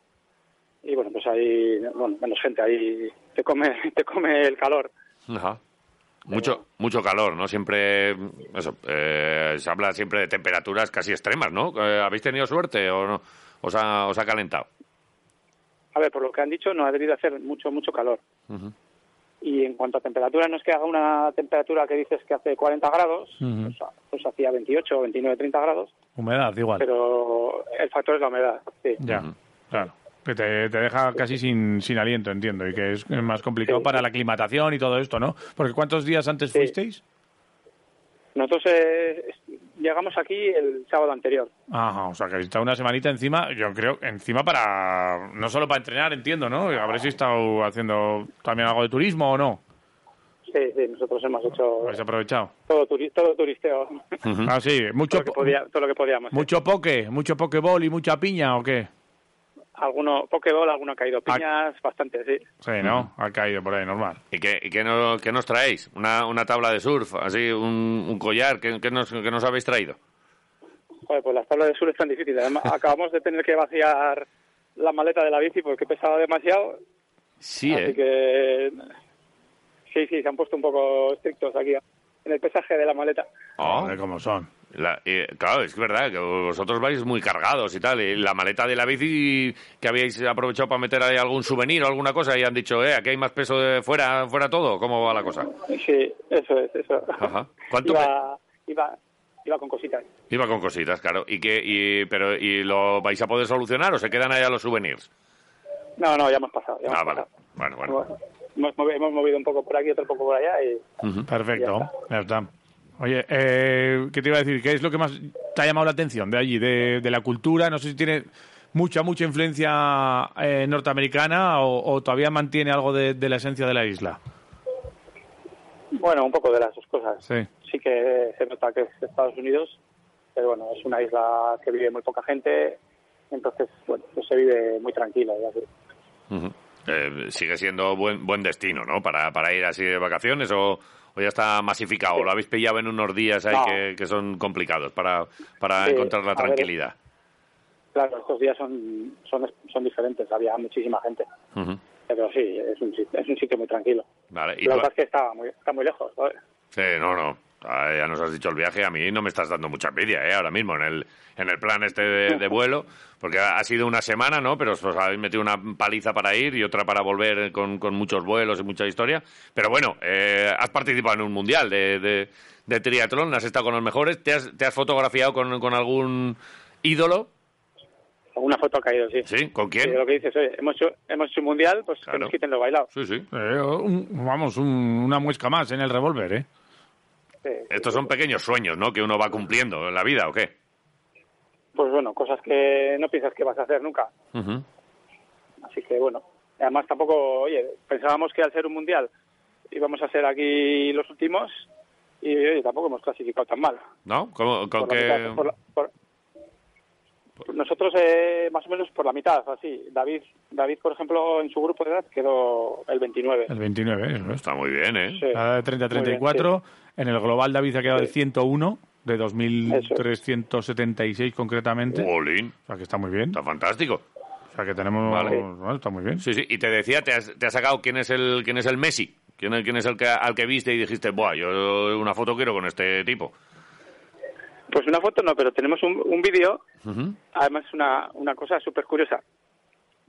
y bueno, pues ahí, bueno, menos gente, ahí te come, *laughs* te come el calor.
Ajá.
Eh,
Mucho, mucho calor, ¿no? Siempre, eso, eh, se habla siempre de temperaturas casi extremas, ¿no? Eh, ¿Habéis tenido suerte o no? ¿Os ha, os ha calentado?
A ver, por lo que han dicho, no ha debido hacer mucho, mucho calor.
Ujú.
Y en cuanto a temperatura, no es que haga una temperatura que dices que hace 40 grados,
Ujú.
pues hacía 28, 29, 30 grados,
Humedad, igual.
pero el factor es la humedad, sí.
Ya, claro. Que te, te deja casi sin, sin aliento, entiendo. Y que es más complicado para la aclimatación y todo esto, ¿no? Porque ¿cuántos días antes fuisteis?
Nosotros eh, es- llegamos aquí el sábado anterior.
Ajá, o sea, que habéis estado una semanita encima, yo creo, encima para... No solo para entrenar, entiendo, ¿no? Habréis estado haciendo también algo de turismo o no.
Sí, sí, nosotros hemos hecho
Habéis aprovechado.
todo, turi- todo turisteo,
Ah, sí, mucho,
todo, lo que podía- todo lo que podíamos.
mucho poke, mucho pokeball y mucha piña, ¿o qué?
Alguno, pokeball, alguno ha caído, piñas, bastante, sí.
Sí, ¿no? Ha caído por ahí, normal.
¿Y qué, y qué, no- qué nos traéis? ¿Una, una tabla de surf? ¿Así? ¿Un, un collar? ¿Qué, qué nos, qué nos habéis traído?
Joder, pues las tablas de sur están difíciles.
*laughs*
Además, acabamos de tener que vaciar la maleta de la bici porque pesaba demasiado.
Sí,
Así
¿eh?
que. Sí, sí, se han puesto un poco estrictos aquí en el pesaje de la maleta.
¿Cómo son?
Ah. claro, es verdad que vosotros vais muy cargados y tal. Y la maleta de la bici que habíais aprovechado para meter ahí algún souvenir o alguna cosa y han dicho, eh, aquí hay más peso de fuera, fuera todo. ¿Cómo va la cosa?
Sí, eso es, eso.
Ajá. ¿Cuánto
iba, iba, iba con cositas.
Iba con cositas, claro. ¿Y qué, y, pero, ¿Y lo vais a poder solucionar o se quedan allá los souvenirs?
No, no, ya hemos pasado. ya hemos
Ah, vale.
pasado.
Bueno, bueno.
Hemos, movi- hemos movido un poco por aquí, otro poco por allá y.
Perfecto, ya está. Oye, eh, ¿qué te iba a decir? ¿Qué es lo que más te ha llamado la atención de allí, de, de la cultura? No sé si tiene mucha, mucha influencia eh, norteamericana o, o todavía mantiene algo de, de la esencia de la isla.
Bueno, un poco de las dos cosas.
Sí.
sí que se nota que es Estados Unidos, pero bueno, es una isla que vive muy poca gente, entonces, bueno, pues se vive muy tranquilo. ya sé.
Eh, sigue siendo buen, buen destino, ¿no? Para, para ir así de vacaciones o, o ya está masificado. ¿Lo habéis pillado en unos días ahí
No.
que, que son complicados para, para
Sí,
encontrar la
a ver.
tranquilidad?
Claro, estos días son, son, son diferentes, había muchísima gente.
Ujú.
Pero sí, es un, sit- es un sitio muy tranquilo.
Vale, y
Lo que
tú-
pasa es que está muy, está muy lejos, joder.
Sí, no, no. Ah, ya nos has dicho el viaje. A mí no me estás dando mucha envidia, ¿eh? Ahora mismo en el, en el plan este de, de vuelo. Porque ha ha sido una semana, ¿no? Pero os habéis metido una paliza para ir y otra para volver eh, con, con muchos vuelos y mucha historia. Pero bueno, eh, has participado en un mundial de, de, de triatlón, has estado con los mejores. ¿Te has, te has fotografiado con, con algún ídolo?
Alguna foto ha caído, sí.
¿Sí? ¿Con
Sí,
quién?
lo que dices, oye, hemos hecho, hemos hecho un mundial, pues
Claro.
que nos quiten lo bailado.
Sí, sí.
Eh, vamos, un- una muesca más en el revólver, ¿eh?
Estos son pequeños sueños, ¿no? Que uno va cumpliendo en la vida, ¿o qué?
Pues bueno, cosas que no piensas que vas a hacer nunca.
Ujú.
Así que bueno, además tampoco, oye, pensábamos que al ser un mundial íbamos a ser aquí los últimos y oye, tampoco hemos clasificado tan mal.
¿No? ¿Cómo- ¿Con
Por la
qué...?
mitad, por la- por- Nosotros eh, más o menos por la mitad, así. David, David, por ejemplo, en su grupo de edad quedó el 29.
El 29, eso
Está muy bien, ¿eh?
Nada de 30 a 34. En el global David ha quedado el 101 de 2.376 concretamente. O sea que está muy bien. Está
fantástico.
O sea que tenemos...
Vale.
bueno, está muy bien.
Sí, sí, y te decía, te has, te has sacado quién es el quién es el Messi, quién, quién es el que, al que viste y dijiste, buah, yo una foto quiero con este tipo.
Pues una foto no, pero tenemos un, un vídeo,
Ujú.
además una, una cosa súper curiosa,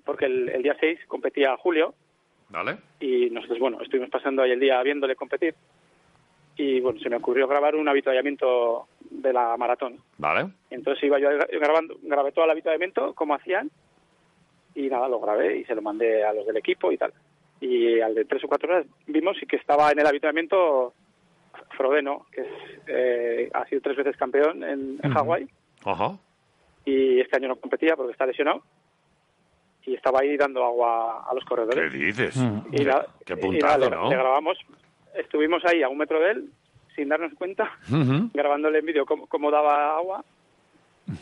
porque el, el día 6 competía Julio
¿Vale?
y nosotros, bueno, estuvimos pasando ahí el día viéndole competir y bueno, se me ocurrió grabar un avituallamiento de la maratón.
¿Vale?
Entonces iba yo grabando, grabé todo el avituallamiento, como hacían, y nada, lo grabé y se lo mandé a los del equipo y tal. Y al de tres o cuatro horas vimos que estaba en el avituallamiento Frodeno, que es, eh, ha sido tres veces campeón en, en Hawái,
Ajá.
y este año no competía porque está lesionado, y estaba ahí dando agua a los
¿Qué
corredores.
dices?
Mm. Y la-
Qué
y nada,
puntazo,
le-
¿no?
le grabamos, estuvimos ahí a un metro de él, sin darnos cuenta,
Ujú.
grabándole en vídeo cómo, cómo daba agua.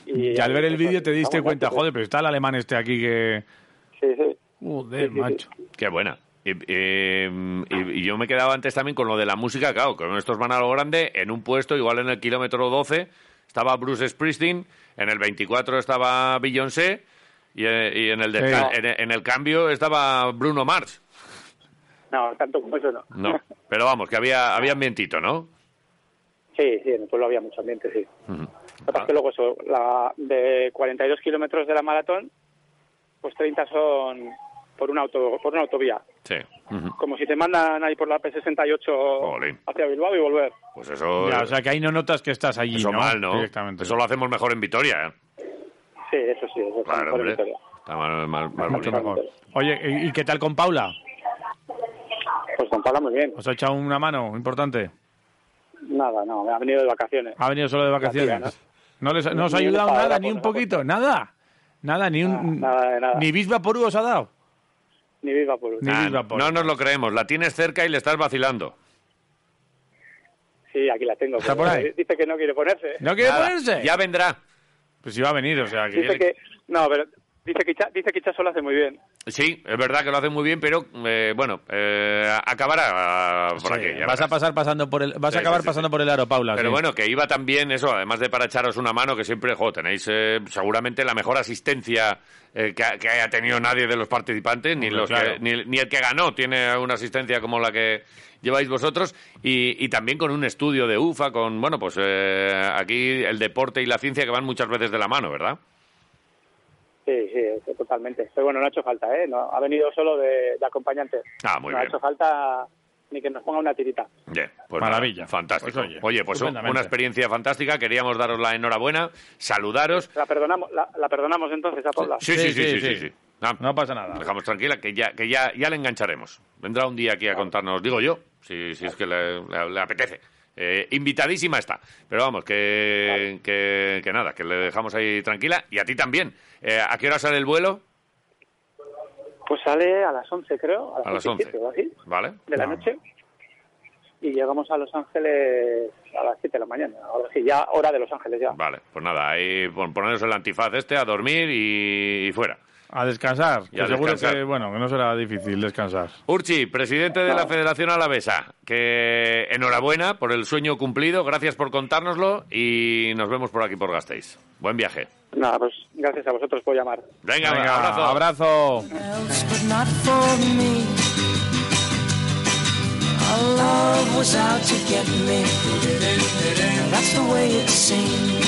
Y al ver el vídeo te diste
vamos,
cuenta,
vamos.
joder, pero está el alemán este aquí que...
Sí, sí.
Joder,
Sí, sí, sí.
macho.
Qué buena. Y, eh, y- y yo me quedaba antes también con lo de la música, claro, con estos van a lo grande, en un puesto, igual en el kilómetro 12, estaba Bruce Springsteen, en el 24 estaba Beyoncé, y, eh, y en, el desca-
Sí.
en, el- en el cambio estaba Bruno Mars.
No, tanto como eso no.
No, pero vamos, que había, había ambientito, ¿no?
Sí, sí, en el pueblo había mucho ambiente, sí.
Ujú.
Lo que pasa es que luego eso, la, de 42 kilómetros de la maratón, pues 30 son por, un auto, por una autovía.
Sí. Ujú.
Como si te mandan ahí por la P68 hacia Bilbao y volver.
Pues eso...
Ya, o sea que ahí no notas que estás allí,
Eso
¿no?
mal, ¿no?
Directamente.
Eso lo hacemos mejor en Vitoria.
Sí, eso sí, eso
Claro,
sí. por
hombre.
Vitoria.
Está más, más- más
Mucho
bonito.
mejor. Oye, ¿y y qué tal con Paula?
Pues con Paula muy bien.
¿Os ha echado una mano importante?
Nada, no, me ha venido de vacaciones.
¿Ha venido solo de vacaciones?
tía,
¿No, les, no os ha
Ni- ni
ayudado
una
nada,
palabra
ni
por
un poquito? ¿Nada? ¿Nada? ¿Ni un...?
Nada de nada.
¿Ni Bisba Porú os ha dado?
Ni viva por
Ni
Ah,
Bilbao,
no nos lo creemos. La tienes cerca y le estás vacilando.
Sí, aquí la tengo.
¿Está
pero eh,
por ahí?
Dice que no quiere ponerse. ¿eh?
¿No quiere
Nada.
ponerse?
Ya vendrá.
Pues si va a venir, o sea, que...
Dice que... No, pero dice que, Icha- dice que Ichazo lo hace muy bien.
Sí, es verdad que lo hace muy bien, pero eh, bueno, eh, acabará por aquí. ya
Vas
verás.
a pasar pasando por el... Vas
Sí,
a acabar
sí, sí,
pasando por el aro, Paula.
Pero
sí.
bueno, que iba también eso, además de para echaros una mano, que siempre jo, tenéis eh, seguramente la mejor asistencia eh, que, ha- que haya tenido nadie de los participantes, ni,
Hombre,
los que-
claro.
ni, ni el que ganó tiene una asistencia como la que lleváis vosotros, y, y también con un estudio de UFA, con, bueno, pues eh, aquí el deporte y la ciencia que van muchas veces de la mano, ¿verdad?
Sí, sí, eso, totalmente. Pero bueno, no ha hecho falta, ¿eh? No, ha venido solo de, de acompañante.
Ah, muy
no ha
bien.
hecho falta ni que nos ponga una tirita.
Bien, pues
Maravilla.
nada, fantástico.
Pues oye,
oye, pues un-
estupendamente.
una experiencia fantástica. Queríamos daros la enhorabuena, saludaros.
La perdonamos, la, la perdonamos entonces a Paula.
Sí, sí, sí, sí, sí. sí. Ah,
No pasa nada.
dejamos tranquila que ya, que ya, ya le engancharemos. Vendrá un día aquí a contarnos, digo yo, si, si es que le, le- le apetece. Eh, invitadísima está. Pero vamos, que, que, que nada, que le dejamos ahí tranquila y a ti también. Eh, ¿A qué hora sale el vuelo?
Pues sale a las 11, creo.
A las Ah.
las
17 o así,
¿Vale?
de la noche. Y llegamos a Los Ángeles a las 7 de la mañana. Ahora sí, ya hora de Los Ángeles ya.
Vale, pues nada, ahí pon- poneros el antifaz este a dormir y, y fuera.
A descansar.
Y a
que seguro
descansar.
que, bueno, que no será difícil descansar.
Urchi, presidente de la Federación Alavesa, que enhorabuena por el sueño cumplido, gracias por contárnoslo y nos vemos por aquí por Gasteiz. Buen viaje.
Nada, pues gracias a vosotros por llamar.
Venga,
Venga,
abrazo.
Abrazo.
but not for me. Our love was out to get me. That's the way it seemed.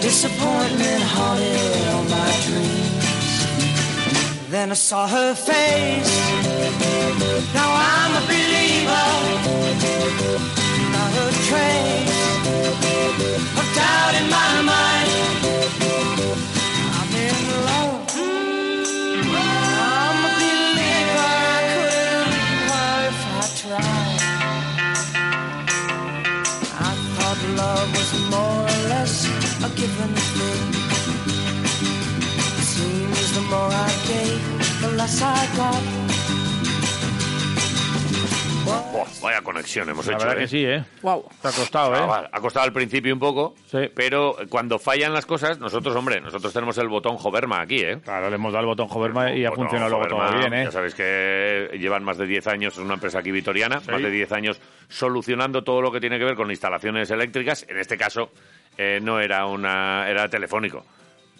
Disappointment haunted all my dreams. Then I saw her face. Now I'm a believer. Not a trace of doubt in my mind. I'm in love. Mm. I'm a believer. I couldn't leave her if I tried. I thought love was more or less a given thing. Seems the more I gave, the less I got.
Buah, vaya conexión hemos
La
hecho.
verdad
¿eh?
que sí, ¿eh?
Wow.
Te ha costado, ¿eh?
Ah, vale. Ha costado al principio un poco, pero cuando fallan las cosas, nosotros, hombre, nosotros tenemos el botón Joverma aquí, ¿eh?
Claro, le hemos dado el botón Joverma y ha
Botón
funcionado luego todo
Joverma,
bien, ¿eh?
Ya sabéis que llevan más de 10 años, es una empresa aquí vitoriana,
Sí.
más de 10 años solucionando todo lo que tiene que ver con instalaciones eléctricas. En este caso, eh, no era una era telefónico,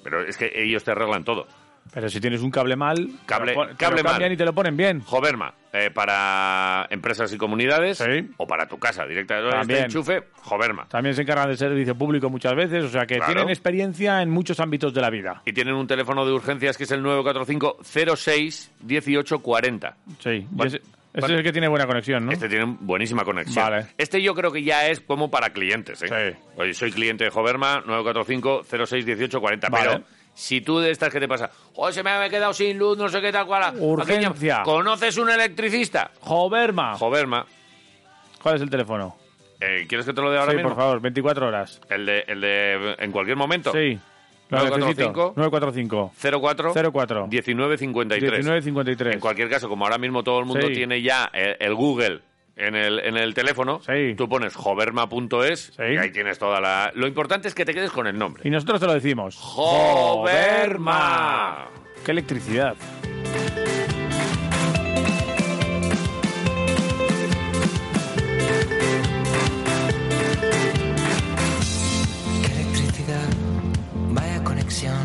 pero es que ellos te arreglan todo.
Pero si tienes un cable mal,
Cable-
te lo pon- te
cable
lo cambian
mal.
y te lo ponen bien.
Joverma, eh, para empresas y comunidades o para tu casa directamente. Este
También.
enchufe, Joverma.
También se encargan de servicio público muchas veces, o sea que
Claro.
tienen experiencia en muchos ámbitos de la vida.
Y tienen un teléfono de urgencias que es el 945-06-1840.
Sí,
Bueno,
ese, ese
bueno.
es el que tiene buena conexión, ¿no?
Este tiene buenísima conexión.
Vale.
Este yo creo que ya es como para clientes. ¿eh? Oye, soy cliente de Joverma, 945-06-1840.
Vale.
Pero si tú de estas que te pasa, oh, se me ha quedado sin luz, no sé qué tal cual. ¿a quién llamo?".
Urgencia.
¿Conoces un electricista?
Joverma.
Joverma.
¿Cuál es el teléfono?
Eh, ¿Quieres que te lo dé ahora
sí,
mismo?
por favor, 24 horas.
El de, el de en cualquier momento.
Sí. Lo
945.
945. 945.
04
04.
1953.
1953.
En cualquier caso, como ahora mismo todo el mundo
Sí.
tiene ya el, el Google en el, en el teléfono, tú pones joverma.es y ahí tienes toda la... Lo importante es que te quedes con el nombre.
Y nosotros te lo decimos.
¡Joverma!
¡Qué electricidad!
Electricidad, vaya conexión.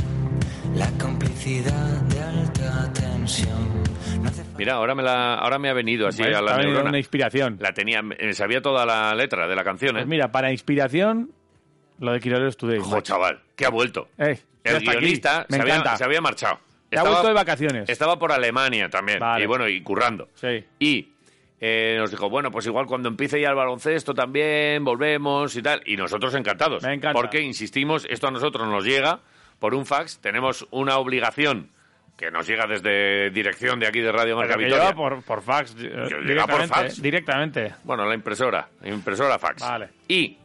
La complicidad de alta tensión.
Mira, ahora me, la, ahora me ha venido así
¿Ves?
a
Te
la
ha venido
neurona.
una inspiración.
La tenía, eh, sabía toda la letra de la canción, ¿eh?
Pues mira, para inspiración, lo de Quiroleros Today.
Jo, chaval, que ha vuelto.
Eh, ya
El
está aquí.
guionista
Me
se había,
encanta.
se había marchado.
Te ha vuelto de vacaciones.
Estaba por Alemania también.
Vale.
Y bueno, y currando.
Sí.
Y eh, nos dijo, bueno, pues igual cuando empiece ya el baloncesto también, volvemos y tal. Y nosotros encantados.
Me encanta.
Porque, insistimos, esto a nosotros nos llega por un fax. Tenemos una obligación que nos llega desde dirección de aquí de Radio Marca
Pero que
Vitoria.
lleva por, por fax. eh,
llega por
directamente,
fax.
Directamente.
Bueno, la impresora, impresora fax.
Vale.
Y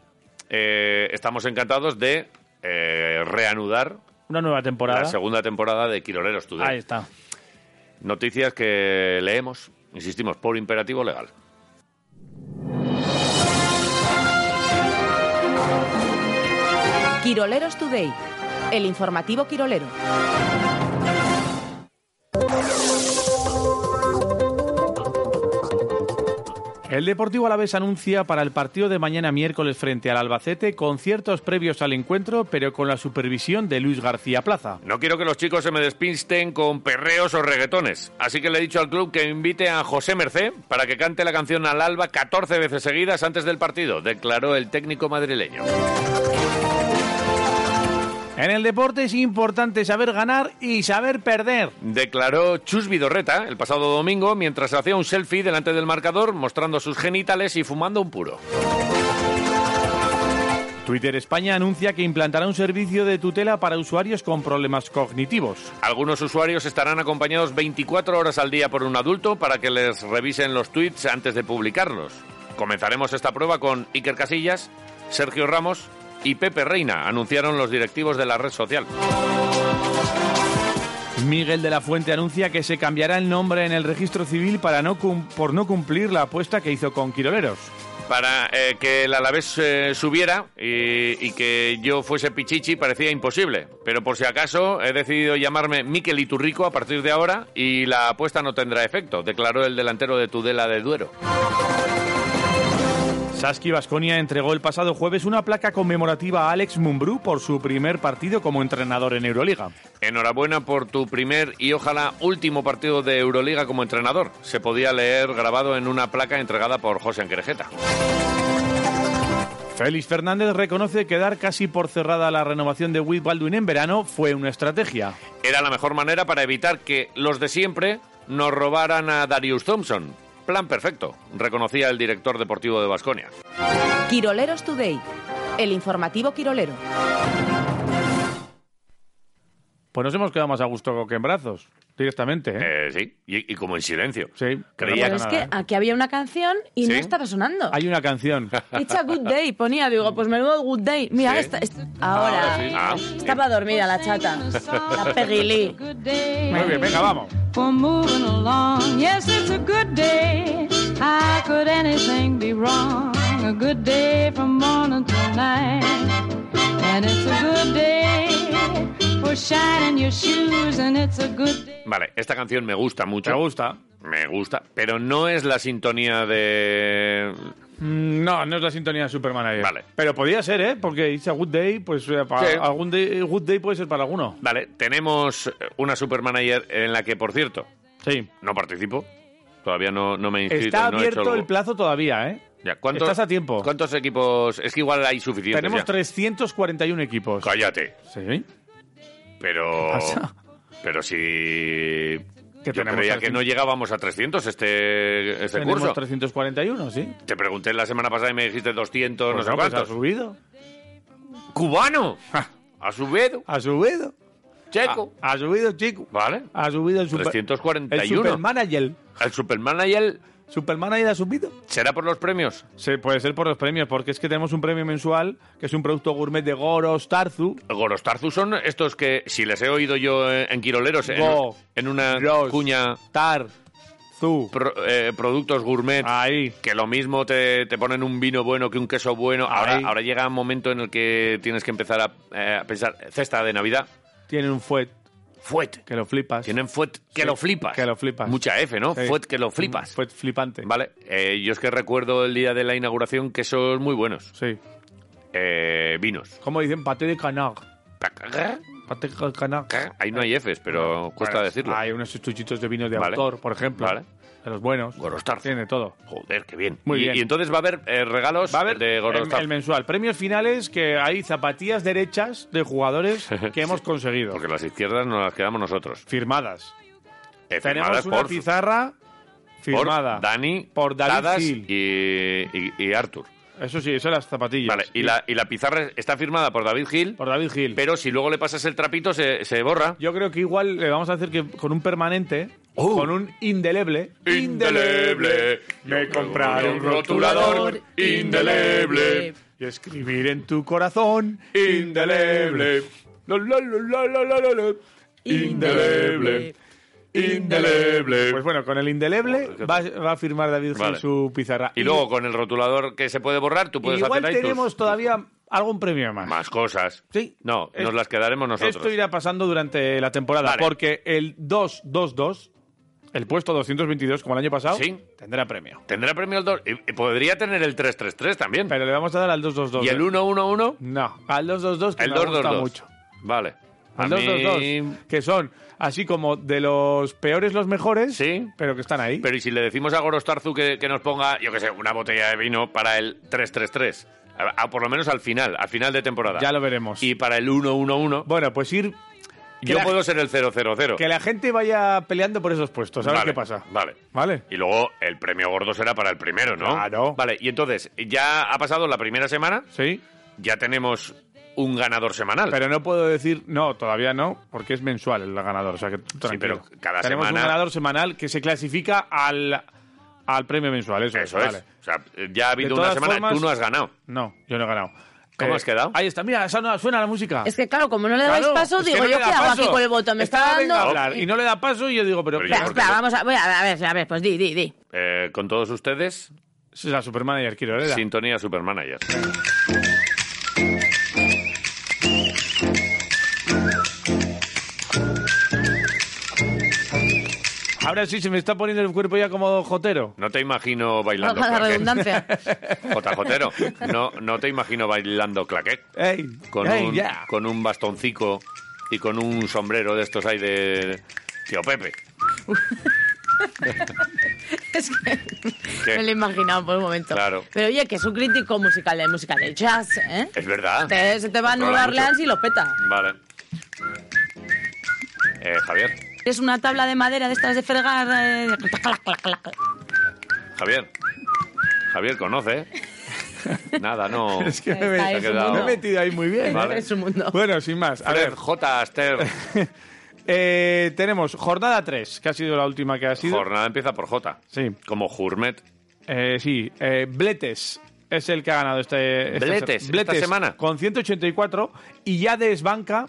eh, estamos encantados de eh, reanudar
Una nueva temporada.
la segunda temporada de Quiroleros Today.
Ahí está.
Noticias que leemos, insistimos, por imperativo legal.
Quiroleros Today, el informativo Quirolero.
El Deportivo Alavés anuncia para el partido de mañana miércoles frente al Albacete conciertos previos al encuentro, pero con la supervisión de Luis García Plaza.
No quiero que los chicos se me despisten con perreos o reggaetones, así que le he dicho al club que invite a José Mercé para que cante la canción al alba 14 veces seguidas antes del partido, declaró el técnico madrileño.
En el deporte es importante saber ganar y saber perder.
Declaró Chus Vidorreta el pasado domingo mientras hacía un selfie delante del marcador mostrando sus genitales y fumando un puro.
Twitter España anuncia que implantará un servicio de tutela para usuarios con problemas cognitivos.
Algunos usuarios estarán acompañados 24 horas al día por un adulto para que les revisen los tweets antes de publicarlos. Comenzaremos esta prueba con Iker Casillas, Sergio Ramos y Pepe Reina, anunciaron los directivos de la red social.
Miguel de la Fuente anuncia que se cambiará el nombre en el registro civil para no cum- por no cumplir la apuesta que hizo con Quiroleros.
para eh, que el Alavés eh, subiera y, y que yo fuese Pichichi parecía imposible. Pero por si acaso he decidido llamarme Miquel Iturrico a partir de ahora y la apuesta no tendrá efecto, declaró el delantero de Tudela de Duero.
Saski Basconia entregó el pasado jueves una placa conmemorativa a Alex Mumbrú por su primer partido como entrenador en Euroliga.
Enhorabuena por tu primer y ojalá último partido de Euroliga como entrenador. Se podía leer grabado en una placa entregada por José Anquerejeta.
Félix Fernández reconoce que dar casi por cerrada la renovación de Will Baldwin en verano fue una estrategia.
Era la mejor manera para evitar que los de siempre nos robaran a Darius Thompson. Plan perfecto, reconocía el director deportivo de Vasconia.
Quiroleros Today, el informativo Quirolero.
Pues nos hemos quedado más a gusto que en brazos, directamente.
¿eh? sí, y, y como en silencio.
Sí,
Creía
Pero es que aquí había una canción y no
¿Sí?
estaba
*laughs*
sonando.
¿eh? Hay una canción.
*laughs* It's a good day, ponía, digo, pues menudo good day. Mira,
Sí.
esta- esta- ahora
Ah,
estaba dormida la chata. La Peggy Lee.
Muy bien, venga, vamos.
for moving along. Yes, it's a good day. How could anything be wrong? A good day from morning till night. And it's a good day for shining your shoes. And it's a good day.
Vale, esta canción me gusta mucho.
Me gusta.
Me gusta, pero no es la sintonía de...
Mm, No, no es la sintonía de Superman Vale. Pero podía ser, ¿eh? Porque It's a Good Day, pues eh, para
Sí.
algún day- Good Day puede ser para alguno.
Vale, tenemos eh, una supermanager en la que, por cierto,
sí.
no participo. Todavía no, no me he inscrito.
Está
y no he hecho
abierto el plazo todavía, ¿eh?
Ya, ¿cuántos,
Estás a tiempo.
¿Cuántos equipos? Es que igual hay suficientes
Tenemos
ya.
341 equipos.
Cállate.
Sí.
Pero...
pasa?
Pero si...
Que
Yo
tenemos
creía que
300.
no llegábamos a 300 este, este
Tenemos
curso.
341, sí.
Te pregunté la semana pasada y me dijiste 200, no
Pues
sé
no, pues
cuántos.
ha subido.
¡Cubano! ¡Ha subido!
Ha subido.
Checo.
Ha, ha subido, chico.
Vale.
Ha subido el super...
341.
El supermanager.
¿El supermanager?
¿Supermanager ha subido?
¿Será por los premios?
Sí, puede ser por los premios, porque es que tenemos un premio mensual que es un producto gourmet de Goros Tarzu.
Goros Tarzu son estos que, si les he oído yo eh, en Quiroleros, en,
Go,
en una cuña... eh,
Tar, Zu.
productos gourmet. Que lo mismo te, te ponen un vino bueno que un queso bueno. Ahora,
Ahí.
ahora llega un momento en el que tienes que empezar a, eh, a pensar, cesta de Navidad.
Tienen un fuet.
Fuet.
Que lo flipas.
Tienen fuet. Que
Sí,
lo flipas.
que lo flipas.
Mucha ¿eh? F, ¿no?
Sí.
Fuet que lo flipas.
Fuet flipante.
Vale. Eh, yo es que recuerdo el día de la inauguración que son muy buenos.
Sí.
Eh, vinos.
Como dicen, paté de canard.
¿Qué?
Paté de canard.
Ahí no hay Fs, pero cuesta
Vale.
decirlo.
Hay unos estuchitos de vinos de
Vale.
autor, por ejemplo.
Vale.
De los buenos.
Gorostar.
Tiene todo.
Joder, qué bien.
Muy
y,
bien.
y entonces va a haber eh, regalos de
El,
Gorostar.
el mensual. Premios finales que hay zapatillas derechas de
*laughs*
jugadores que hemos conseguido.
Porque las izquierdas nos las quedamos nosotros.
Firmadas.
Eh,
Tenemos
firmadas
una
por,
pizarra firmada.
por Dani,
por David
Tadas
Gil.
y, y, y Arthur.
Eso sí, eso las zapatillas.
Vale, y la, y la pizarra está firmada por David Gil. Por
David Gil.
Pero si luego le pasas el trapito, se, se borra.
Yo creo que igual le vamos a hacer que con un permanente,
Oh.
con un indeleble.
Indeleble.
Me compraron
un rotulador.
Indeleble. Y escribir en tu corazón. Indeleble. La, la, la, la, la, la, la. Indeleble. Indeleble. Pues bueno, con el indeleble va, va a firmar David Gil
Pues Vale.
su pizarra.
Y luego con el rotulador que se puede borrar, tú puedes
Igual
hacer ahí tus-
tenemos todavía algún premio más.
más cosas.
Sí.
No,
Es-
nos las quedaremos nosotros.
Esto irá pasando durante la temporada,
Vale.
porque el 2-2-2, el puesto 222, como el año pasado,
Sí.
tendrá premio.
Tendrá premio el 2. Podría tener el 333 también.
Pero le vamos a dar al 222.
¿Y el 111?
No, al 222 que
El
¿eh? me ha gustado
222.
mucho.
Vale. A
Al
mí-
222, que son así como de los peores los mejores, pero que están ahí.
Pero ¿y si le decimos a Gorostarzu que, que nos ponga, yo qué sé, una botella de vino para el 333? A, a- por lo menos al final, al final de temporada.
Ya lo veremos.
Y para el 111.
Bueno, pues ir... que
Yo
la-
puedo ser el 000.
Que la gente vaya peleando por esos puestos, a ver
Vale,
qué pasa.
Vale.
Vale.
Y luego el premio gordo será para el primero, ¿no? Claro. Vale, y entonces, ya ha pasado la primera semana.
Sí.
Ya tenemos un ganador semanal.
Pero no puedo decir, no, todavía no, porque es mensual el ganador. O sea que tú tranquilo.
pero cada
Tenemos
semana-
un ganador semanal que se clasifica al, al premio mensual. Eso,
Eso
vale.
es. O sea, eh, ya ha habido
De
una
todas
semana. Tú
formas-
no has ganado.
No, yo no he ganado. Eh,
¿Cómo has quedado?
Ahí está, mira, esa no suena la música.
Es que claro, como no le dais
Claro,
paso,
es que
digo,
no
yo
le
qué
da
hago
paso.
aquí con el botón, me
Estaba
está
venga a
dando...
hablar y no le da paso y yo digo, pero...
Pero yo
Espera,
porque
espera,
no-
vamos a... voy a, a ver, a ver, pues di, di, di.
Eh, con todos ustedes,
Es la Supermanager Quirolera.
Sintonía Supermanager.
Ahora sí, se me está poniendo el cuerpo ya como jotero.
No te imagino bailando
Valga la
claquet. *laughs*
redundancia.
Jotajotero, no, no te imagino bailando claquet.
¡Ey!
Con,
ey,
un,
ya.
con un bastoncico y con un sombrero de estos ahí de... Tío Pepe.
*laughs* Es que
¿Qué?
me lo he imaginado por un momento.
Claro.
Pero oye, que es un crítico musical de música de jazz, ¿eh?
Es verdad.
Te- se te va a
Controla
Nueva
Ah. mucho.
Orleans y lo peta.
Vale. Eh, Javier,
Es una tabla de madera de estas de fregar. eh, clac, clac, clac, clac.
Javier. Javier, conoce. ¿eh? Nada, no.
Es que me,
Se
me
ha
he
quedado-
metido ahí muy bien.
Vale. Es
Bueno, sin más. A
Fred
ver,
J. Aster.
eh, tenemos jornada 3, que ha sido *laughs* la última que ha sido.
Jornada empieza por J.
Sí.
Como Jurmet.
Eh, sí, eh, Bletes es el que ha ganado este, esta,
Bletes,
se-
esta semana.
Con 184 y ya desbanca,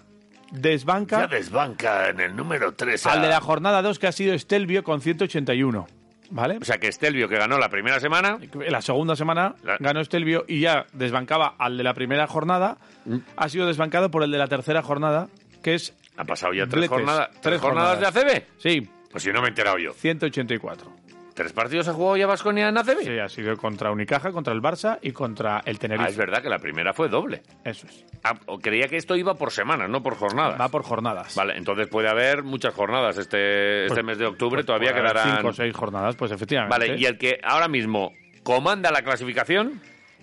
desbanca
Ya desbanca en el número 3.
al de la jornada 2 que ha sido Estelvio con 181. ¿Vale?
O sea que Estelvio, que ganó la primera semana,
La segunda semana ganó Estelvio y ya desbancaba al de la primera jornada.
Mm.
Ha sido desbancado por el de la tercera jornada, que es.
Ha pasado ya tres
Bletes.
jornadas. ¿Tres,
Tres
jornadas, de ACB?
Sí.
Pues si no me he enterado yo.
184.
¿Tres partidos ha jugado ya Vasconia en ACB?
Sí, ha sido contra Unicaja, contra el Barça y contra el Tenerife.
Ah, es verdad que la primera fue doble.
Eso es.
Ah, o creía que esto iba por semanas, no por jornadas.
Va por jornadas.
Vale, entonces puede haber muchas jornadas este, este
Pues-
mes de octubre,
pues
todavía
puede haber
quedarán...
Cinco o seis jornadas, pues efectivamente.
Vale, y el que ahora mismo comanda la clasificación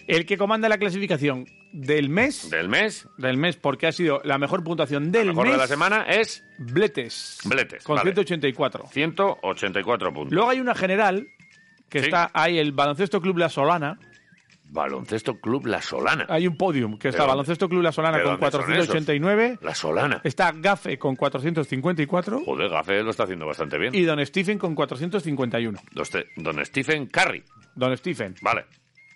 El que comanda la clasificación del mes.
¿Del mes?
Del mes, porque ha sido la mejor puntuación del
mejor de
mes.
la semana es...
Bletes.
Bletes,
Con
vale.
184.
184 puntos.
Luego hay una general, que
Sí.
está ahí el Baloncesto Club La Solana.
Baloncesto Club La Solana.
Hay un podium, que
¿De
está
dónde?
Baloncesto Club La Solana
¿De
con
dónde son
489.
La Solana.
Está Gafe con 454.
Joder, Gafe lo está haciendo bastante bien.
Y Don Stephen con 451.
Don Ste- Don Stephen Curry.
Don Stephen.
Vale.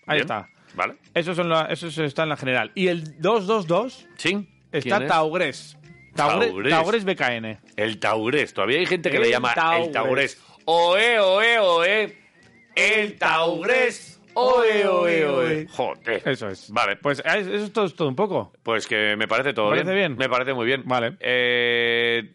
Ahí
Bien.
está.
Vale.
Eso, son la- eso se está en la general. Y el 222 está
¿Quién es?
Taugres. Taugre-
Taugres.
Taugres BKN.
El Taurés. Todavía hay gente que le
El
llama el
Taurés.
Taurés. Oe, oe, oe. El Taurés.
E.
Oe, oe, oe. Joder.
Eso es.
Vale.
Pues eh, eso es todo, es todo un poco.
Pues que me parece todo
¿Te parece bien?
Me parece muy bien.
Vale.
Eh,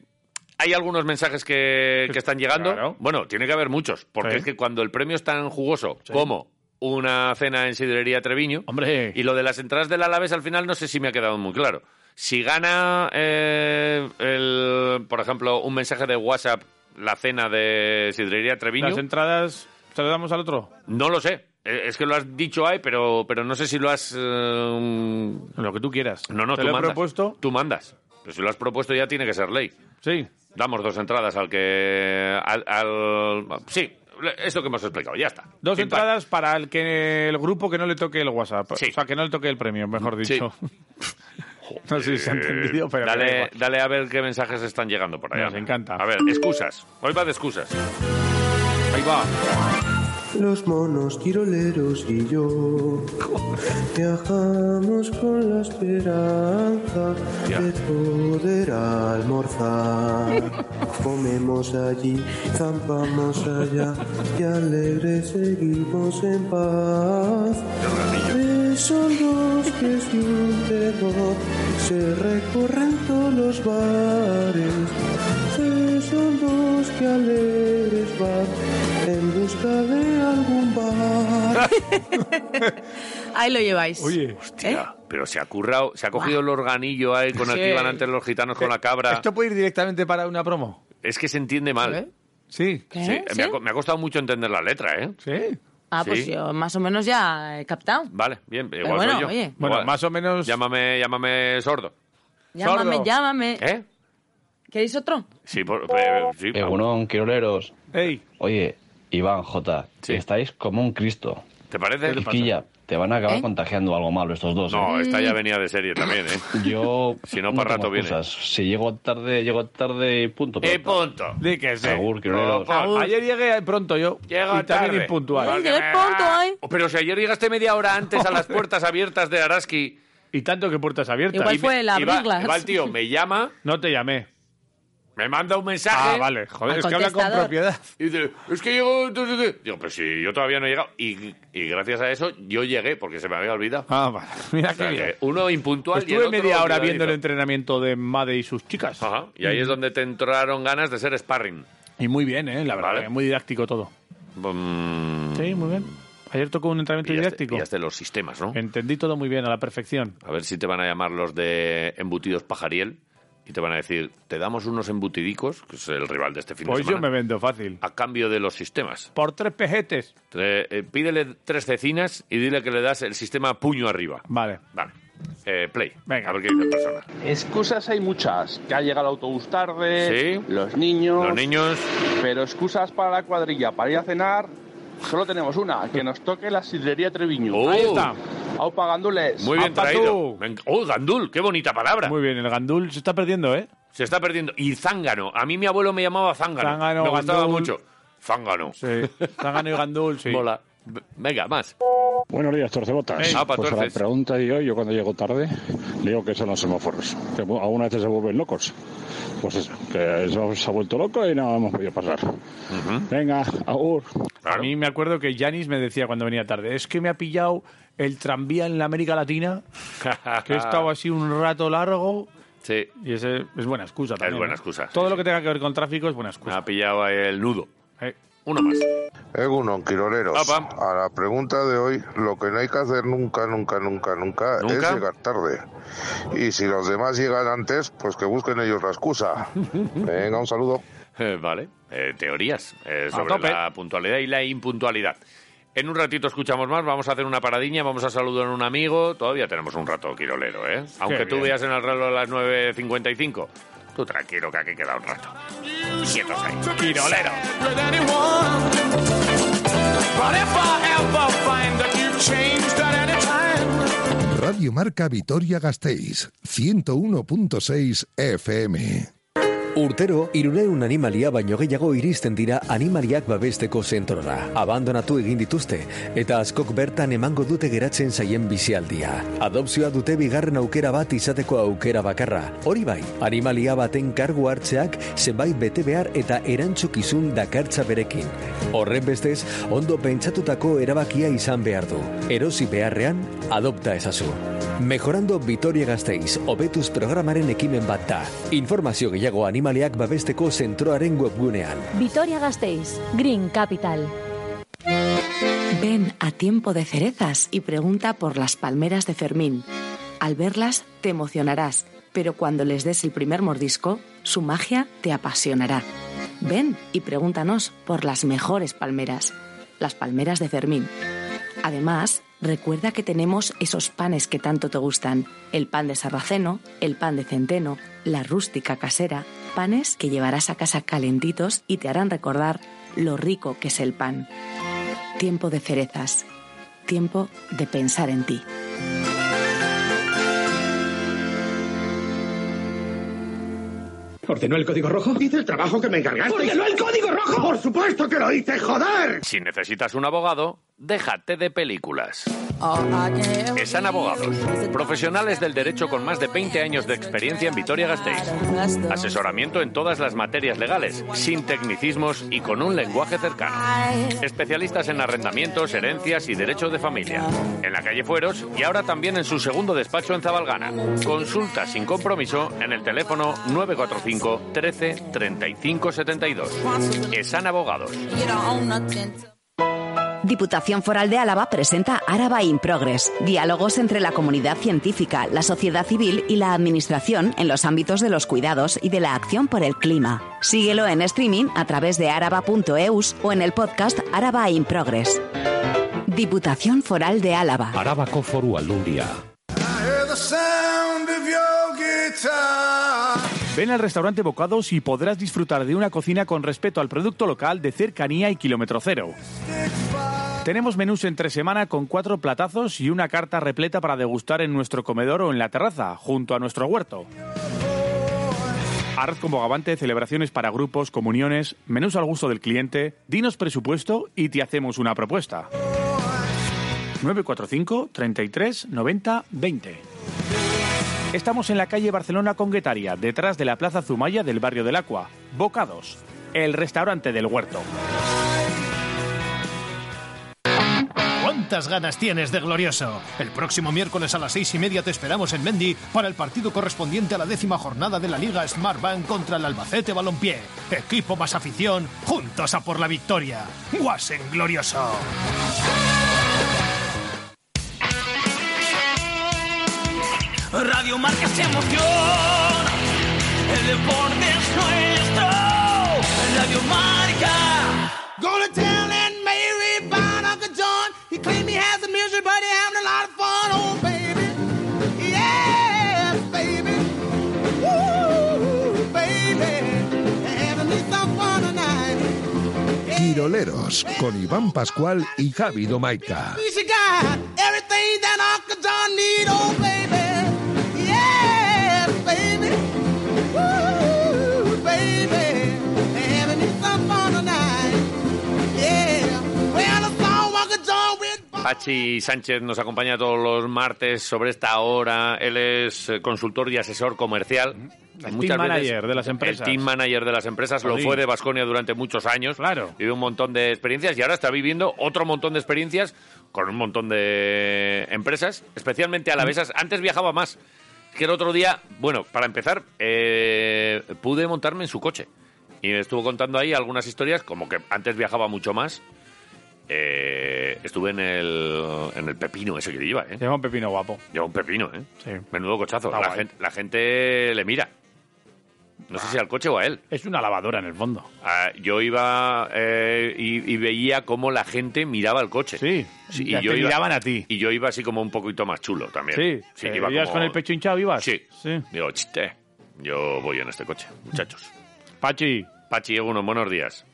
hay algunos mensajes que, que están llegando.
Claro.
Bueno, tiene que haber muchos, porque
Sí.
es que cuando el premio es tan jugoso como una cena en Sidrería Treviño,
Hombre.
y lo de las entradas del Alavés al final no sé si me ha quedado muy claro. Si gana, eh, el, por ejemplo, un mensaje de WhatsApp la cena de Sidrería Treviño,
Las entradas, ¿se las damos al otro?
no lo sé. Eh, Es que lo has dicho ahí, pero, pero no sé si lo has... lo
que tú quieras.
No, no,
Te
tú
lo he
mandas.
propuesto.
Tú mandas. Pero si lo has propuesto ya tiene que ser ley.
Sí.
Damos dos entradas al que... Al, al- sí, le- es lo que hemos explicado, ya está.
Dos
Pim, pam.
entradas para el que el grupo que no le toque el WhatsApp. O sea, que no le toque el premio, mejor
*laughs*
dicho. no sé si se ha entendido, pero. me da
Eh, Dale,
igual.
dale a ver qué mensajes están llegando por allá.
Nos encanta.
A ver, excusas. Hoy va de excusas.
Ahí va.
Los monos quiroleros y yo viajamos con la esperanza de poder almorzar. Comemos allí, zampamos allá y alegres seguimos en paz. Son bosques y un dedo se recorren todos los bares. Son dos que alegres van en busca de algún bar.
Ahí lo lleváis.
Oye.
hostia.
Pero se ha currado, se ha cogido el organillo ahí con el
Sí.
que iban antes los gitanos con la cabra.
¿Esto puede ir directamente para una promo?
Es que se entiende mal.
¿Eh? Sí.
Sí, Me, ha, co- me ha costado mucho entender la letra, ¿eh?
Sí.
Ah, pues
Sí.
yo más o menos ya he captado.
Vale, bien, igual
bueno,
soy yo.
oye.
Bueno, más o menos.
Llámame, llámame sordo.
Llámame,
Sordo.
llámame.
¿Eh?
¿Queréis otro?
Sí, *laughs* por, eh, sí,
Egunon, quiroleros. Oye, Iván J, estáis como un Cristo.
¿Te parece? ¿Qué te pasa?
Quilla, te van a acabar
¿Eh?
contagiando algo malo estos dos.
No,
¿eh?
esta ya venía de serie también, ¿eh?
*laughs* Yo
Si no, para
tengo
rato viene.
excusas. Si llego tarde, llego tarde y punto.
Y Eh, punto.
Di que sí.
Agur, quiroleros.
Ayer llegué pronto yo.
Llego
y también
tarde.
impuntual.
Porque me da- Pero si ayer llegaste media hora antes a las puertas abiertas de Araski.
Y tanto que puertas abiertas.
Y me- y va- y va el tío, me llama
No te llamé.
Me manda un mensaje.
Ah, vale. Joder, Al es que habla con contestador. propiedad.
Y dice, es que llegó. entonces, eh". Digo, pues si yo todavía no he llegado. Y, y gracias a eso yo llegué, porque se me había olvidado.
Ah,
*laughs*
vale. Mira
O sea,
qué bien.
que Uno impuntual y el
Estuve
otro
media hora
olvidadizo.
viendo el entrenamiento de Made y sus chicas.
Ajá. Y ahí es donde te entraron ganas de ser sparring.
Y muy bien, ¿eh? La verdad,
Vale. Mm.
que muy didáctico todo. Sí, muy bien. Ayer tocó un entrenamiento
Pillaste,
didáctico.
pillaste los sistemas, ¿no?
Entendí todo muy bien, a la perfección.
A ver si te van a llamar los de embutidos pajariel y te van a decir, te damos unos embutidicos, que es el rival de este fin de
Pues yo
semana,
me vendo fácil.
a cambio de los sistemas.
Por tres pejetes.
Tre- eh, pídele tres cecinas y dile que le das el sistema puño arriba.
Vale.
Vale. Eh, play. Venga. A ver qué dice la persona.
Excusas hay muchas, que ha llegado el autobús tarde,
Sí.
los niños,
Los niños.
pero excusas para la cuadrilla, para ir a cenar, solo tenemos una, que nos toque la sidrería Treviño.
Oh. Ahí está.
Au pagándoles.
Muy bien traído. Me enc- Oh, gandul, qué bonita palabra.
Muy bien, el gandul se está perdiendo, ¿eh?
Se está perdiendo. Y zángano. A mí mi abuelo me llamaba zángano.
Zángano,
me gustaba
gandul.
mucho. Zángano.
Eh,
Sí. Zángano y gandul, sí.
Mola. V- Venga, más.
Buenos días, torcebotas.
Eh, ah, pa'
pues a la
torces.
pregunta de hoy, yo cuando llego tarde, le digo que son los semáforos, que mu- algunas veces se vuelven locos. Pues eso, que eso se ha vuelto loco y no hemos podido pasar. Venga, agur.
A mí me acuerdo que Yanis me decía cuando venía tarde, es que me ha pillado el tranvía en la América Latina, que he estado así un rato largo.
Sí.
Y ese es buena excusa también.
buena
¿eh?
excusa,
Todo lo que tenga que ver con tráfico es buena excusa.
Ha pillado el nudo. eh, Uno más.
Egunon, Quiroleros. A la pregunta de hoy, lo que no hay que hacer nunca, nunca, nunca, nunca,
¿Nunca?
es llegar tarde. Y si los demás llegan antes, pues que busquen ellos la
*laughs*
excusa. Venga, un saludo.
Eh, vale. Eh, teorías eh, sobre
tope.
la puntualidad y la impuntualidad. En un ratito escuchamos más, vamos a hacer una paradiña, vamos a saludar a un amigo. Todavía tenemos un rato quirolero, ¿eh? Aunque tú
bien.
veas en el reloj a las 9.55. Tú tranquilo, que aquí queda un rato. Quietos ahí.
Quirolero.
with anyone. But if I ever find that you've changed at any time,
Radio Marca Vitoria Gasteiz, 101.6 FM.
Urtero, iruneun animalia baino gehiago iristen dira animaliak babesteko zentrora. Abandonatu egin dituzte, eta askok bertan emango dute geratzen zaien bizialdia. Adopzioa dute bigarren aukera bat izateko aukera bakarra. Hori bai, animalia baten kargu hartzeak zenbait bete behar eta erantzukizun dakartza berekin. Horren bestez, ondo pentsatutako erabakia izan behar du. Erosi beharrean, adopta ezazu. Mejorando Vitoria Gasteiz, hobetuz programaren ekimen bat da. Informazio gehiago animaliak babesteko zentroaren webgunean.
Vitoria Gasteiz, Green Capital.
Ven a tiempo de cerezas y pregunta por las palmeras de Fermín. Al verlas te emocionarás, pero cuando les des el primer mordisco, su magia te apasionará. Ven y pregúntanos por las mejores palmeras, las palmeras de Fermín. Además, recuerda que tenemos esos panes que tanto te gustan, el pan de sarraceno, el pan de centeno, la rústica casera, panes que llevarás a casa calentitos y te harán recordar lo rico que es el pan. Tiempo de cerezas. Tiempo de pensar en ti.
¿Ordenó el código rojo? Hice el trabajo que me encargaste.
¡Ordenó el
código rojo! ¡Por supuesto que lo hice, joder!
Si necesitas un abogado, déjate de películas. Esan Abogados, profesionales del derecho con más de 20 años de experiencia en Vitoria-Gasteiz. Asesoramiento en todas las materias legales, sin tecnicismos y con un lenguaje cercano. Especialistas en arrendamientos, herencias y derecho de familia. En la calle Fueros y ahora también en su segundo despacho en Zabalgana. Consulta sin compromiso en el teléfono 945 13 35 72. Esan Abogados.
Diputación Foral de Álava presenta Araba in Progress, diálogos entre la comunidad científica, la sociedad civil y la administración en los ámbitos de los cuidados y de la acción por el clima. Síguelo en streaming a través de araba.eus o en el podcast Araba in Progress. Diputación Foral de Álava.
Arabako foru aldundia.
Ven al restaurante Bocados y podrás disfrutar de una cocina con respeto al producto local de cercanía y kilómetro cero. Tenemos menús entre semana con cuatro platazos y una carta repleta para degustar en nuestro comedor o en la terraza, junto a nuestro huerto. Arroz con bogavante, celebraciones para grupos, comuniones, menús al gusto del cliente, dinos presupuesto y te hacemos una propuesta. 945 33 90 20
Estamos en la calle Barcelona con Guetaria, detrás de la Plaza Zumaya del barrio del Acua. Bocados, el restaurante del huerto.
¿Cuántas ganas tienes de glorioso? El próximo miércoles a las seis y media te esperamos en Mendy para el partido correspondiente a la décima jornada de la Liga Smartbank contra el Albacete Balompié. Equipo más afición, juntos a por la victoria. Guasen glorioso.
Radio Marca se emociona. El deporte es nuestro. Radio Marca. Gonna tell that Mary about Uncle John. He claimed he has the music, but he having a lot of fun. Oh, baby. Yes, baby. Woo, baby. Having me some fun tonight.
Quiroleros con Iván Pascual y Javi Domaica.
We should got everything that Uncle John need, oh baby. Yes, baby. Woo, baby. Having me some fun tonight. Yeah. Well, I saw Uncle John with
Pachi Sánchez nos acompaña todos los martes sobre esta hora. Él es eh, consultor y asesor comercial. Y
team
muchas
manager de las empresas.
El team manager de las empresas lo
Jolín.
fue de Vasconia durante muchos años. Claro. Vivió un montón de experiencias y ahora está viviendo otro montón de experiencias con un montón de empresas, especialmente alavesas. Antes viajaba más. Es Que el otro día, bueno, para empezar, eh, pude montarme en su coche. Y me estuvo contando ahí algunas historias, como que antes viajaba mucho más. Eh, estuve en el, en el pepino ese que lleva, ¿eh?
Lleva un pepino guapo.
Lleva un pepino, ¿eh?
Sí.
Menudo cochazo.
Está
La
guay. Ah.
gente, la gente le mira. No sé si al coche o a él.
Es una lavadora en el fondo.
Ah, yo iba eh, y, y veía cómo la gente miraba al coche. Sí,
ya te miraban a ti.
Y yo iba así como un poquito más chulo también.
Sí,
que
¿te
iba
ibas
como-
con el pecho hinchado ibas?
Sí.
Sí.
Digo, chiste, yo voy en este coche, muchachos. Pachi. Pachi, unos buenos días.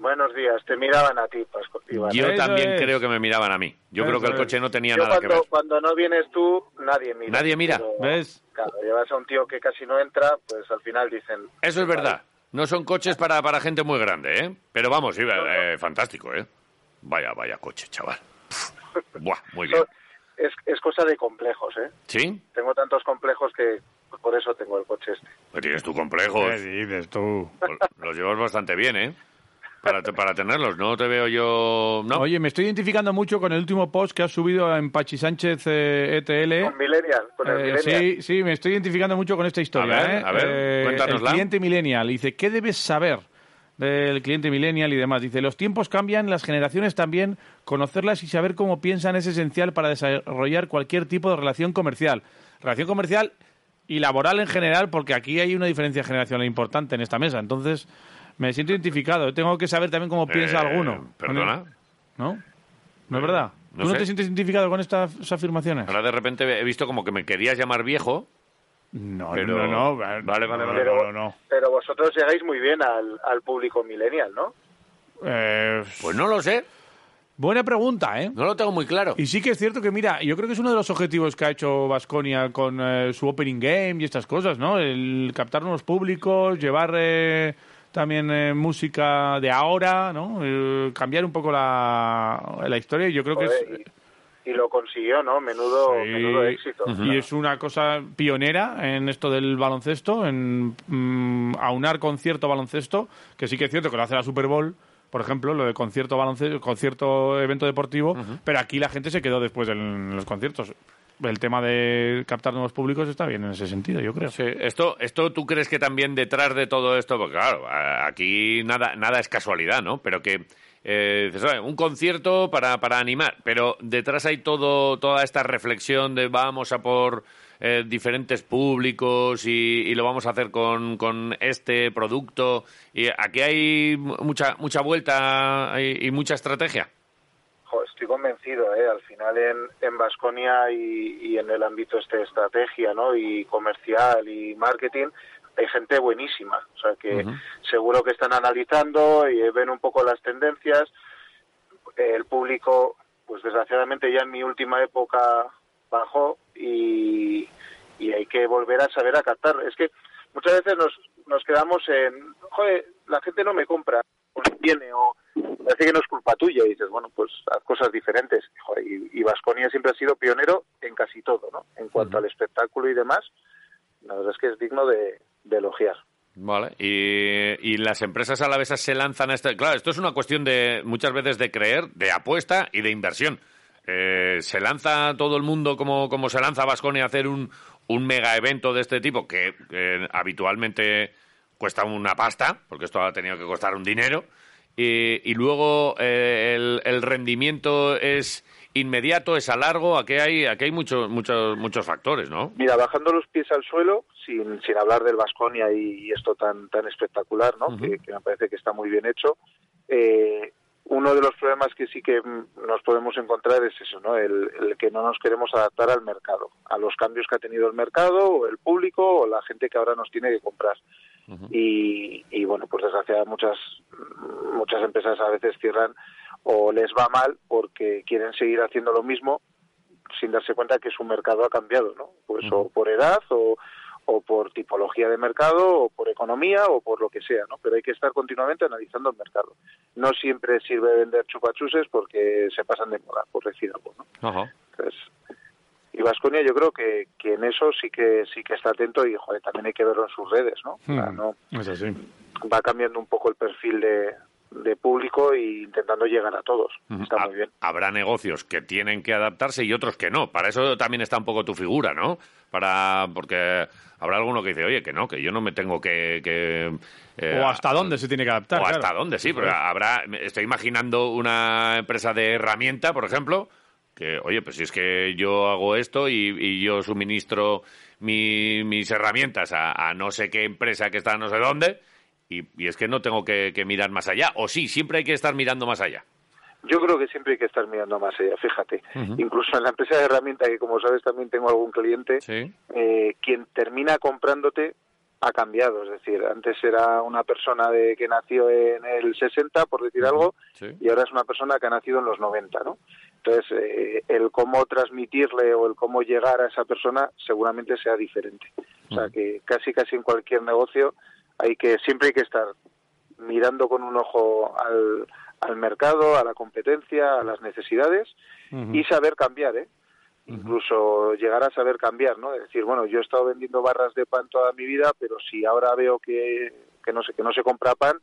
Buenos días, te miraban a ti, Pascu- Iván.
Yo también creo que me miraban a mí. Yo creo
Eso
que el
es.
coche no tenía
Yo
nada que
cuando,
ver.
cuando no vienes tú, nadie mira.
Nadie mira,
Pero,
¿ves?
Claro, llevas a un tío que casi no entra, pues al final dicen,
Eso es verdad. No son coches para, para gente muy grande, ¿eh? Pero vamos, iba, eh, fantástico, ¿eh? Vaya, vaya coche,
*laughs*
chaval. Pff, Buah, muy bien.
es, es cosa de complejos, ¿eh?
¿Sí?
Tengo tantos complejos que por eso tengo el coche este.
Que Pues Tienes tu complejo. Pues
¿Qué dices tú?
Los llevas bastante bien, ¿eh? Para, te- para tenerlos, no te veo yo... No.
Oye, me estoy identificando mucho con el último post que has subido en Pachi Sánchez eh, ETL.
Con Millennial, con el
Eh,
Millennial.
sí, sí, me estoy identificando mucho con esta historia.
A ver,
¿eh?
a ver,
Eh,
cuéntanosla.
El cliente millennial dice, ¿qué debes saber del cliente millennial y demás? Dice, los tiempos cambian, las generaciones también, conocerlas y saber cómo piensan es esencial para desarrollar cualquier tipo de relación comercial. Relación comercial y laboral en general, porque aquí hay una diferencia generacional importante en esta mesa. Entonces, me siento identificado. Tengo que saber también cómo piensa
Eh,
alguno.
Perdona.
¿No? ¿No es verdad?
no
¿Tú no
sé.
te sientes identificado con estas afirmaciones?
Ahora de repente he visto como que me querías llamar viejo. No,
no, no,
Vale, vale, vale.
pero, pero vosotros llegáis muy bien al, al público Millennial, ¿no?
pues no lo sé.
Eh, Buena pregunta, ¿eh?
No lo tengo muy claro.
Y sí que es cierto que, mira, yo creo que es uno de los objetivos que ha hecho Vasconia con eh, su opening game y estas cosas, ¿no? El captar nuevos públicos, llevar eh, también eh, música de ahora, ¿no? Eh, cambiar un poco la, la historia. y Yo creo que es,
Joder, y, y lo consiguió, ¿no? Menudo, menudo éxito.
y
Claro.
es una cosa pionera en esto del baloncesto, en mm, aunar concierto a baloncesto, que sí que es cierto que lo hace la Super Bowl, por ejemplo, lo de concierto baloncesto, concierto evento deportivo, pero aquí la gente se quedó después en los conciertos. El tema de captar nuevos públicos está bien en ese sentido, yo creo.
Sí, esto, esto tú crees que también detrás de todo esto, porque claro, a- aquí nada, nada es casualidad, ¿no? Pero que eh, dices, "Oye, un concierto para, para animar, pero detrás hay todo, toda esta reflexión de vamos a por eh, diferentes públicos y, y lo vamos a hacer con, con este producto. Y aquí hay mucha, mucha vuelta y, y mucha estrategia.
Jo, estoy convencido, ¿eh? Al final en, en Vasconia y, y en el ámbito este de estrategia, ¿no? Y comercial y marketing hay gente buenísima, o sea que seguro que están analizando y eh, ven un poco las tendencias. El público, pues desgraciadamente ya en mi última época bajó y, y hay que volver a saber a captar. Es que muchas veces nos, nos quedamos en, joder, la gente no me compra, o no tiene, o parece que no es culpa tuya, y dices, bueno, pues haz cosas diferentes. Joder, y Vasconia siempre ha sido pionero en casi todo, ¿no? En cuanto al espectáculo y demás, La verdad es que es digno de, de elogiar.
Vale, y, y las empresas alavesas se lanzan a esta... Claro, esto es una cuestión de muchas veces de creer, de apuesta y de inversión. Eh, se lanza todo el mundo como, como se lanza Vasconia a hacer un, un mega evento de este tipo que eh, habitualmente cuesta una pasta, porque esto ha tenido que costar un dinero, y, y luego eh, el, el rendimiento es inmediato, es a largo, aquí hay, aquí hay muchos, muchos, muchos factores, ¿no?
Mira, bajando los pies al suelo, sin, sin hablar del Vasconia y, y esto tan, tan espectacular, ¿no?
Ujú.
que, que me parece que está muy bien hecho, eh, uno de los problemas que sí que mm, nos podemos encontrar es eso, ¿no? El, el que no nos queremos adaptar al mercado, a los cambios que ha tenido el mercado, o el público, o la gente que ahora nos tiene que comprar. y, y, bueno, pues desgraciadamente muchas, muchas empresas a veces cierran o les va mal porque quieren seguir haciendo lo mismo sin darse cuenta que su mercado ha cambiado, ¿no? Pues o por edad o, o por tipología de mercado o por economía o por lo que sea, ¿no? Pero hay que estar continuamente analizando el mercado. No siempre sirve vender chupachuses porque se pasan de moda, por decir algo, ¿no?
Ajá.
Entonces, y Vasconia yo creo que, que en eso sí que sí que está atento y joder, también hay que verlo en sus redes, ¿no? no.
Hmm. Es así.
Va cambiando un poco el perfil de, de público e intentando llegar a todos. Está muy bien.
Habrá negocios que tienen que adaptarse y otros que no. Para eso también está un poco tu figura, ¿no? Para porque habrá alguno que dice, oye, que no, que yo no me tengo que... que, eh,
o hasta dónde se tiene que adaptar.
o hasta
claro.
dónde, sí, pero habrá, me estoy imaginando una empresa de herramienta, por ejemplo, que, oye, pues si es que yo hago esto y, y yo suministro mi- mis herramientas a, a no sé qué empresa que está no sé dónde, y, y es que no tengo que, que mirar más allá, o sí, siempre hay que estar mirando más allá.
Yo creo que siempre hay que estar mirando más allá, fíjate.
Ujú.
Incluso en la empresa de herramienta, que como sabes también tengo algún cliente, eh, quien termina comprándote ha cambiado. Es decir, antes era una persona de que nació en el 60, por decir algo, y ahora es una persona que ha nacido en los 90, ¿no? Entonces, eh, el cómo transmitirle o el cómo llegar a esa persona seguramente sea diferente. O sea, que casi casi en cualquier negocio hay que siempre hay que estar mirando con un ojo al, al mercado, a la competencia, a las necesidades y saber cambiar, ¿eh? Incluso llegar a saber cambiar, ¿no? Es decir, bueno, yo he estado vendiendo barras de pan toda mi vida, pero si ahora veo que, que no, se, que no se compra pan,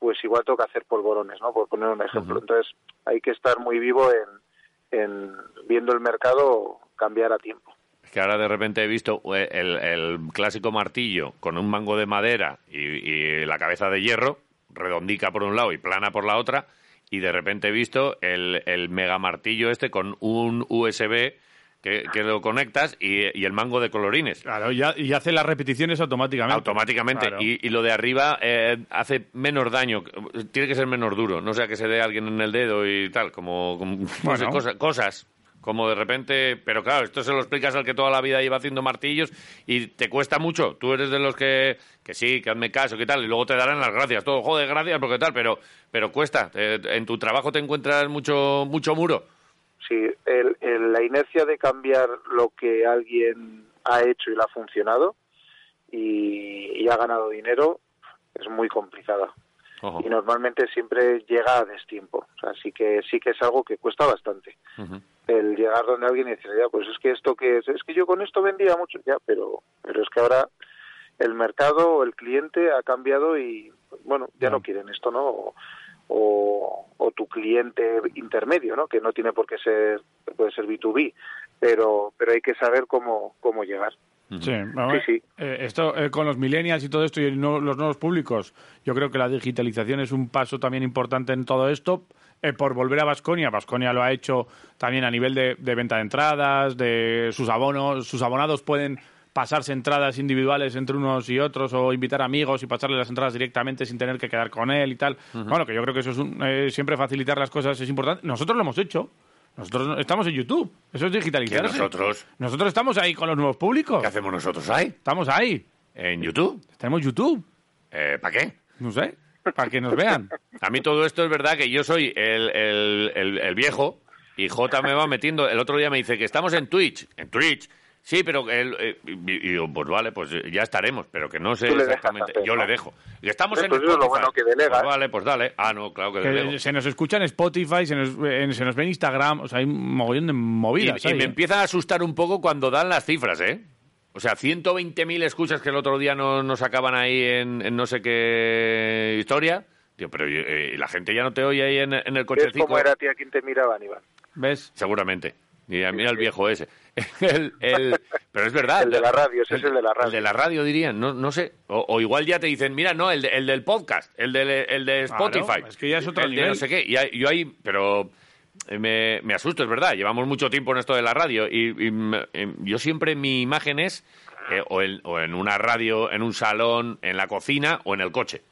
pues igual tengo que hacer polvorones, ¿no? Por poner un ejemplo. Entonces, hay que estar muy vivo en, en viendo el mercado cambiar a tiempo.
Es que ahora de repente he visto eh, el, el clásico martillo con un mango de madera y, y la cabeza de hierro, redondica por un lado y plana por la otra, y de repente he visto el, el mega martillo este con un USB que, que lo conectas y, y el mango de colorines.
Claro, y, ha- y hace las repeticiones automáticamente.
Automáticamente.
Claro.
Y, y lo de arriba eh, hace menos daño, tiene que ser menos duro, no sea que se dé alguien en el dedo y tal, como, como- no sé,
Bueno.
cosa- cosas. Como de repente, pero claro, esto se lo explicas al que toda la vida lleva haciendo martillos y te cuesta mucho. Tú eres de los que, que sí, que hazme caso, que tal, y luego te darán las gracias. Todo, joder, gracias, porque tal, pero, pero cuesta. Eh, en tu trabajo te encuentras mucho, mucho muro.
Sí, el- el- la inercia de cambiar lo que alguien ha hecho y le ha funcionado y, y ha ganado dinero es muy complicada.
Ojo.
Y normalmente siempre llega a destiempo. O sea, sí que, sí que es algo que cuesta bastante.
Ujú.
El llegar donde alguien y decir, ya, pues es que esto que es, es que yo con esto vendía mucho, ya, pero, pero es que ahora el mercado o el cliente ha cambiado y, bueno, ya no quieren esto, ¿no? O- o, o tu cliente intermedio, ¿no? Que no tiene por qué ser, puede ser B2B, pero, pero hay que saber cómo, cómo llegar.
Sí, vamos, eh, esto eh, con los millennials y todo esto y el no- los nuevos públicos, yo creo que la digitalización es un paso también importante en todo esto. eh, por volver a Vasconia, Vasconia lo ha hecho también a nivel de, de venta de entradas, de sus abonos, sus abonados pueden pasarse entradas individuales entre unos y otros o invitar amigos y pasarle las entradas directamente sin tener que quedar con él y tal. Bueno, que yo creo que eso es un, eh, siempre facilitar las cosas es importante. Nosotros lo hemos hecho. Nosotros no- estamos en YouTube. Eso es digitalizar.
¿Quién nosotros?
Nosotros estamos ahí con los nuevos públicos. ¿Qué
hacemos nosotros ahí?
Estamos ahí.
¿En YouTube?
Tenemos YouTube.
¿Para qué?
No sé. Para que nos vean.
A mí todo esto es verdad que yo soy el, el- el- el viejo y J me va metiendo. El otro día me dice que estamos en Twitch. En Twitch. Sí, pero el- eh, y, y digo, pues vale, pues ya estaremos, pero que no sé
Tú le dejas
exactamente.
hacer,
Yo
¿no?
le dejo. Y estamos
Pues
en
eso es lo
Spotify.
bueno que delegas.
Pues vale, *laughs* pues dale. Ah, no, claro que
Que
delego.
se nos escucha en Spotify, se nos, en- se nos ve en Instagram. O sea, hay un mogollón de
Y,
movidas.
y
ahí,
me
¿eh?
empieza a asustar un poco cuando dan las cifras, ¿eh? O O sea, 120.000 escuchas que el otro día no- nos sacaban ahí en, en no sé qué historia. Tío, pero eh, la gente ya no te oye ahí en, en el
¿Ves
cochecito.
cómo era a ti a quien te miraban, Iván?
¿Ves? Seguramente. Y a- mira el viejo ese. *laughs* El- el- pero es verdad.
El de la radio, ese es el de la radio.
El de la radio dirían, no, no sé. O, o igual ya te dicen, mira, no, el, de- el del podcast, el de, el de
Claro,
Spotify.
es que ya es otro
el de
nivel.
no sé qué. Y ahí- yo ahí, pero eh, me, me asusto, es verdad. Llevamos mucho tiempo en esto de la radio y, y me- em, yo siempre mi imagen es eh, o, en, o en una radio, en un salón, en la cocina o en el coche.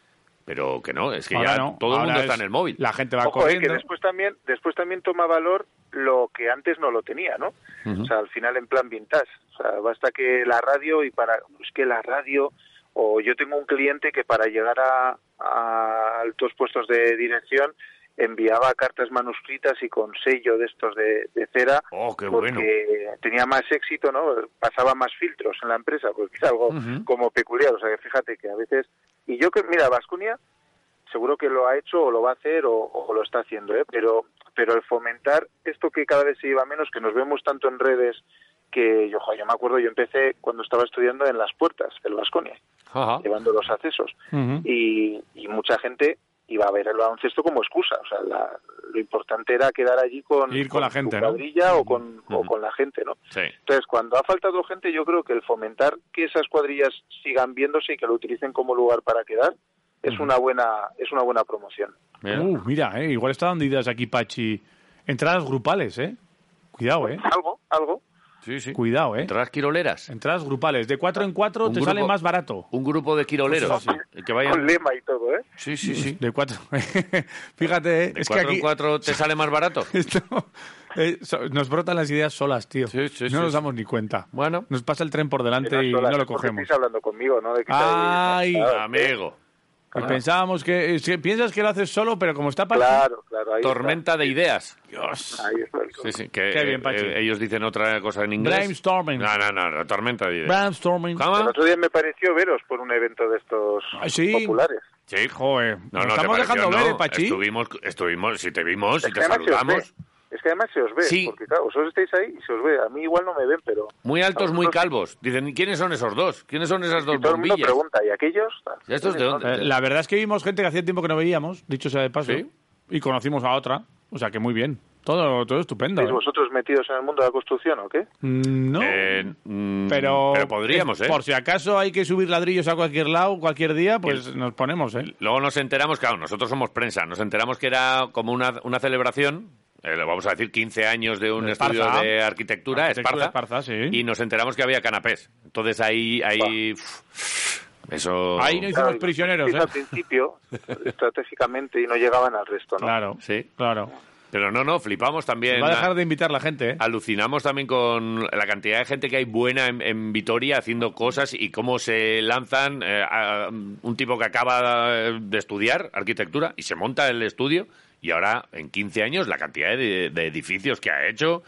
Pero que no, es que
Ahora
ya
no,
todo el
ahora
mundo está
es-
en el móvil.
La gente va
Ojo, eh, que después también, después también toma valor lo que antes no lo tenía, ¿no?
Ujú.
O sea, al final en plan vintage. O sea, basta que la radio y para... Es que la radio... O yo tengo un cliente que para llegar a, a altos puestos de dirección enviaba cartas manuscritas y con sello de estos de, de cera
Oh, qué bueno.
porque tenía más éxito, ¿no? Pasaba más filtros en la empresa, porque es algo
Ujú.
como peculiar. O sea, que fíjate que a veces... Y yo que, mira, Vascunia seguro que lo ha hecho o lo va a hacer o, o lo está haciendo, ¿eh? Pero, pero el fomentar esto que cada vez se lleva menos, que nos vemos tanto en redes, que yo, jo, yo me acuerdo, yo empecé cuando estaba estudiando en las puertas del Vasconia,
Ah.
Ajá.
llevando los accesos. Mm-hmm. Y, y mucha gente iba a ver el baloncesto como excusa. O sea, la- lo importante era quedar allí con,
Ir con la
tu
gente, ¿no?
cuadrilla o, con, o con la gente, ¿no?
Sí.
Entonces, cuando ha faltado gente, yo creo que el fomentar que esas cuadrillas sigan viéndose y que lo utilicen como lugar para quedar es una buena es una buena promoción.
Mira, uh, mira eh, igual está dando ideas aquí Pachi. Entradas grupales, ¿eh? Cuidado, ¿eh?
Algo, algo.
Sí, sí.
Cuidado, ¿eh?
Entradas quiroleras.
Entradas grupales. De cuatro en cuatro
Un
te
grupo-
sale más barato.
Un grupo de quiroleros.
Cosas así.
Que vayan...
Con lema y todo, ¿eh?
Sí, sí, sí.
De cuatro. *laughs* Fíjate, ¿eh?
¿De
es
cuatro
que aquí
en cuatro te sale más barato?
*laughs* eh, so- nos brotan las ideas solas, tío. no
sí,
nos
sí.
damos ni cuenta.
Bueno.
Nos pasa el tren por delante y
Solas,
no lo
porque
cogemos.
Estáis hablando conmigo, ¿no? De que
Ay,
estáis-
amigo.
Que Pensábamos que, es que Piensas que lo haces solo, pero como está Pachi...
Claro, claro. Ahí
Tormenta de ideas.
Dios.
Ahí está el
Sí, sí, que
Qué bien,
eh,
Pachi.
eh, ellos dicen otra cosa en inglés.
Brainstorming.
No, no, no, no, tormenta de ideas.
Brainstorming.
El otro día me pareció veros por un evento de estos
sí.
populares.
Sí,
joder.
No,
Nos
no, te
estamos
pareció,
dejando ver,
no.
¿eh, Pachi?
Estuvimos, estuvimos, si te vimos, si
Es que
te
además se os ve.
saludamos.
Es que además se os ve, porque claro, vosotros estáis ahí y se os ve. A mí igual no me ven, pero...
Muy altos,
a
muy
vosotros-
calvos. Dicen, ¿quiénes son esos dos? ¿Quiénes son esas dos
Todo el mundo
bombillas?
pregunta, ¿y aquellos?
¿Y estos de dónde?
Eh, la verdad es que vimos gente que hacía tiempo que no veíamos, dicho sea de paso.
Sí.
Y conocimos a otra. O sea que muy bien. Todo, todo estupendo.
¿Estáis
¿eh?
vosotros metidos en el mundo de la construcción o qué?
Mm, No.
Eh, mm,
pero,
pero podríamos,
es-
¿eh?
Por si acaso hay que subir ladrillos a cualquier lado, cualquier día, pues nos ponemos, ¿eh?
Luego nos enteramos, claro, nosotros somos prensa, nos enteramos que era como una, una celebración, eh, lo vamos a decir, 15 años de un
Esparza.
estudio de arquitectura,
Arquitectura
Esparza,
Esparza, sí.
y nos enteramos que había canapés. Entonces ahí, ahí, pf, eso...
Ahí no hicimos prisioneros,
Al
¿eh?
principio, estratégicamente, y no llegaban al resto, ¿no?
Claro,
Sí,
claro.
pero no, no, flipamos también.
Va a dejar de invitar la gente, ¿eh?
Alucinamos también con la cantidad de gente que hay buena en, en Vitoria haciendo cosas y cómo se lanzan eh, a- un tipo que acaba eh, de estudiar arquitectura y se monta el estudio y ahora en 15 años la cantidad de, de edificios que ha hecho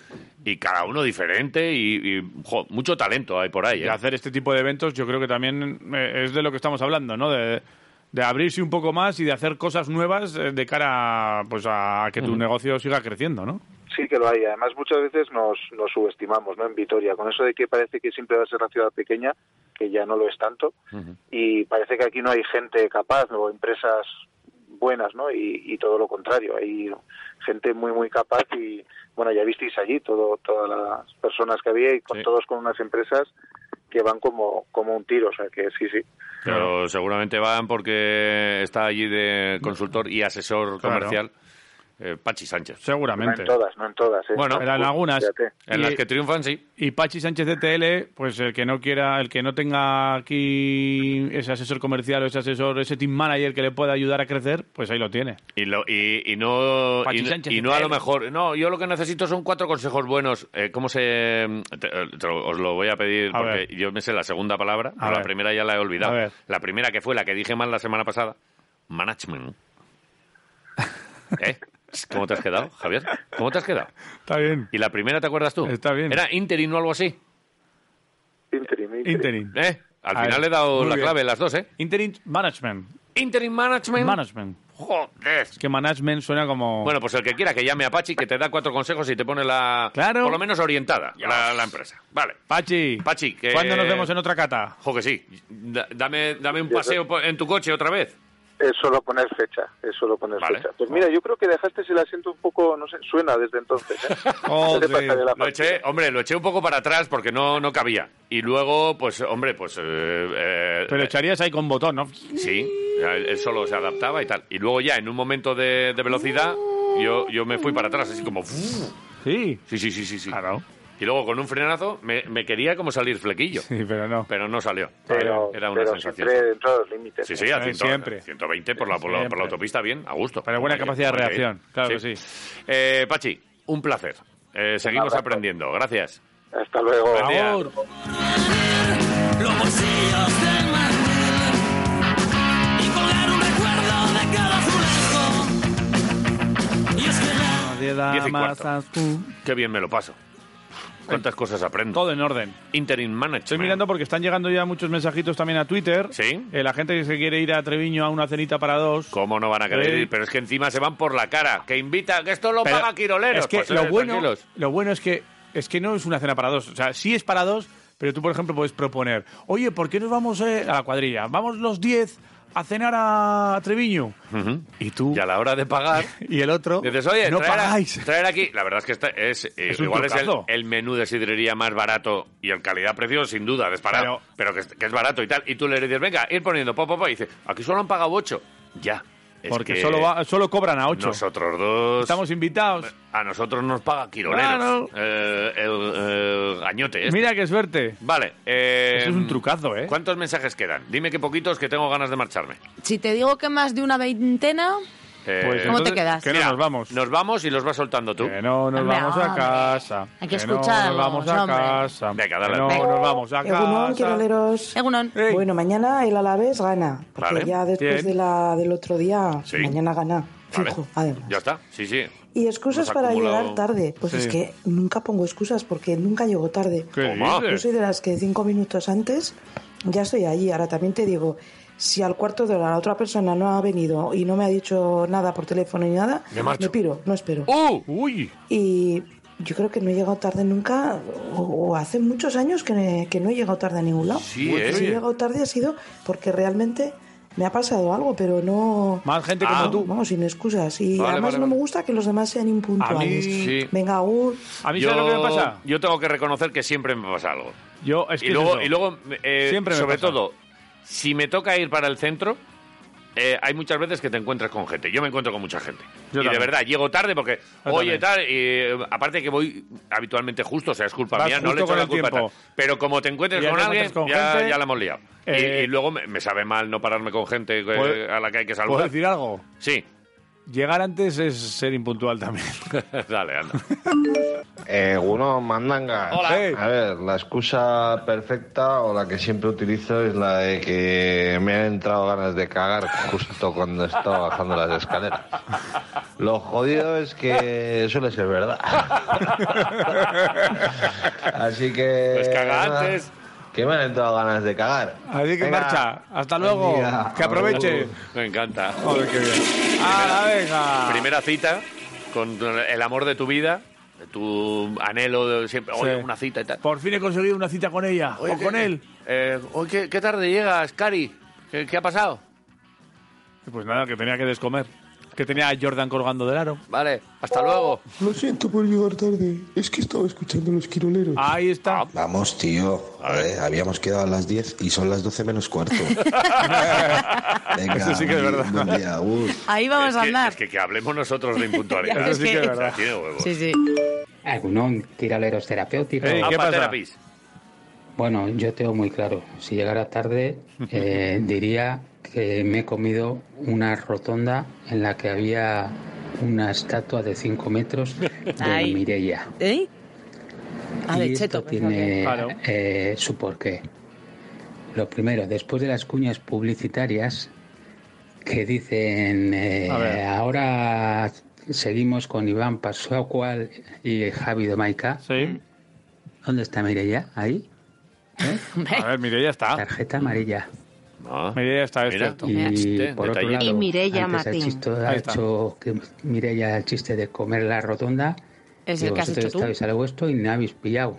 y cada uno diferente y, y, jo, mucho talento hay por ahí. ¿eh?
de hacer este tipo de eventos, yo creo que también eh, es de lo que estamos hablando, ¿no? De, de abrirse un poco más y de hacer cosas nuevas eh, de cara pues a que tu negocio siga creciendo, ¿no?
Sí que lo hay. Además, muchas veces nos, nos subestimamos, ¿no? En Vitoria, con eso de que parece que siempre va a ser la ciudad pequeña, que ya no lo es tanto, y parece que aquí no hay gente capaz o empresas buenas, ¿no? Y, y todo lo contrario, hay gente muy, muy capaz y, bueno, ya visteis allí todo, todas las personas que había y con todos con unas empresas que van como, como un tiro, o sea que sí, sí.
Pero seguramente van porque está allí de consultor y asesor
Claro.
comercial eh, Pachi Sánchez.
Seguramente.
No en todas, no en todas. ¿eh?
Bueno, uh, pues,
Pero en algunas.
Fíjate.
En
Y-
las que triunfan, sí.
Y Pachi Sánchez DTL, pues el que no quiera, el que no tenga aquí ese asesor comercial o ese asesor, ese team manager que le pueda ayudar a crecer, pues ahí lo tiene.
Y, lo, y, y no,
Pachi
y, no-
Sánchez,
y no a
claro.
lo mejor. No, yo lo que necesito son cuatro consejos buenos. Eh, ¿Cómo se.? te- eh, te lo- os lo voy a pedir
A
porque
ver.
yo me sé la segunda palabra, pero la
ver.
primera ya la he
A
olvidado.
ver.
La primera que fue la que dije mal la semana pasada:
*laughs*
management. ¿Eh? ¿Cómo te has quedado, Javier? ¿Cómo te has quedado?
Está bien.
¿Y la primera te acuerdas tú?
Está bien.
¿Era interino o algo así?
Interim, interim.
Interim.
¿Eh? Al
A
final
ver,
he dado
muy
la
bien.
clave, las dos, ¿eh?
Interim management.
Interim management.
Management.
Joder.
Es que management suena como...
Bueno, pues el que quiera que llame a Pachi, que te da cuatro consejos y te pone la.
Claro.
Por lo menos orientada la, la empresa. Vale.
Pachi,
Pachi, que.
¿cuándo nos vemos en otra cata?
Jo, que sí. Da- dame, dame un paseo po- en tu coche otra vez.
Es solo *laughs* poner fecha, es solo poner
Vale.
fecha. Pues mira, yo creo que dejaste el asiento un poco, no sé, suena desde entonces. ¿eh? No te pasaré la
Lo eché, hombre, lo eché un poco para atrás porque no, no cabía. Y luego, pues, hombre, pues. eh, eh,
Pero echarías ahí con botón, ¿no?
Sí, eh, él él solo se adaptaba y tal. Y luego ya, en un momento de, de velocidad, yo, yo me fui para atrás, así como...
Sí.
Sí, sí, sí, sí. Claro. Y luego con un frenazo me, me quería como salir flequillo.
Sí, pero no.
Pero no salió.
Pero-
era una
pero
sensación.
siempre dentro de los límites.
Sí, sí, a
Eh,
100,
siempre.
120 por la, por, la, por la
Siempre.
autopista, bien, a gusto.
Pero buena
Como hay que-
capacidad de
como hay que ir.
reacción, claro que
Eh, Pachi, un placer. Eh, seguimos
abrazo.
aprendiendo. Gracias.
Hasta luego.
Buen día.
Los bolsillos del marfil y colgar un recuerdo de cada azulejo. Y es que la-
Diez y cuarto. Qué bien me lo paso. ¿Cuántas cosas aprendo?
Todo en orden.
Interim management.
Estoy mirando porque están llegando ya muchos mensajitos también a Twitter.
Sí.
Eh, la gente que se quiere ir a Treviño a una cenita para dos.
¿Cómo no van a querer
Sí.
ir? Pero es que encima se van por la cara. Que invita, que esto lo
Pero
paga Quiroleros.
Es que
Pues,
lo,
eh,
bueno,
tranquilos.
lo bueno es que es que no es una cena para dos. O sea, sí es para dos, pero tú, por ejemplo, puedes proponer, oye, ¿por qué nos vamos eh, a la cuadrilla? Vamos los 10 a cenar a Treviño. Y tú. Y
a la hora de pagar.
*laughs* y el otro.
Dices, oye,
no
traer, a-
pagáis.
traer aquí. La verdad es que esta es, eh,
Es un
igual es el,
trucazo.
el menú de sidrería más barato y el calidad-precio, sin duda, disparado. Pero, que, es, que es barato y tal. Y tú le dices, venga, ir poniendo po, po, po. Y dice, aquí solo han pagado ocho. Ya. Es
Porque
que
solo, va- solo cobran a 8.
Nosotros dos.
Estamos invitados.
A nosotros nos paga
Claro.
Quiroleros. Eh, el, eh, gañote. este.
Mira qué suerte.
Vale. eh,
Eso es un trucazo, ¿eh?
¿Cuántos mensajes quedan? Dime que poquitos que tengo ganas de marcharme.
Si te digo que más de una veintena,
Eh,
¿Cómo te entonces, quedas? que no
nos vamos. Nos vamos y los vas soltando tú. Que
no nos
Hombre, vamos a hombre.
casa.
Hay que Que no nos escucharlos, vamos a hombre.
casa.
Venga, dale.
Que no nos vamos a
Egunon, quiroleros. Bueno, mañana el Alavés gana. Porque
Vale.
ya después
Bien.
de la, del otro día,
Sí.
mañana gana.
Vale.
Fijo, además.
Ya está. Sí, sí.
Y excusas
Hemos
para
acumulado-
llegar tarde. Pues
Sí.
es que nunca pongo excusas porque nunca llego tarde.
¿Qué Toma. dices?
Yo soy de las que cinco minutos antes ya estoy allí. Ahora también te digo, si al cuarto de hora la otra persona no ha venido y no me ha dicho nada por teléfono ni nada,
Me marcho. ¡Oh!
piro, no espero.
¡Uy!
Y yo creo que no he llegado tarde nunca, o, o hace muchos años que, que no he llegado tarde a ningún lado.
Sí,
Pues
¿eh?
Si he llegado tarde ha sido porque realmente me ha pasado algo, pero no...
Más gente
como
tú. Vamos, sin excusas. Y
Vale,
además
vale,
no
vale.
me gusta que los demás sean impuntuales.
A mí- Sí.
Venga, agur.
A mí, ¿sabes lo que me pasa?
Yo tengo que reconocer que siempre me pasa algo.
Yo, es que
y
es
luego,
eso.
y luego eh,
Siempre me
sobre
pasa.
todo, si me toca ir para el centro, eh, hay muchas veces que te encuentras con gente. Yo me encuentro con mucha gente.
Yo
y de
también.
verdad, llego tarde porque,
Yo
oye,
también.
tal, y, eh, aparte que voy habitualmente justo, o sea, es culpa
Vas
mía, no
justo
le echo
con
la
el
culpa. a
tiempo.
tal. Pero como te encuentres
Ya
con
te
alguien,
encuentras con
ya,
gente.
ya la hemos liado. Y-
Eh,
y, luego me, me sabe mal no pararme con gente eh,
¿Puedo-
a la que hay que
¿Puedo
saludar.
decir algo?
Sí.
Llegar antes es ser impuntual
*laughs*
también.
*laughs* Dale, anda.
Eh, uno mandanga.
Hola.
A ver, la excusa perfecta o la que siempre utilizo es la de que me han entrado ganas de cagar justo cuando estaba bajando las escaleras. Lo jodido es que suele
*laughs*
ser verdad. Así que.
Pues caga
nada,
antes.
Que me han entrado ganas de cagar.
Así que
Venga,
marcha. Hasta
buen
luego.
día.
Que aproveche.
*laughs* Me encanta.
Joder, qué bien. ¡Hala, venga!
Primera cita con el amor de tu vida, de tu anhelo de siempre. Oye,
Sí.
una cita y tal.
Por fin he conseguido una cita con ella.
Oye,
o
¿qué-
con él.
eh, oye, ¿qué, qué tarde llegas, Cari? ¿Qué, qué ha pasado?
Pues nada, que tenía que descomer. Que tenía a Jordan colgando del aro.
Vale, hasta luego.
Lo siento por llegar tarde. Es que estaba escuchando los quiroleros.
Ahí está.
Vamos, tío. A ver, habíamos quedado a las 10 y son las 12 menos cuarto. Venga,
Eso sí que es
buen-
verdad.
buen día, agur.
ahí vamos
Es
a
que-
andar.
Es que, que hablemos nosotros de impuntualidad.
*laughs* Ya, es que-
O sea, tiene huevos.
Sí, sí.
Agunón, tiraleros terapéuticos.
Apa Therapist.
Bueno, yo tengo muy claro. Si llegara tarde, eh, diría que me he comido una rotonda en la que había una estatua de 5 metros de
Ay.
Mireia.
¿Eh? Ah, de
y
cheto.
esto tiene
Claro.
eh, su porqué. Lo primero, después de las cuñas publicitarias que dicen eh,
A ver.
ahora seguimos con Iván Pascual y Javi de Maica. ¿Dónde está Mireia? ¿Ahí? ¿Eh?
A ver, mire, ya está.
Tarjeta amarilla.
Mireia está, es
Ah, mira. Este,
cierto.
Y por otro lado,
Y Mireia
antes el
Martín.
chiste
Ahí
ha
está.
hecho que Mireia el chiste de comer la rotonda.
Es
y
el que has
vosotros
hecho tú.
estabais al vuestro y no habéis pillado.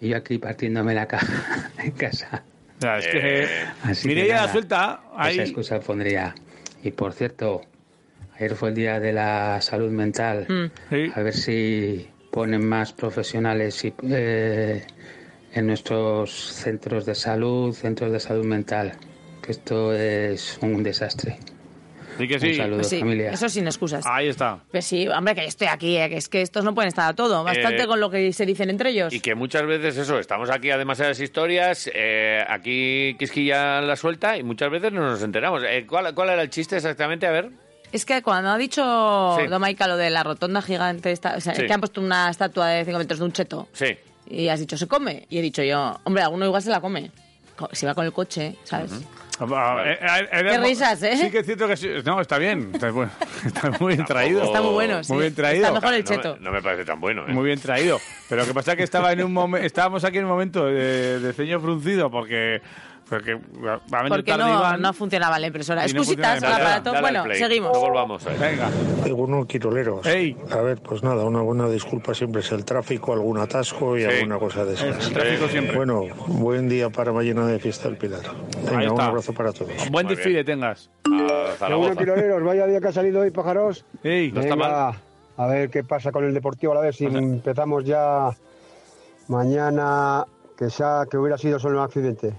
Y yo aquí partiéndome la caja *laughs* en casa. Eh,
Ya, es que,
Así que
Mireia,
nada,
suelta. Ahí.
Esa excusa pondría. Y por cierto, ayer fue el día de la salud mental.
Mm.
A ver si ponen más profesionales y, eh, en nuestros centros de salud, centros de salud mental. Que esto es un desastre.
Sí que
sí. Un saludo,
Pues sí,
familia.
Eso sin excusas.
Ahí está.
Pues sí, hombre, que yo estoy aquí, eh, que es que estos no pueden estar a todo. Bastante
Eh,
con lo que se dicen entre ellos.
Y que muchas veces eso, estamos aquí a demasiadas historias, eh, aquí Quisquilla la suelta y muchas veces no nos enteramos. Eh, ¿cuál, cuál era el chiste exactamente? A ver.
Es que cuando ha dicho
Sí.
Don Maica lo de la rotonda gigante, esta, o sea,
Sí.
que han puesto una estatua de 5 metros de un cheto,
Sí.
y has dicho, ¿se come? Y he dicho yo, hombre, alguno igual se la come. Co- Si va con el coche, ¿sabes?
Ah, eh, eh, era-
Qué risas, ¿eh?
Sí que es cierto que sí. No, está bien. Está, bu- *laughs* está muy bien traído.
Tampoco- Está muy bueno, sí.
Muy bien
Está
traído.
mejor el No me- cheto. no me parece tan bueno, ¿eh?
Muy bien traído. Pero lo que pasa es que estaba en un momen- estábamos aquí en un momento de, de ceño fruncido porque... Porque, va a venir
Porque
tarde
no,
Iván.
no funcionaba la impresora.
Y no funciona
Excusitas,
la impresora.
aparato.
Dale al
Bueno,
play.
seguimos.
No volvamos a él. Venga.
Algunos quiroleros. A ver, pues nada, una buena disculpa siempre es el tráfico, algún atasco y alguna cosa de esas.
El tráfico siempre.
Bueno, buen día para mañana de fiesta del Pilar.
Ahí
Venga, un
está.
abrazo para todos.
Buen desfile tengas.
Seguro, tiroleros, vaya día que ha salido hoy, pájaros.
no está
Venga,
mal.
A ver qué pasa con el Deportivo a la vez. Si empezamos ya mañana, que ya que hubiera sido solo un accidente.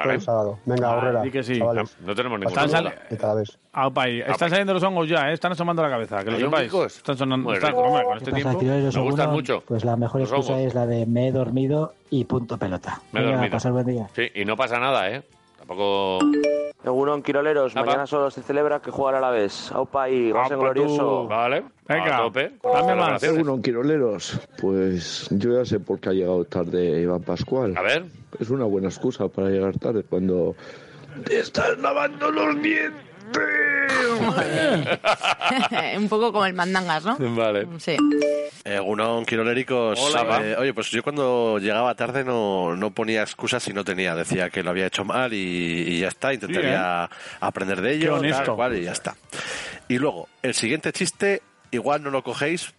Todo el sábado. Venga,
Ay,
horrera.
Ah, di que sí.
chavales.
No tenemos ningún
Están, sal-
problema.
Aupa ahí. Están saliendo los hongos ya, ¿eh? Están asomando la cabeza, que lo
¿Hay
sepáis.
hongos?
Están sonando.
Muy
están-
rico.
hombre, con
¿Qué
este
pasa,
tiempo...
Quiroleros? Me gustan
Alguno,
mucho.
Pues la mejor
Los
excusa
hongos.
es la de me he dormido y punto pelota.
Me he
Venga,
dormido.
pasar buen día.
Sí, y no pasa nada, ¿eh? Tampoco...
Seguro, Quiroleros,
Apa.
mañana solo se celebra que jugará a la vez. Aupa y
Aupa
goce
tú.
glorioso.
Vale.
Venga,
A tope.
Seguro, quiroleros. Pues yo ya sé por qué ha llegado tarde Iván Pascual.
A ver.
Es una buena excusa para llegar tarde cuando te estás lavando los dientes.
*laughs* Un poco como el mandangas, *laughs* ¿no?
Vale.
Sí.
Egunon, quiroléricos.
Hola, Iván.
Eh, oye, pues yo cuando llegaba tarde no, no ponía excusas y no tenía. Decía que lo había hecho mal y, y ya está. Intentaría
¿eh?
aprender de ello.
honesto.
Tal cual, y ya está. Y luego, el siguiente chiste, igual no lo cogéis,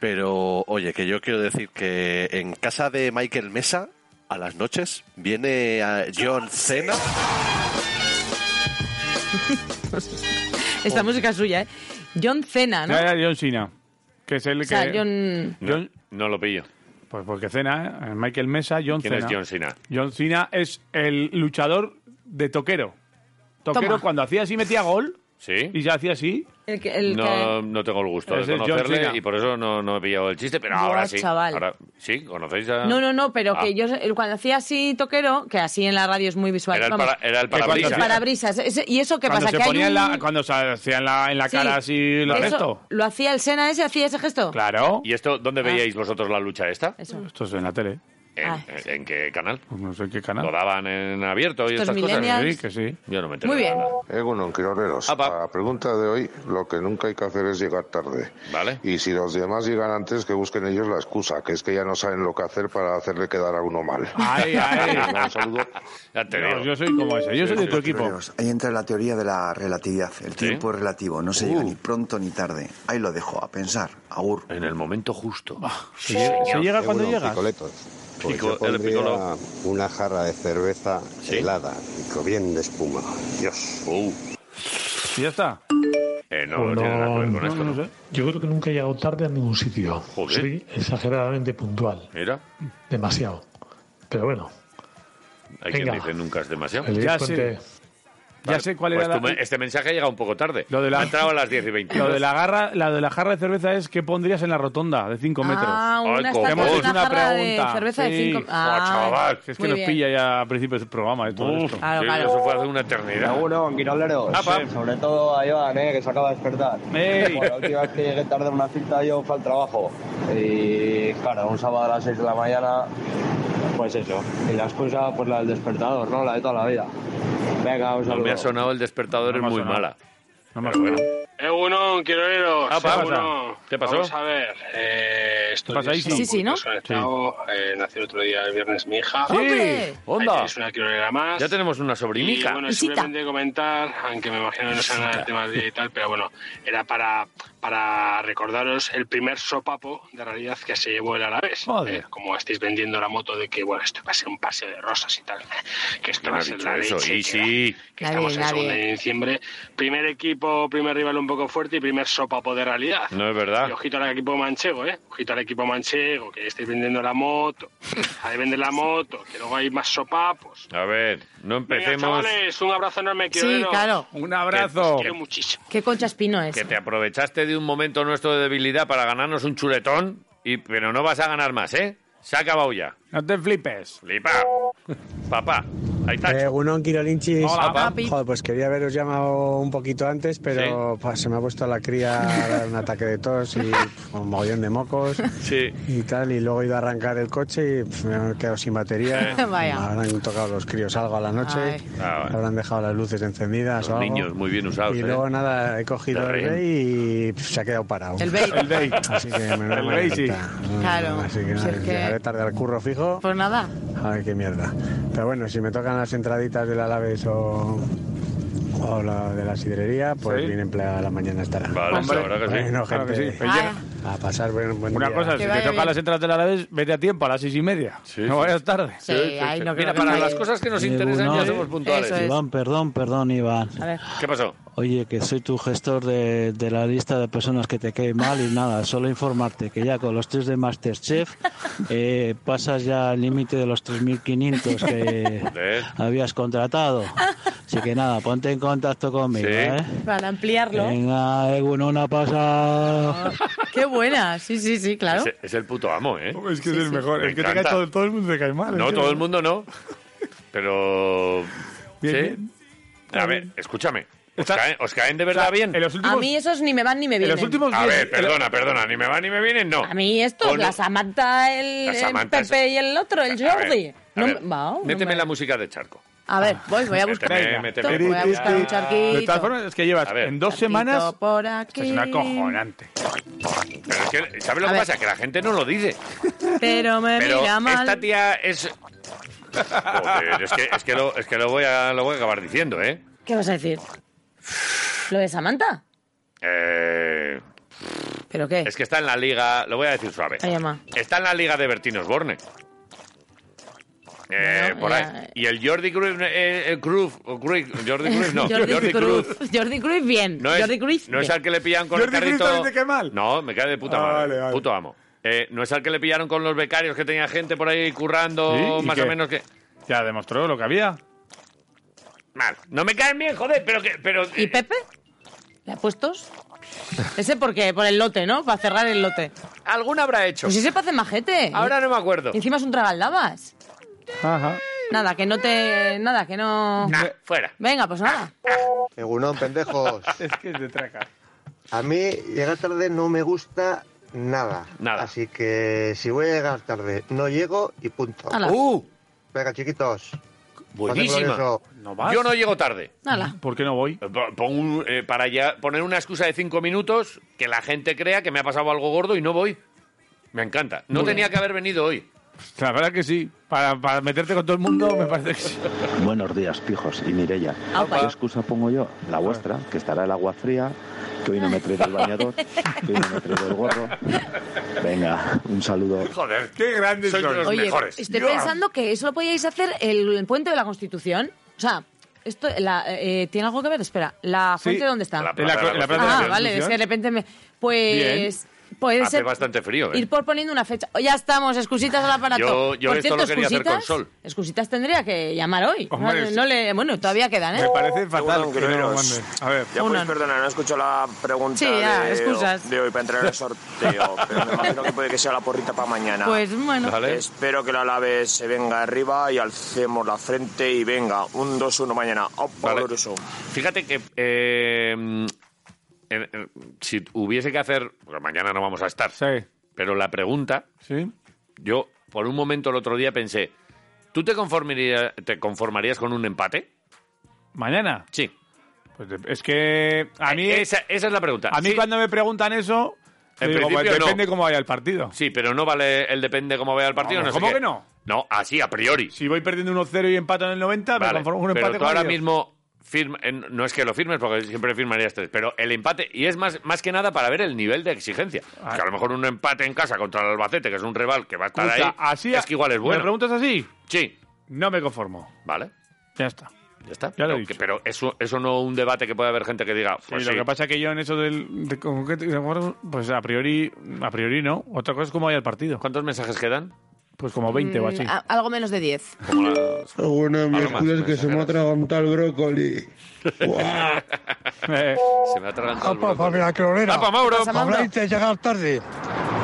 pero oye, que yo quiero decir que en casa de Michael Mesa, a las noches, viene a John Cena.
Esta música es suya, ¿eh? John Cena, ¿no?
Oh. Ya, ya, John Cena. Que es el
O sea,
que...
John-
No, no lo pillo.
Pues porque Cena, ¿eh? Michael Mesa, John
¿Quién
Cena.
es John Cena?
John Cena es el luchador de toquero. Toquero
Toma.
cuando hacía así metía gol
¿Sí?
y ya hacía así.
El que- el que-
no, no tengo el gusto
Ese
de
es John Cena.
conocerle y por eso no, no he pillado el chiste, pero
Buah,
ahora sí.
chaval.
Ahora, ¿Sí? ¿Conocéis a...?
No, no, no, pero
Ah.
que yo el- cuando hacía así toquero, que así en la radio es muy visual.
Era el
vamos,
para- era el
que cuando-
parabrisas.
parabrisas. Ese- ¿Y eso qué
cuando
pasa?
se
que hay
ponía en
un-
la, cuando se hacía en la, en la
Sí.
cara así lo
Eso,
resto.
¿Lo hacía el Sena ese? ¿Hacía ese gesto?
Claro.
¿Y esto dónde
Ah.
veíais vosotros la lucha esta?
Eso.
Esto es en la tele. Pues
¿En,
Ah.
en qué canal?
no sé en qué canal.
Lo daban en abierto y
Estos
estas cosas.
millennials. Sí,
que sí.
Yo no me entero.
Muy bien.
Egunon, quiroleros. La pregunta de hoy, lo que nunca hay que hacer es llegar tarde.
Vale.
Y si los demás llegan antes, que busquen ellos la excusa, que es que ya no saben lo que hacer para hacerle quedar a uno mal.
Ay, ay.
*laughs* Un saludo.
Ya te
No,
digo.
yo soy como ese, yo soy de tu equipo.
Quiroleros, Ahí entra la teoría de la relatividad. El tiempo es relativo, no se llega ni pronto ni tarde. Ahí lo dejo, a pensar, agur.
En el momento justo.
Ah, Sí, señor. ¿Se llega cuando
Seguro,
llegas?
picoletos. Pues
Pico-
yo
el
pondría
picolao.
una jarra de cerveza helada y bien de espuma. Dios.
Y ya está.
Eh, no,
no tiene nada que ver con
esto, ¿no?
Yo creo que nunca he llegado tarde a ningún sitio.
Joder. Soy
exageradamente puntual.
Mira,
Demasiado. Pero bueno.
hay
Venga.
quien dice nunca es demasiado.
Feliz
Ya puente. Ya sé cuál
pues
era
tú
la-
me- Este mensaje ha llegado un poco tarde.
Lo de la-
Ha entrado a las 10 y 20.
Lo de la garra, la de la jarra de cerveza es qué pondrías en la rotonda de 5 metros.
Ah, una estatua
Hemos
de
hecho
una
una
jarra de
pregunta.
cerveza de
Sí.
cinco-
Joder,
Ah,
chaval, que es que
muy
nos
bien.
pilla ya al principio del programa eh, todo esto.
Claro,
sí,
claro.
eso
fue hace una eternidad.
Seguro, quiroleros.
Ah, pues.
Sobre todo a Iván, eh, que se acaba de despertar. Ey. Bueno, la última vez que llegué tarde a una cita yo fue al trabajo. Y claro, un sábado a las 6 de la mañana, pues eso. Y la excusa, pues la del despertador, ¿no? La de toda la vida. Venga, un
No
saludo.
me ha sonado el despertador, es muy mala.
No me
bueno.
Egunon, quiero
Ah, ¿qué pasa? ¿Qué pasó?
Vamos a ver, eh,
estoy
pasa ahí?
estoy
Sí, sí,
muy
¿no?
desconectado. Eh, nació el otro día, el viernes, mi hija.
Sí,
Ahí
onda.
tenéis una quirolera más.
Ya tenemos una
Y
sobrinica.
bueno, simplemente comentar, aunque me imagino que no sea nada el tema del día y tal, pero bueno, era para, para recordaros el primer sopapo de realidad que se llevó el Alavés.
Madre.
Eh, como estáis vendiendo la moto de que, bueno, esto va a ser un paseo de rosas y tal, que esto
¿Quién
va
ha
a ser
dicho
la
eso?
leche,
Y
que
sí.
que estamos en segunda de diciembre. Primer equipo, primer rival un poco fuerte y primer sopapo de realidad.
No es verdad.
Y ojito al equipo manchego, ¿eh? Ojito al equipo manchego, que estáis vendiendo la moto. *laughs* Hay que vender la moto, que luego hay más sopapos.
A ver, no
Venga,
empecemos.
chavales, un abrazo enorme.
Sí,
quiroleros.
claro.
Un
abrazo.
Os quiero muchísimo.
Qué concha espino es.
Que te aprovechaste de un momento nuestro de debilidad para ganarnos un chuletón, y, pero no vas a ganar más, ¿eh? Se ha acabado ya.
No te flipes.
Flipa. Papá, ahí está.
Eh, Egunon, Kirolinchis.
Hola, Hola, papi.
Joder, pues quería haberos llamado un poquito antes, pero pa, se me ha puesto la cría a dar un ataque de
*laughs*
tos y un mogollón de mocos y tal. Y luego he ido a arrancar el coche y pf, me he quedado sin batería.
Sí. Vaya.
Me habrán tocado los críos algo a la noche,
Ay.
me habrán dejado las luces encendidas o
Ah, Los
algo.
niños muy bien usados,
Y
¿eh?
luego nada, he cogido
De
el
rehén.
rey y pf, se ha quedado parado.
El bait. El bait.
Así que me
El bait, sí. Claro.
Así que
Si
nada,
es que-
llegaré tarde al curro fijo.
Pues nada.
Ay, qué mierda. Pero bueno, si me tocan las entraditas del Alaves o, o la de la sidrería, pues
Sí.
bien empleada la mañana estará.
Vale,
Hombre.
la verdad que sí.
Bueno,
Claro que
gente,
sí. Pues llega-
a pasar buen, buen
Una
día.
cosa, si te tocan las entradas de la Alavés, vete a tiempo, a las seis y media. no
sí.
vayas tarde.
Sí, Sí, sí, ahí sí. no creo
Mira,
que
para
falle.
las cosas que nos
Eh,
interesan ya
Bruno,
somos puntuales.
Eso
Iván, perdón, perdón, Iván.
¿Qué pasó?
Oye, que soy tu gestor de, de la lista de personas que te caen mal y nada, solo informarte que ya con los test
*laughs*
de Masterchef eh, pasas ya el límite de los 3.500 que
¿Ves?
habías contratado. Así que nada, ponte en contacto conmigo,
Sí.
¿eh?
Para ampliarlo.
Venga, Egun, una pasada.
*laughs* Qué buena. Sí, sí, sí, claro.
Es, es el puto amo, ¿eh?
Es que es el mejor.
Me
El que te cae
encanta.
todo, todo el mundo te cae mal. ¿eh?
No,
es que-
todo el mundo no. Pero.
*laughs* Bien,
sí.
bien.
A ver, escúchame. ¿Os, caen, os caen de verdad bien?
A mí esos ni me van ni me vienen.
A ver, perdona, perdona. Ni me va ni me vienen, no.
A mí estos,
Con-
la Samantha, el,
La
el
Samantha,
Pepe y el otro, el
A ver,
Jordi.
a
No
ver,
me- va, no
méteme
me-
la música de charco.
A ver, voy, voy a buscar.
Méteme,
Esto,
méteme.
Voy a buscar un charquito.
De todas formas, es que llevas en dos semanas.
Charquito por aquí.
Es una cojonante.
Pero es que, ¿sabes lo
A
que
ver.
pasa? Que la gente no lo dice.
Pero me
Pero
mira mal.
esta tía es. Joder, es que, es que, lo, es que lo, voy a, lo voy a acabar diciendo, ¿eh?
¿Qué vas a decir? ¿Lo de Samantha?
Eh,
¿Pero qué?
Es que está en la liga, lo voy a decir suave.
Ay, ama.
Está en la liga de Bertinos Borne. Eh,
Bueno,
por
ya.
ahí. Y el Jordi Cruz, eh, eh, Cruz, o Cruz, Jordi Cruz,
*laughs*
no,
Jordi,
Cruz.
Cruz. Jordi Cruz, bien.
No es,
Jordi Cruz,
no es
bien.
al que le pillan con
Jordi
el
Cruz
carrito.
también te
No, me cae de puta
Ah,
madre.
vale, vale.
Puto amo. Eh, no es al que le pillaron con los becarios que tenía gente por ahí currando,
¿Sí? ¿Y
más
qué?
o menos que.
Ya demostró lo que había.
Mal. No me caen bien, joder, pero que. Pero,
¿Y Pepe? ¿Le apuestos? Ese porque por el lote, ¿no? Para cerrar el lote.
Alguna habrá hecho.
Pues ese parece majete.
Ahora no me acuerdo.
Y Encima es un tragaldabas.
Ajá. Eh,
Nada, que no te... Nada, que no...
fuera.
Venga, pues nada.
Egunon, pendejos.
*laughs* es que es de traca.
A mí llegar tarde no me gusta nada. Nada. Así que si voy a llegar tarde, no llego y punto.
Ala.
Uh.
Venga, chiquitos.
Buenísima.
Pasad por eso.
Yo no llego tarde. Eh,
Nada.
¿Por qué no voy?
para ya poner una excusa de cinco minutos que la gente crea que me ha pasado algo gordo y no voy. Me encanta. No
Muy
tenía que haber venido hoy.
La verdad que sí. Para, para meterte con todo el mundo, me parece que sí.
Buenos días, pijos y Mirella. Aupa. ¿Qué excusa pongo yo? La vuestra, que estará el agua fría, que hoy no me he traído el bañador, que hoy no me he traído el gorro. Venga, un saludo.
Joder,
qué grandes
sois.
son.
Oye,
mejores.
Estoy pensando que eso lo podíais hacer el, el puente de la Constitución. O sea, esto la, eh, tiene algo que ver. Espera, ¿la
Sí.
fuente dónde está?
La plaza En la- de la en la plaza
ah,
de la
vale, es
Constitución.
que de repente me... Pues... Puede
Hace
ser
bastante frío, ¿eh?
ir por poniendo una fecha. Ya estamos, excusitas al aparato.
Yo- yo
por
esto
cierto,
lo quería hacer con
excusitas-
Sol.
Excusitas tendría que llamar hoy.
Hombre,
no, no le, bueno, todavía quedan, ¿eh?
me parece
fatal
Unan,
que no lo
guerreros.
manden. A ver.
Ya podéis perdonar, no escucho la pregunta
Sí, ya, excusas.
de, de hoy para entrar en el
*laughs*
sorteo, pero me imagino que puede que sea la porrita para mañana.
Pues, bueno. Vale.
Espero que la Alavés se venga arriba y alcemos la frente y venga, un 2-1 mañana. Opa,
Vale.
glorioso.
Fíjate que eh, mm, eh, eh, si hubiese que hacer, porque mañana no vamos a estar, pero la pregunta, yo por un momento el otro día pensé, ¿tú te, conformaría- te conformarías con un empate?
¿Mañana?
Sí.
Pues es que a mí...
Esa, esa es la pregunta.
A mí
Sí.
cuando me preguntan eso, Yo digo,
principio
pues,
no.
depende cómo vaya el partido.
Sí, pero no vale el depende cómo vaya el partido.
Vamos,
no sé
¿cómo
qué.
que no?
No, así, a priori.
Si voy perdiendo 1-0 y empato en el 90, me
Vale,
conformo con un
pero
empate
tú
con
ahora
ellos.
mismo firma- eh, no es que lo firmes porque siempre firmarías tres, pero el empate y es más más que nada para ver el nivel de exigencia.
Ah.
Que a lo mejor un empate en casa contra el Albacete, que es un rival que va a estar
Escucha,
ahí,
así
es que igual es bueno.
¿Me preguntas así?
Sí.
No me conformo.
Vale,
Ya está.
ya está.
Ya lo he
pero, que- pero eso eso no un debate que pueda haber gente que diga,
Sí,
pues
lo
sí.
que pasa es que yo en eso del... de- como que- de acuerdo, pues a priori, a priori no. Otra cosa es cómo vaya el partido.
¿Cuántos mensajes quedan?
Pues como 20 o así.
Mm, a- algo menos de 10.
Buenas
Palomas,
miércoles que se me ha atragantado el *laughs* brócoli.
*laughs* Se me ha atragantado el
Apa,
brócoli.
Pamela Clorera.
Apa, Mauro. Pasa, Mauro.
Habláis de llegar tarde.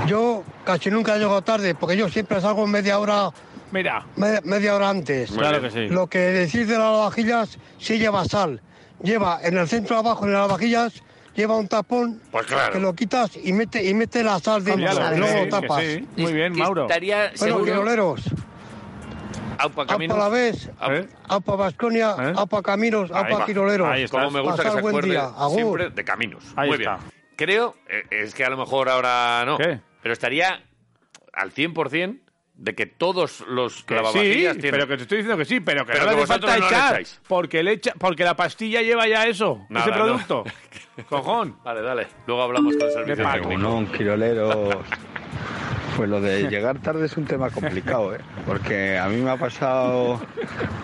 Yo casi nunca llego tarde, porque yo siempre salgo media hora...
Mira.
media hora antes.
Muy Claro bien. que sí.
Lo que decís de las vajillas, sí lleva sal. Lleva en el centro abajo, en las vajillas, lleva un tapón...
Pues claro.
Que lo quitas y mete, y mete la sal dentro,
Vamos a
y
ver.
luego
Sí,
lo tapas.
que sí. Muy bien, Que Mauro. estaría
bueno,
seguro-
quiroleros,
Aupa
Apa
Caminos.
la vez, apa Basconia, apa Caminos,
¿Eh? Ahí
apa
va.
Quiroleros.
Ahí está. Como me gusta que
Pasad
se
buen
acuerde
día. Agur.
siempre de caminos.
Ahí
Muy
está.
bien. Creo, eh, es que a lo mejor ahora no, pero estaría al 100% de que todos
Que Eh,
los
sí,
lavavajillas tienen...
pero que te estoy diciendo que sí, pero que
Pero
no
que
le hace
vosotros
falta
no le
echar.
echáis.
Porque, le echa, porque la pastilla lleva ya eso,
Nada,
ese
no. *laughs*
producto. Cojón.
Vale, dale. Luego hablamos con el servicio técnico.
Egunon, quiroleros. Pues
*laughs*
lo de llegar tarde es un tema complicado, ¿eh? Porque a mí me ha pasado,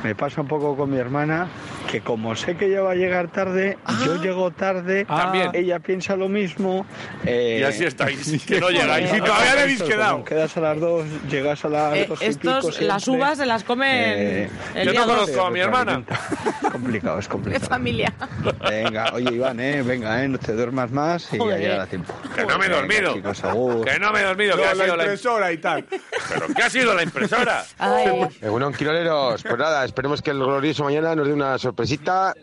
me pasa un poco con mi hermana, que como sé que ella va a llegar tarde, yo llego tarde,
Ah.
Ah.
También.
ella piensa lo mismo. eh,
Y así estáis, que no llegáis.
*laughs* Y todavía
le
no habéis quedado. Quedas a las dos, llegas a las
Eh,
dos y pico
estos, las
siempre.
uvas se las comen.
Eh,
el día dos.
Es *laughs* complicado, es
De
complicado.
familia.
Venga, oye Iván, eh, venga, eh, no te duermas más y ya
Joder.
llegará tiempo.
Que no me he
Venga,
dormido.
chicos, agur.
Que no me he dormido, que ha sido la
impresora y tal.
¿Pero qué ha sido la impresora?
Egunon, quiroleros. Pues nada, esperemos que el glorioso mañana nos dé una sorpresita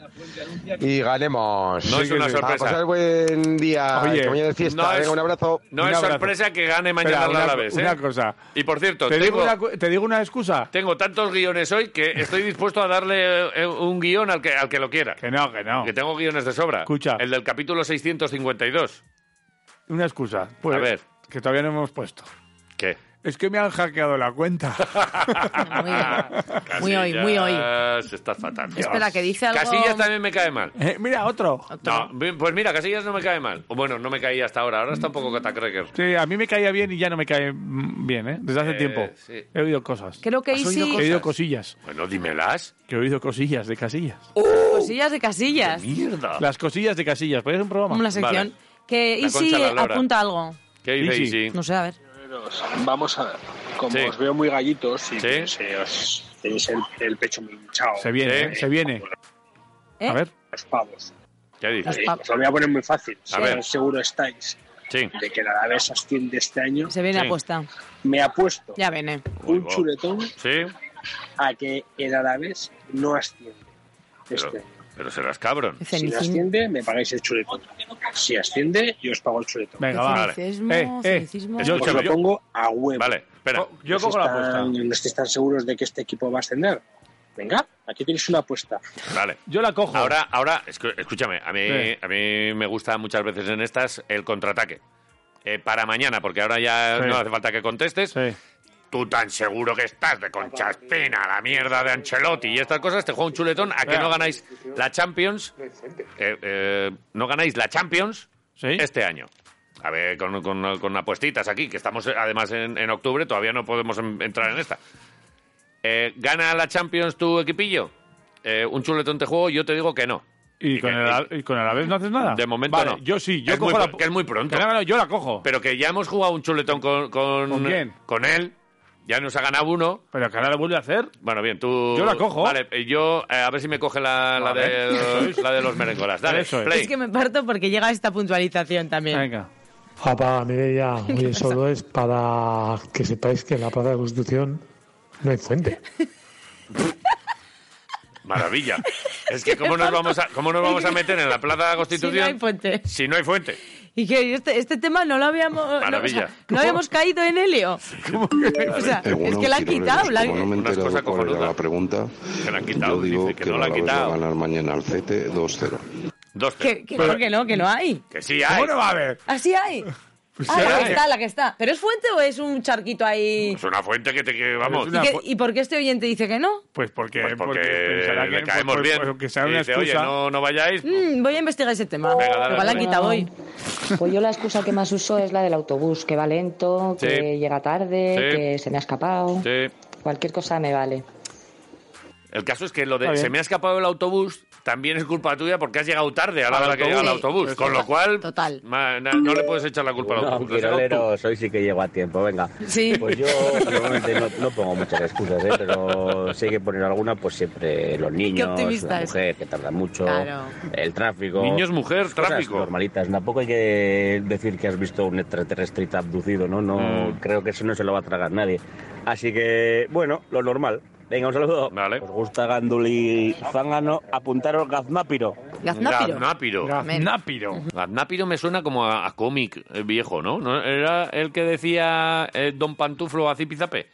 y ganemos.
No es una
A
sorpresa.
pasar buen día.
Oye,
que mañana Ah, es fiesta.
no es-
Venga, un abrazo.
No es sorpresa que gane mañana
Espera,
la
una-
Alavés, ¿eh?
una
cosa.
Y por cierto,
¿Te digo,
tengo,
una, cu- ¿Te digo una excusa?
tengo tantos guiones hoy que estoy dispuesto a darle eh, un guión al que, al que lo quiera. Que
no, que no.
Que tengo guiones de sobra.
Escucha.
El del capítulo 652.
Una excusa. Pues,
A ver.
Que todavía no hemos puesto.
¿Qué?
Es que me han hackeado la cuenta.
*laughs* Casillas
Muy hoy, muy hoy.
Está fatal.
Espera, que dice algo-
Casillas también me cae mal.
Eh, mira, otro.
No, bien, pues mira, Casillas no me cae mal. O Bueno, no me caía hasta ahora. Ahora está un poco catacracker.
Sí, a mí me caía bien y ya no me cae mm, bien, ¿eh? Desde hace
Eh,
tiempo.
sí.
He oído cosas.
Creo que
¿Has oído
Isi-
cosas? He oído cosillas.
Bueno, dímelas.
Que he oído cosillas de casillas.
Cosillas de casillas.
¡Mierda!
Las cosillas de casillas. ¿Podrías un programa?
Una sección. Que
La
Isi
Concha la Lora.
apunta algo.
¿Qué
dice
Isi?
No sé, a ver.
Vamos a ver. Como os veo muy gallitos y se os tenéis el, el pecho muy hinchado.
Se viene, ¿eh? se viene.
¿Eh?
A ver.
Los pavos.
¿Qué
Los
dices?
pavos. Os lo voy a poner muy fácil.
A ver.
Seguro estáis
Sí.
de que la Alavés asciende este año.
Se viene apuesta.
Me apuesto
Ya viene.
un chuletón
Sí,
a que el Alavés no asciende
pero,
este año.
pero serás cabrón.
Si no asciende, me pagáis el chuletón. Si asciende, yo os pago el chuletón.
Venga, va. Vale. Cinicismo, Eh, eh, cinicismo.
Yo
escúchame,
os lo
yo-
pongo a huevo.
Vale, espera.
Yo cojo la apuesta. No estáis tan seguros de que este equipo va a ascender. Venga, aquí tenéis una apuesta.
Vale.
Yo la cojo.
Ahora, ahora escu- escúchame, a mí,
Sí.
a mí me gusta muchas veces en estas el contraataque. Eh, para mañana, porque ahora ya
Sí.
no hace falta que contestes. Tú tan seguro que estás de Conchaspina, la mierda de Ancelotti y estas cosas, te juega un chuletón a que
Vea.
no ganáis la Champions. eh, eh, no ganáis la Champions este año. A ver, con, con- con apuestitas aquí, que estamos eh, además en, en octubre, todavía no podemos en- entrar en esta. Eh, ¿Gana la Champions tu equipillo? Eh, ¿Un chuletón te juego? Yo te digo que no.
¿Y, con el, a- y con el Alavés no haces nada?
De momento
Vale,
no.
Yo sí, yo
es
cojo
muy,
la...
pr- Que es muy pronto.
Que no, no, yo la cojo.
Pero que ya hemos jugado un chuletón con, con,
¿Con quién?
con él. Ya nos ha ganado uno.
Pero que ahora lo vuelve a hacer.
Bueno, bien, tú...
Yo la cojo.
Vale, eh, yo... eh, a ver si me coge la, la
Vale.
de, los, la de los merengolas. Dale,
Eso es.
play.
Es que me parto porque llega esta puntualización también.
Venga.
Apa, Mireia, oye, solo es para que sepáis que en la Plaza de la Constitución no hay fuente.
*laughs*
Maravilla. Es que cómo nos vamos a, cómo nos vamos a meter en la Plaza de la Constitución
Si no hay fuente.
si no hay fuente.
Y que este, este tema no lo habíamos... no, o sea,
Maravilla.
No, habíamos caído en helio. O sea,
Eh,
es que la han quitado. la han-
Como no me he enterado cuál era la pregunta, yo digo que,
no la
Alavés
han
va
quitado.
a ganar mañana al CETE 2-0.
Dos,
Que, que no, que no, que no hay.
Que sí hay.
¿Cómo no va a haber?
Así hay. Ah, la
Caray.
que está, la que está. ¿Pero es fuente o es un charquito ahí?
Es una fuente que te que, vamos.
¿Y, qué- ¿Y por qué este oyente dice que no?
Pues porque,
Pues porque
pensará que-
le caemos
pues-
bien.
pues que sea
Y
una
dice,
excusa.
Oye, no, no vayáis.
Mm, voy a investigar ese tema.
Venga, dale,
Igual la han
dale.
quitado hoy.
Pues yo la excusa que más uso es la del autobús, que va lento, que
Sí.
llega tarde,
Sí.
que se me ha escapado.
Sí.
Cualquier cosa me vale.
El caso es que lo
Está
de
bien.
se me ha escapado el autobús también es culpa tuya porque has llegado tarde a la
Al
hora que llega el
autobús.
autobús.
Sí,
Con lo
total,
cual,
total.
ma- na- no le puedes echar la culpa al
No,
autobús. pues lo has llegado tú.
quiroleros, hoy sí que llego a tiempo, venga.
Sí.
Pues yo normalmente no, no pongo muchas excusas, ¿eh? pero si hay que poner alguna, pues siempre los niños,
optimista
la
es.
mujer que tarda mucho,
Claro.
el tráfico.
Niños, mujer,
cosas
tráfico.
normalitas. Tampoco hay que decir que has visto un extraterrestre y te ha abducido, ¿no? no
Mm.
Creo que eso no se lo va a tragar nadie. Así que, bueno, lo normal. Venga, un saludo. Vale. Os gusta Ganduli Zángano, apuntaros Gaznápiro.
Gaznápiro.
Gaznápiro.
Ah,
Gaznápiro.
Gaznápiro me suena como a, a cómic eh, viejo, ¿no? ¿No ¿Era el que decía eh, Don Pantuflo a Zipizape?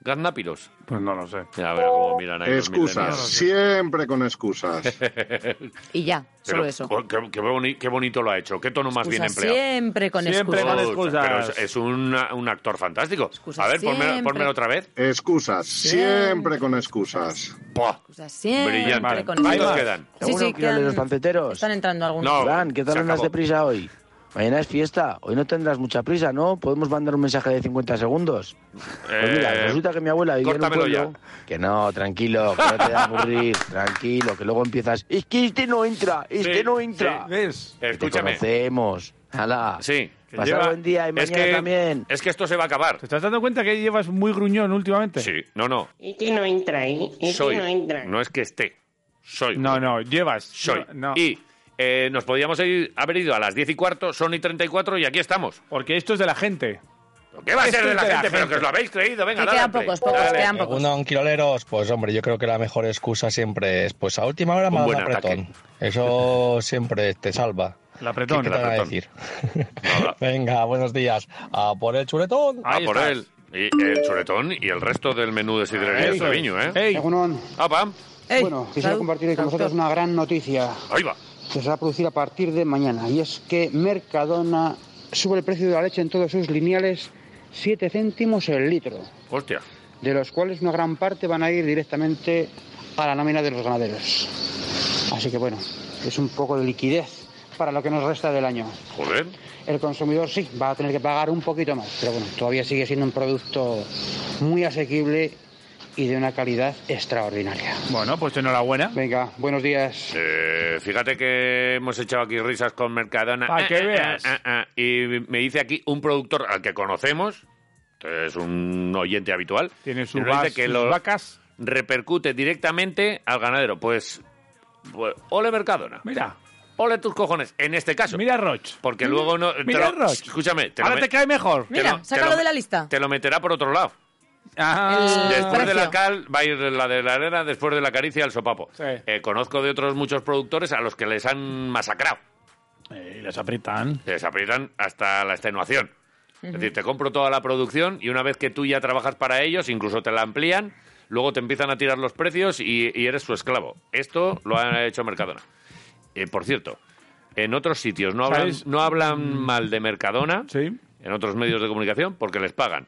Gaznápiros.
Pues no lo sé.
Ya ver cómo miran ahí los
Excusas,
millennials. *laughs*
siempre con excusas.
Y ya, solo
Pero,
eso.
jo, Qué, qué boni- qué bonito lo ha hecho. Qué tono más bien
Excusa
empleado.
siempre con excusas.
Pero es, es un, un actor fantástico. a ver, ponme,
siempre.
ponme otra vez.
Excusas, siempre con excusas.
Excusas siempre
Brillante.
con
Ahí nos
excusas.
quedan.
Sí, sí,
Seguro que
quedan-
los panceteros.
Están entrando algunos.
Fran, ¿qué tal andas de prisa hoy? Mañana es fiesta, hoy no tendrás mucha prisa, ¿no? Podemos mandar un mensaje de 50 segundos. Pues mira,
Eh,
resulta que mi abuela vivía en un
córtamelo
pueblo... Que no, tranquilo, que no te va
*laughs*
a aburrir, tranquilo, que luego empiezas... Es que este no entra, este no entra.
¿Ves?
Que te
Escúchame.
conocemos. Hala.
Sí. que
Pasar buen día y
es
mañana
que,
también.
Es que esto se va a acabar.
¿Te estás dando cuenta que llevas muy gruñón últimamente?
Sí, no, no.
Este no entra ahí. Este
Soy.
no entra.
No es que esté. Soy.
No, no, llevas.
Soy.
No, no.
Y eh, nos podíamos ir- haber ido a las 10 y cuarto, son y 34 y aquí estamos.
Porque esto es de la gente.
¿Qué va a
Esto
ser de
es
la, gente? Pero que os lo habéis creído. Venga,
Que
dale.
quedan
hombre.
pocos, pocos,
Dale.
quedan pocos.
Uno, quiroleros, pues hombre, yo creo que la mejor excusa siempre es, pues a última hora me
Un
ha dado un
buen ataque.
apretón.
*laughs*
Eso siempre te salva.
La
apretón. ¿Qué te
La
van a
apretón.
decir? *laughs* Venga, buenos días. A por el chuletón.
Ah, por él. Y el chuletón y el resto del menú de sidrería de
Eso es.
Treviño, ¿eh?
Egunon. bueno, quisiera
Tradu-
compartir hoy con
traductor.
vosotros una gran noticia
Ahí va.
que se va a producir a partir de mañana y es que Mercadona sube el precio de la leche en todos sus lineales 7 céntimos el litro,
Hostia.
de los cuales una gran parte van a ir directamente a la nómina de los ganaderos. Así que bueno, es un poco de liquidez para lo que nos resta del año.
Joder.
El consumidor sí, va a tener que pagar un poquito más, pero bueno, todavía sigue siendo un producto muy asequible y de una calidad extraordinaria.
Bueno, pues enhorabuena.
Venga, buenos días.
Eh, fíjate que hemos echado aquí risas con Mercadona.
Pa' que
Ah, ah,
veas.
ah, ah, ah. Y me dice aquí un productor al que conocemos, que es un oyente habitual.
Tiene sus
y nos dice
vas- sus vacas.
Repercute directamente al ganadero. Pues, pues, ole Mercadona.
Mira.
Ole tus cojones, en este caso.
Mira Roch.
Porque luego no... te
Mira,
lo-
Roch.
Escúchame. te lo
Ahora
met-
te cae mejor.
te lo-
Mira,
te
sácalo Mm.
lo-
de la lista.
Te lo meterá por otro lado.
Ah,
Después de la cal va a ir la de la arena, después de la caricia el sopapo.
Sí.
Eh, conozco de otros muchos productores a los que les han masacrado.
Eh, las aprietan.
Les aprietan hasta la extenuación. Es decir, te compro toda la producción y una vez que tú ya trabajas para ellos, incluso te la amplían, luego te empiezan a tirar los precios y, y eres su esclavo. Esto lo ha hecho Mercadona. Eh, por cierto, en otros sitios no hablan,
¿Sabes?
no hablan mal de Mercadona en otros medios de comunicación porque les pagan.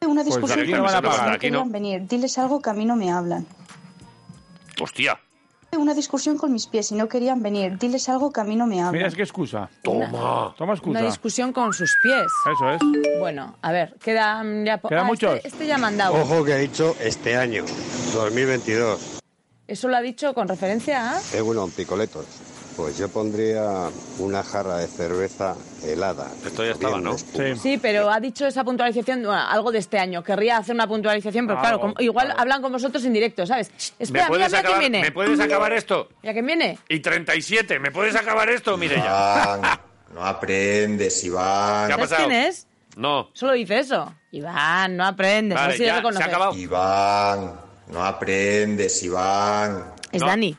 Una
Pues
discusión
aquí
con
no van a
los que
pagar,
no
aquí no.
querían venir. Diles algo que a mí no me hablan.
Hostia.
Una discusión con mis pies y no querían venir. Diles algo que a mí no me
Mira,
hablan.
es que excusa.
Toma.
Toma excusa.
Una discusión con sus pies.
Eso es.
Bueno, a ver, quedan ya po-
¿Quedan
este-
muchos?
Este, ya ha mandado.
Ojo que ha dicho este año, 2022,
Eso lo ha dicho con referencia a.
Egunon Picoletos. Pues yo pondría una jarra de cerveza helada. Esto ya estaba, ¿no?
Sí, pero ha dicho esa puntualización, bueno, algo de este año. Querría hacer una puntualización, pero claro,
Algo,
como- igual hablan con vosotros en directo, ¿sabes? Espera,
¿Me,
mira,
puedes
mira quién
acabar,
viene.
¿Me puedes acabar esto?
¿Ya quién viene?
Y 37, ¿me puedes acabar esto? Mire ya.
Iván, no aprendes, Iván.
¿Qué ha
¿Sabes
pasado?
quién es?
No.
Solo dice eso. Iván, no aprendes,
Vale,
así
ya,
de reconocer.
se ha acabado. Iván, no aprendes, Iván.
Es Dani.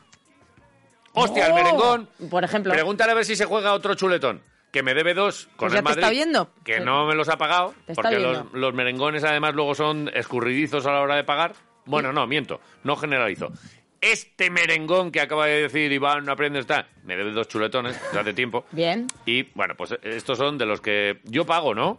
Hostia, el
Oh,
merengón.
Por ejemplo.
Pregúntale a ver si se juega otro chuletón. Que me debe dos con
Pues
el
ya te
Madrid.
está oyendo.
Que no me los ha pagado.
Te está
Porque
oyendo.
los, los merengones además luego son escurridizos a la hora de pagar. Bueno, no, miento. No generalizo. este merengón que acaba de decir Iván, no aprende, está. Me debe dos chuletones, *laughs* desde hace tiempo.
Bien.
Y bueno, pues estos son de los que yo pago, ¿no?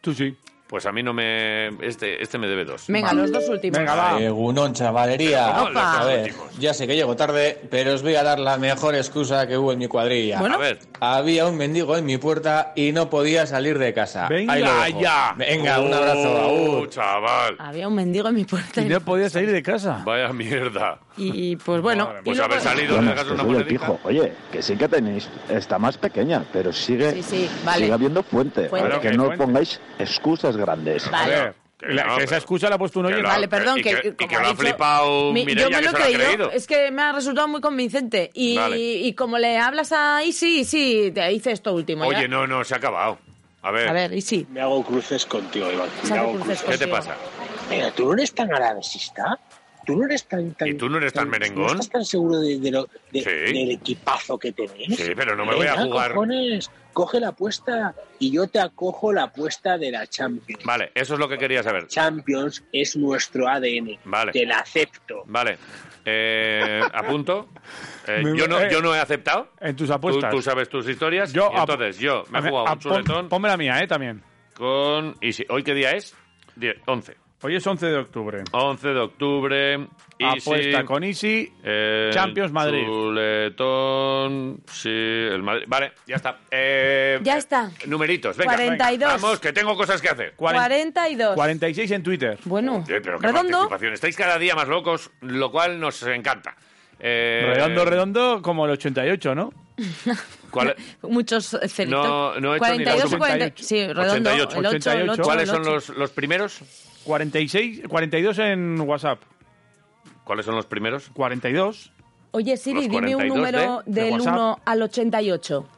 Tú sí.
Pues a mí no me. Este, este me debe dos.
Venga, los dos últimos.
Egunon, chavalería.
Pero, ¿cómo
A
los
ver, ya sé que llego tarde, pero os voy a dar la mejor excusa que hubo en mi cuadrilla.
Bueno. A ver.
Había un mendigo en mi puerta y no podía salir de casa.
Venga
Ahí lo dejo.
ya.
Venga, un
Oh,
abrazo. agur.
chaval.
Había un mendigo en mi puerta. Y,
podía salir de casa.
Vaya mierda.
y, pues bueno. y
Pues
luego-
haber salido de
Bueno,
la casa
que
una
soy el
monedita.
pijo. Oye, que sí que tenéis, está más pequeña, pero sigue,
Sí, sí, vale.
sigue habiendo fuente.
Fuente.
Ahora
Claro,
que no
fuente.
pongáis excusas grandes.
A ver, la- que esa excusa la ha puesto un oyente.
Vale, perdón, que,
y que
como
lo ha
dicho-
flipado
Mi-
Mireia,
yo me
que
lo
se lo ha
creí,
creído.
es que me ha resultado muy convincente. Y,
Vale.
y como le hablas a Isi, sí, te dice esto último. ya.
Oye, no, no, se ha acabado. A ver.
A ver, Isi.
Me hago cruces contigo, Iván.
Se hace cruces
¿Qué te
contigo.
pasa?
Pero tú no eres tan arabesista. Tú no eres tan. tan
¿Y tú no eres tan
¿No
merengón?
estás tan seguro de, de lo- de-
Sí.
del equipazo que tenéis?
Sí, pero no me voy a
Venga,
jugar.
cojones, coge la apuesta y yo te acojo la apuesta de la Champions.
Vale, eso es lo que quería saber.
Champions es nuestro ADN.
Vale.
Te la acepto.
Vale. Eh, apunto.
*laughs*
Eh,
Me-
yo, no,
eh,
yo no he aceptado.
En tus apuestas.
Tú, tú sabes tus historias.
Yo
y entonces, yo me he
A-
jugado
a-
un chuletón
pon- Ponme la mía, ¿eh? También.
con... ¿Y si- ¿Hoy qué día es? Die- 11.
Hoy es 11 de octubre.
11 de octubre. Easy,
Apuesta con Easy.
eh,
Champions Madrid.
Chuletón. Sí, el Madrid. Vale, ya está. Eh,
Ya está.
Numeritos, venga.
42.
venga. Vamos, que tengo cosas que hacer.
42.
46 en Twitter.
Bueno,
Eh, pero qué
redondo.
participación. Estáis cada día más locos, lo cual nos encanta. Eh,
Redondo, redondo, como el 88, ¿no?
¿cuál-
Muchos eh, ceritos.
No, no he hecho ni la
42
suma.
o 48. Sí, redondo.
88.
El 8, el 8, el
¿Cuáles son
8.
los, los primeros?
46, 42 en WhatsApp.
¿Cuáles son los primeros?
42.
Oye, Siri,
los
dime un
42
número
de- de
del
WhatsApp.
1 al 88.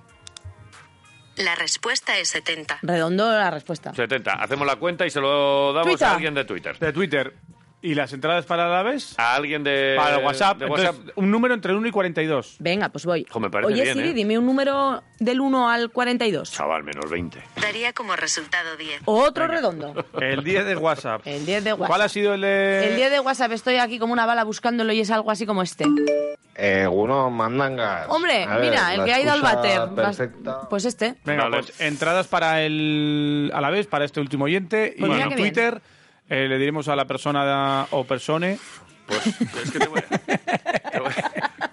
La respuesta es 70.
Redondo la respuesta.
70. Hacemos la cuenta y se lo damos
Twitter.
a alguien de Twitter.
De Twitter. ¿Y las entradas para la vez?
A alguien de,
para el WhatsApp.
Eh, de
Entonces,
WhatsApp.
un número entre 1 y 42.
Venga, pues voy.
Ojo, me parece
Oye,
bien,
Siri,
¿eh?
dime un número del 1 al 42.
Chaval, menos 20.
Daría como resultado 10.
Otro redondo.
El 10 de WhatsApp.
El 10 de WhatsApp.
¿Cuál ha sido el de...?
El 10 de WhatsApp estoy aquí como una bala buscándolo y es algo así como este.
Eh, uno mandangas.
Hombre,
A ver,
mira, el
la
que ha ido al
excusa
váter. Vas-
Perfecta.
Pues este.
Venga,
Vale.
pues entradas para el a la vez para este último oyente
Pues
y
mira
en
qué bien.
Twitter eh, le diremos a la persona da- o persone.
Pues,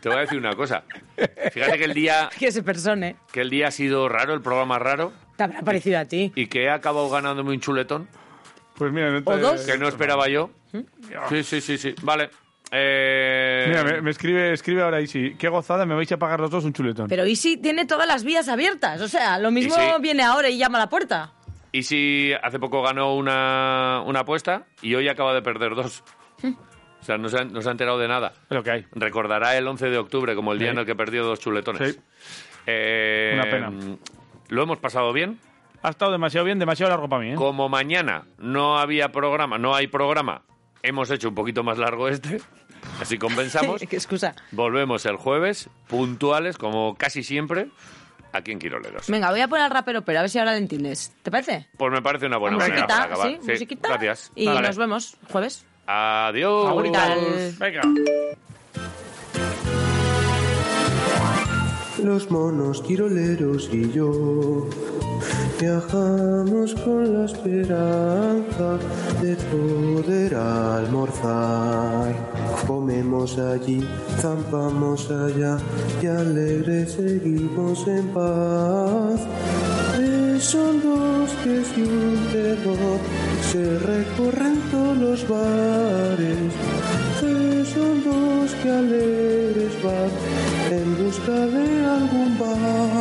Te voy a decir una cosa. Fíjate que el día
Que se persone.
que el día ha sido raro, el programa raro,
Te habrá parecido a ti.
y que he acabado ganándome un chuletón.
Pues mira, no te-
O dos.
Que no esperaba yo. Sí, sí, sí, sí. Vale. Eh,
Mira, me, me escribe escribe ahora Isi, qué gozada, me vais a pagar los dos un chuletón.
Pero Easy tiene todas las vías abiertas. O sea, lo mismo
Easy.
viene ahora y llama a la puerta.
Y si hace poco ganó una, una apuesta y hoy acaba de perder dos. O sea, no se, ha, no se ha enterado de nada.
lo que hay.
Recordará el 11 de octubre como el día
Sí.
en el que perdió dos chuletones.
Sí.
Eh,
Una pena.
¿Lo hemos pasado bien?
Ha estado demasiado bien, demasiado largo para mí, ¿eh?
Como mañana no había programa, no hay programa, hemos hecho un poquito más largo este. Así compensamos.
*laughs* Qué excusa.
Volvemos el jueves, puntuales, como casi siempre, aquí en Quiroleros.
Venga, voy a poner al rapero, pero a ver si ahora lo entiendes. ¿Te parece?
Pues me parece una buena manera
musiquita,
para acabar.
sí, musiquita.
Gracias.
Y
Vale.
nos vemos jueves.
Adiós.
Ahorita.
Venga.
Los monos tiroleros y yo viajamos con la esperanza de poder almorzar. Comemos allí, zampamos allá y alegres seguimos en paz. Son dos que y un dedo se recorren todos los bares. Son dos que alegres van en busca de algún bar.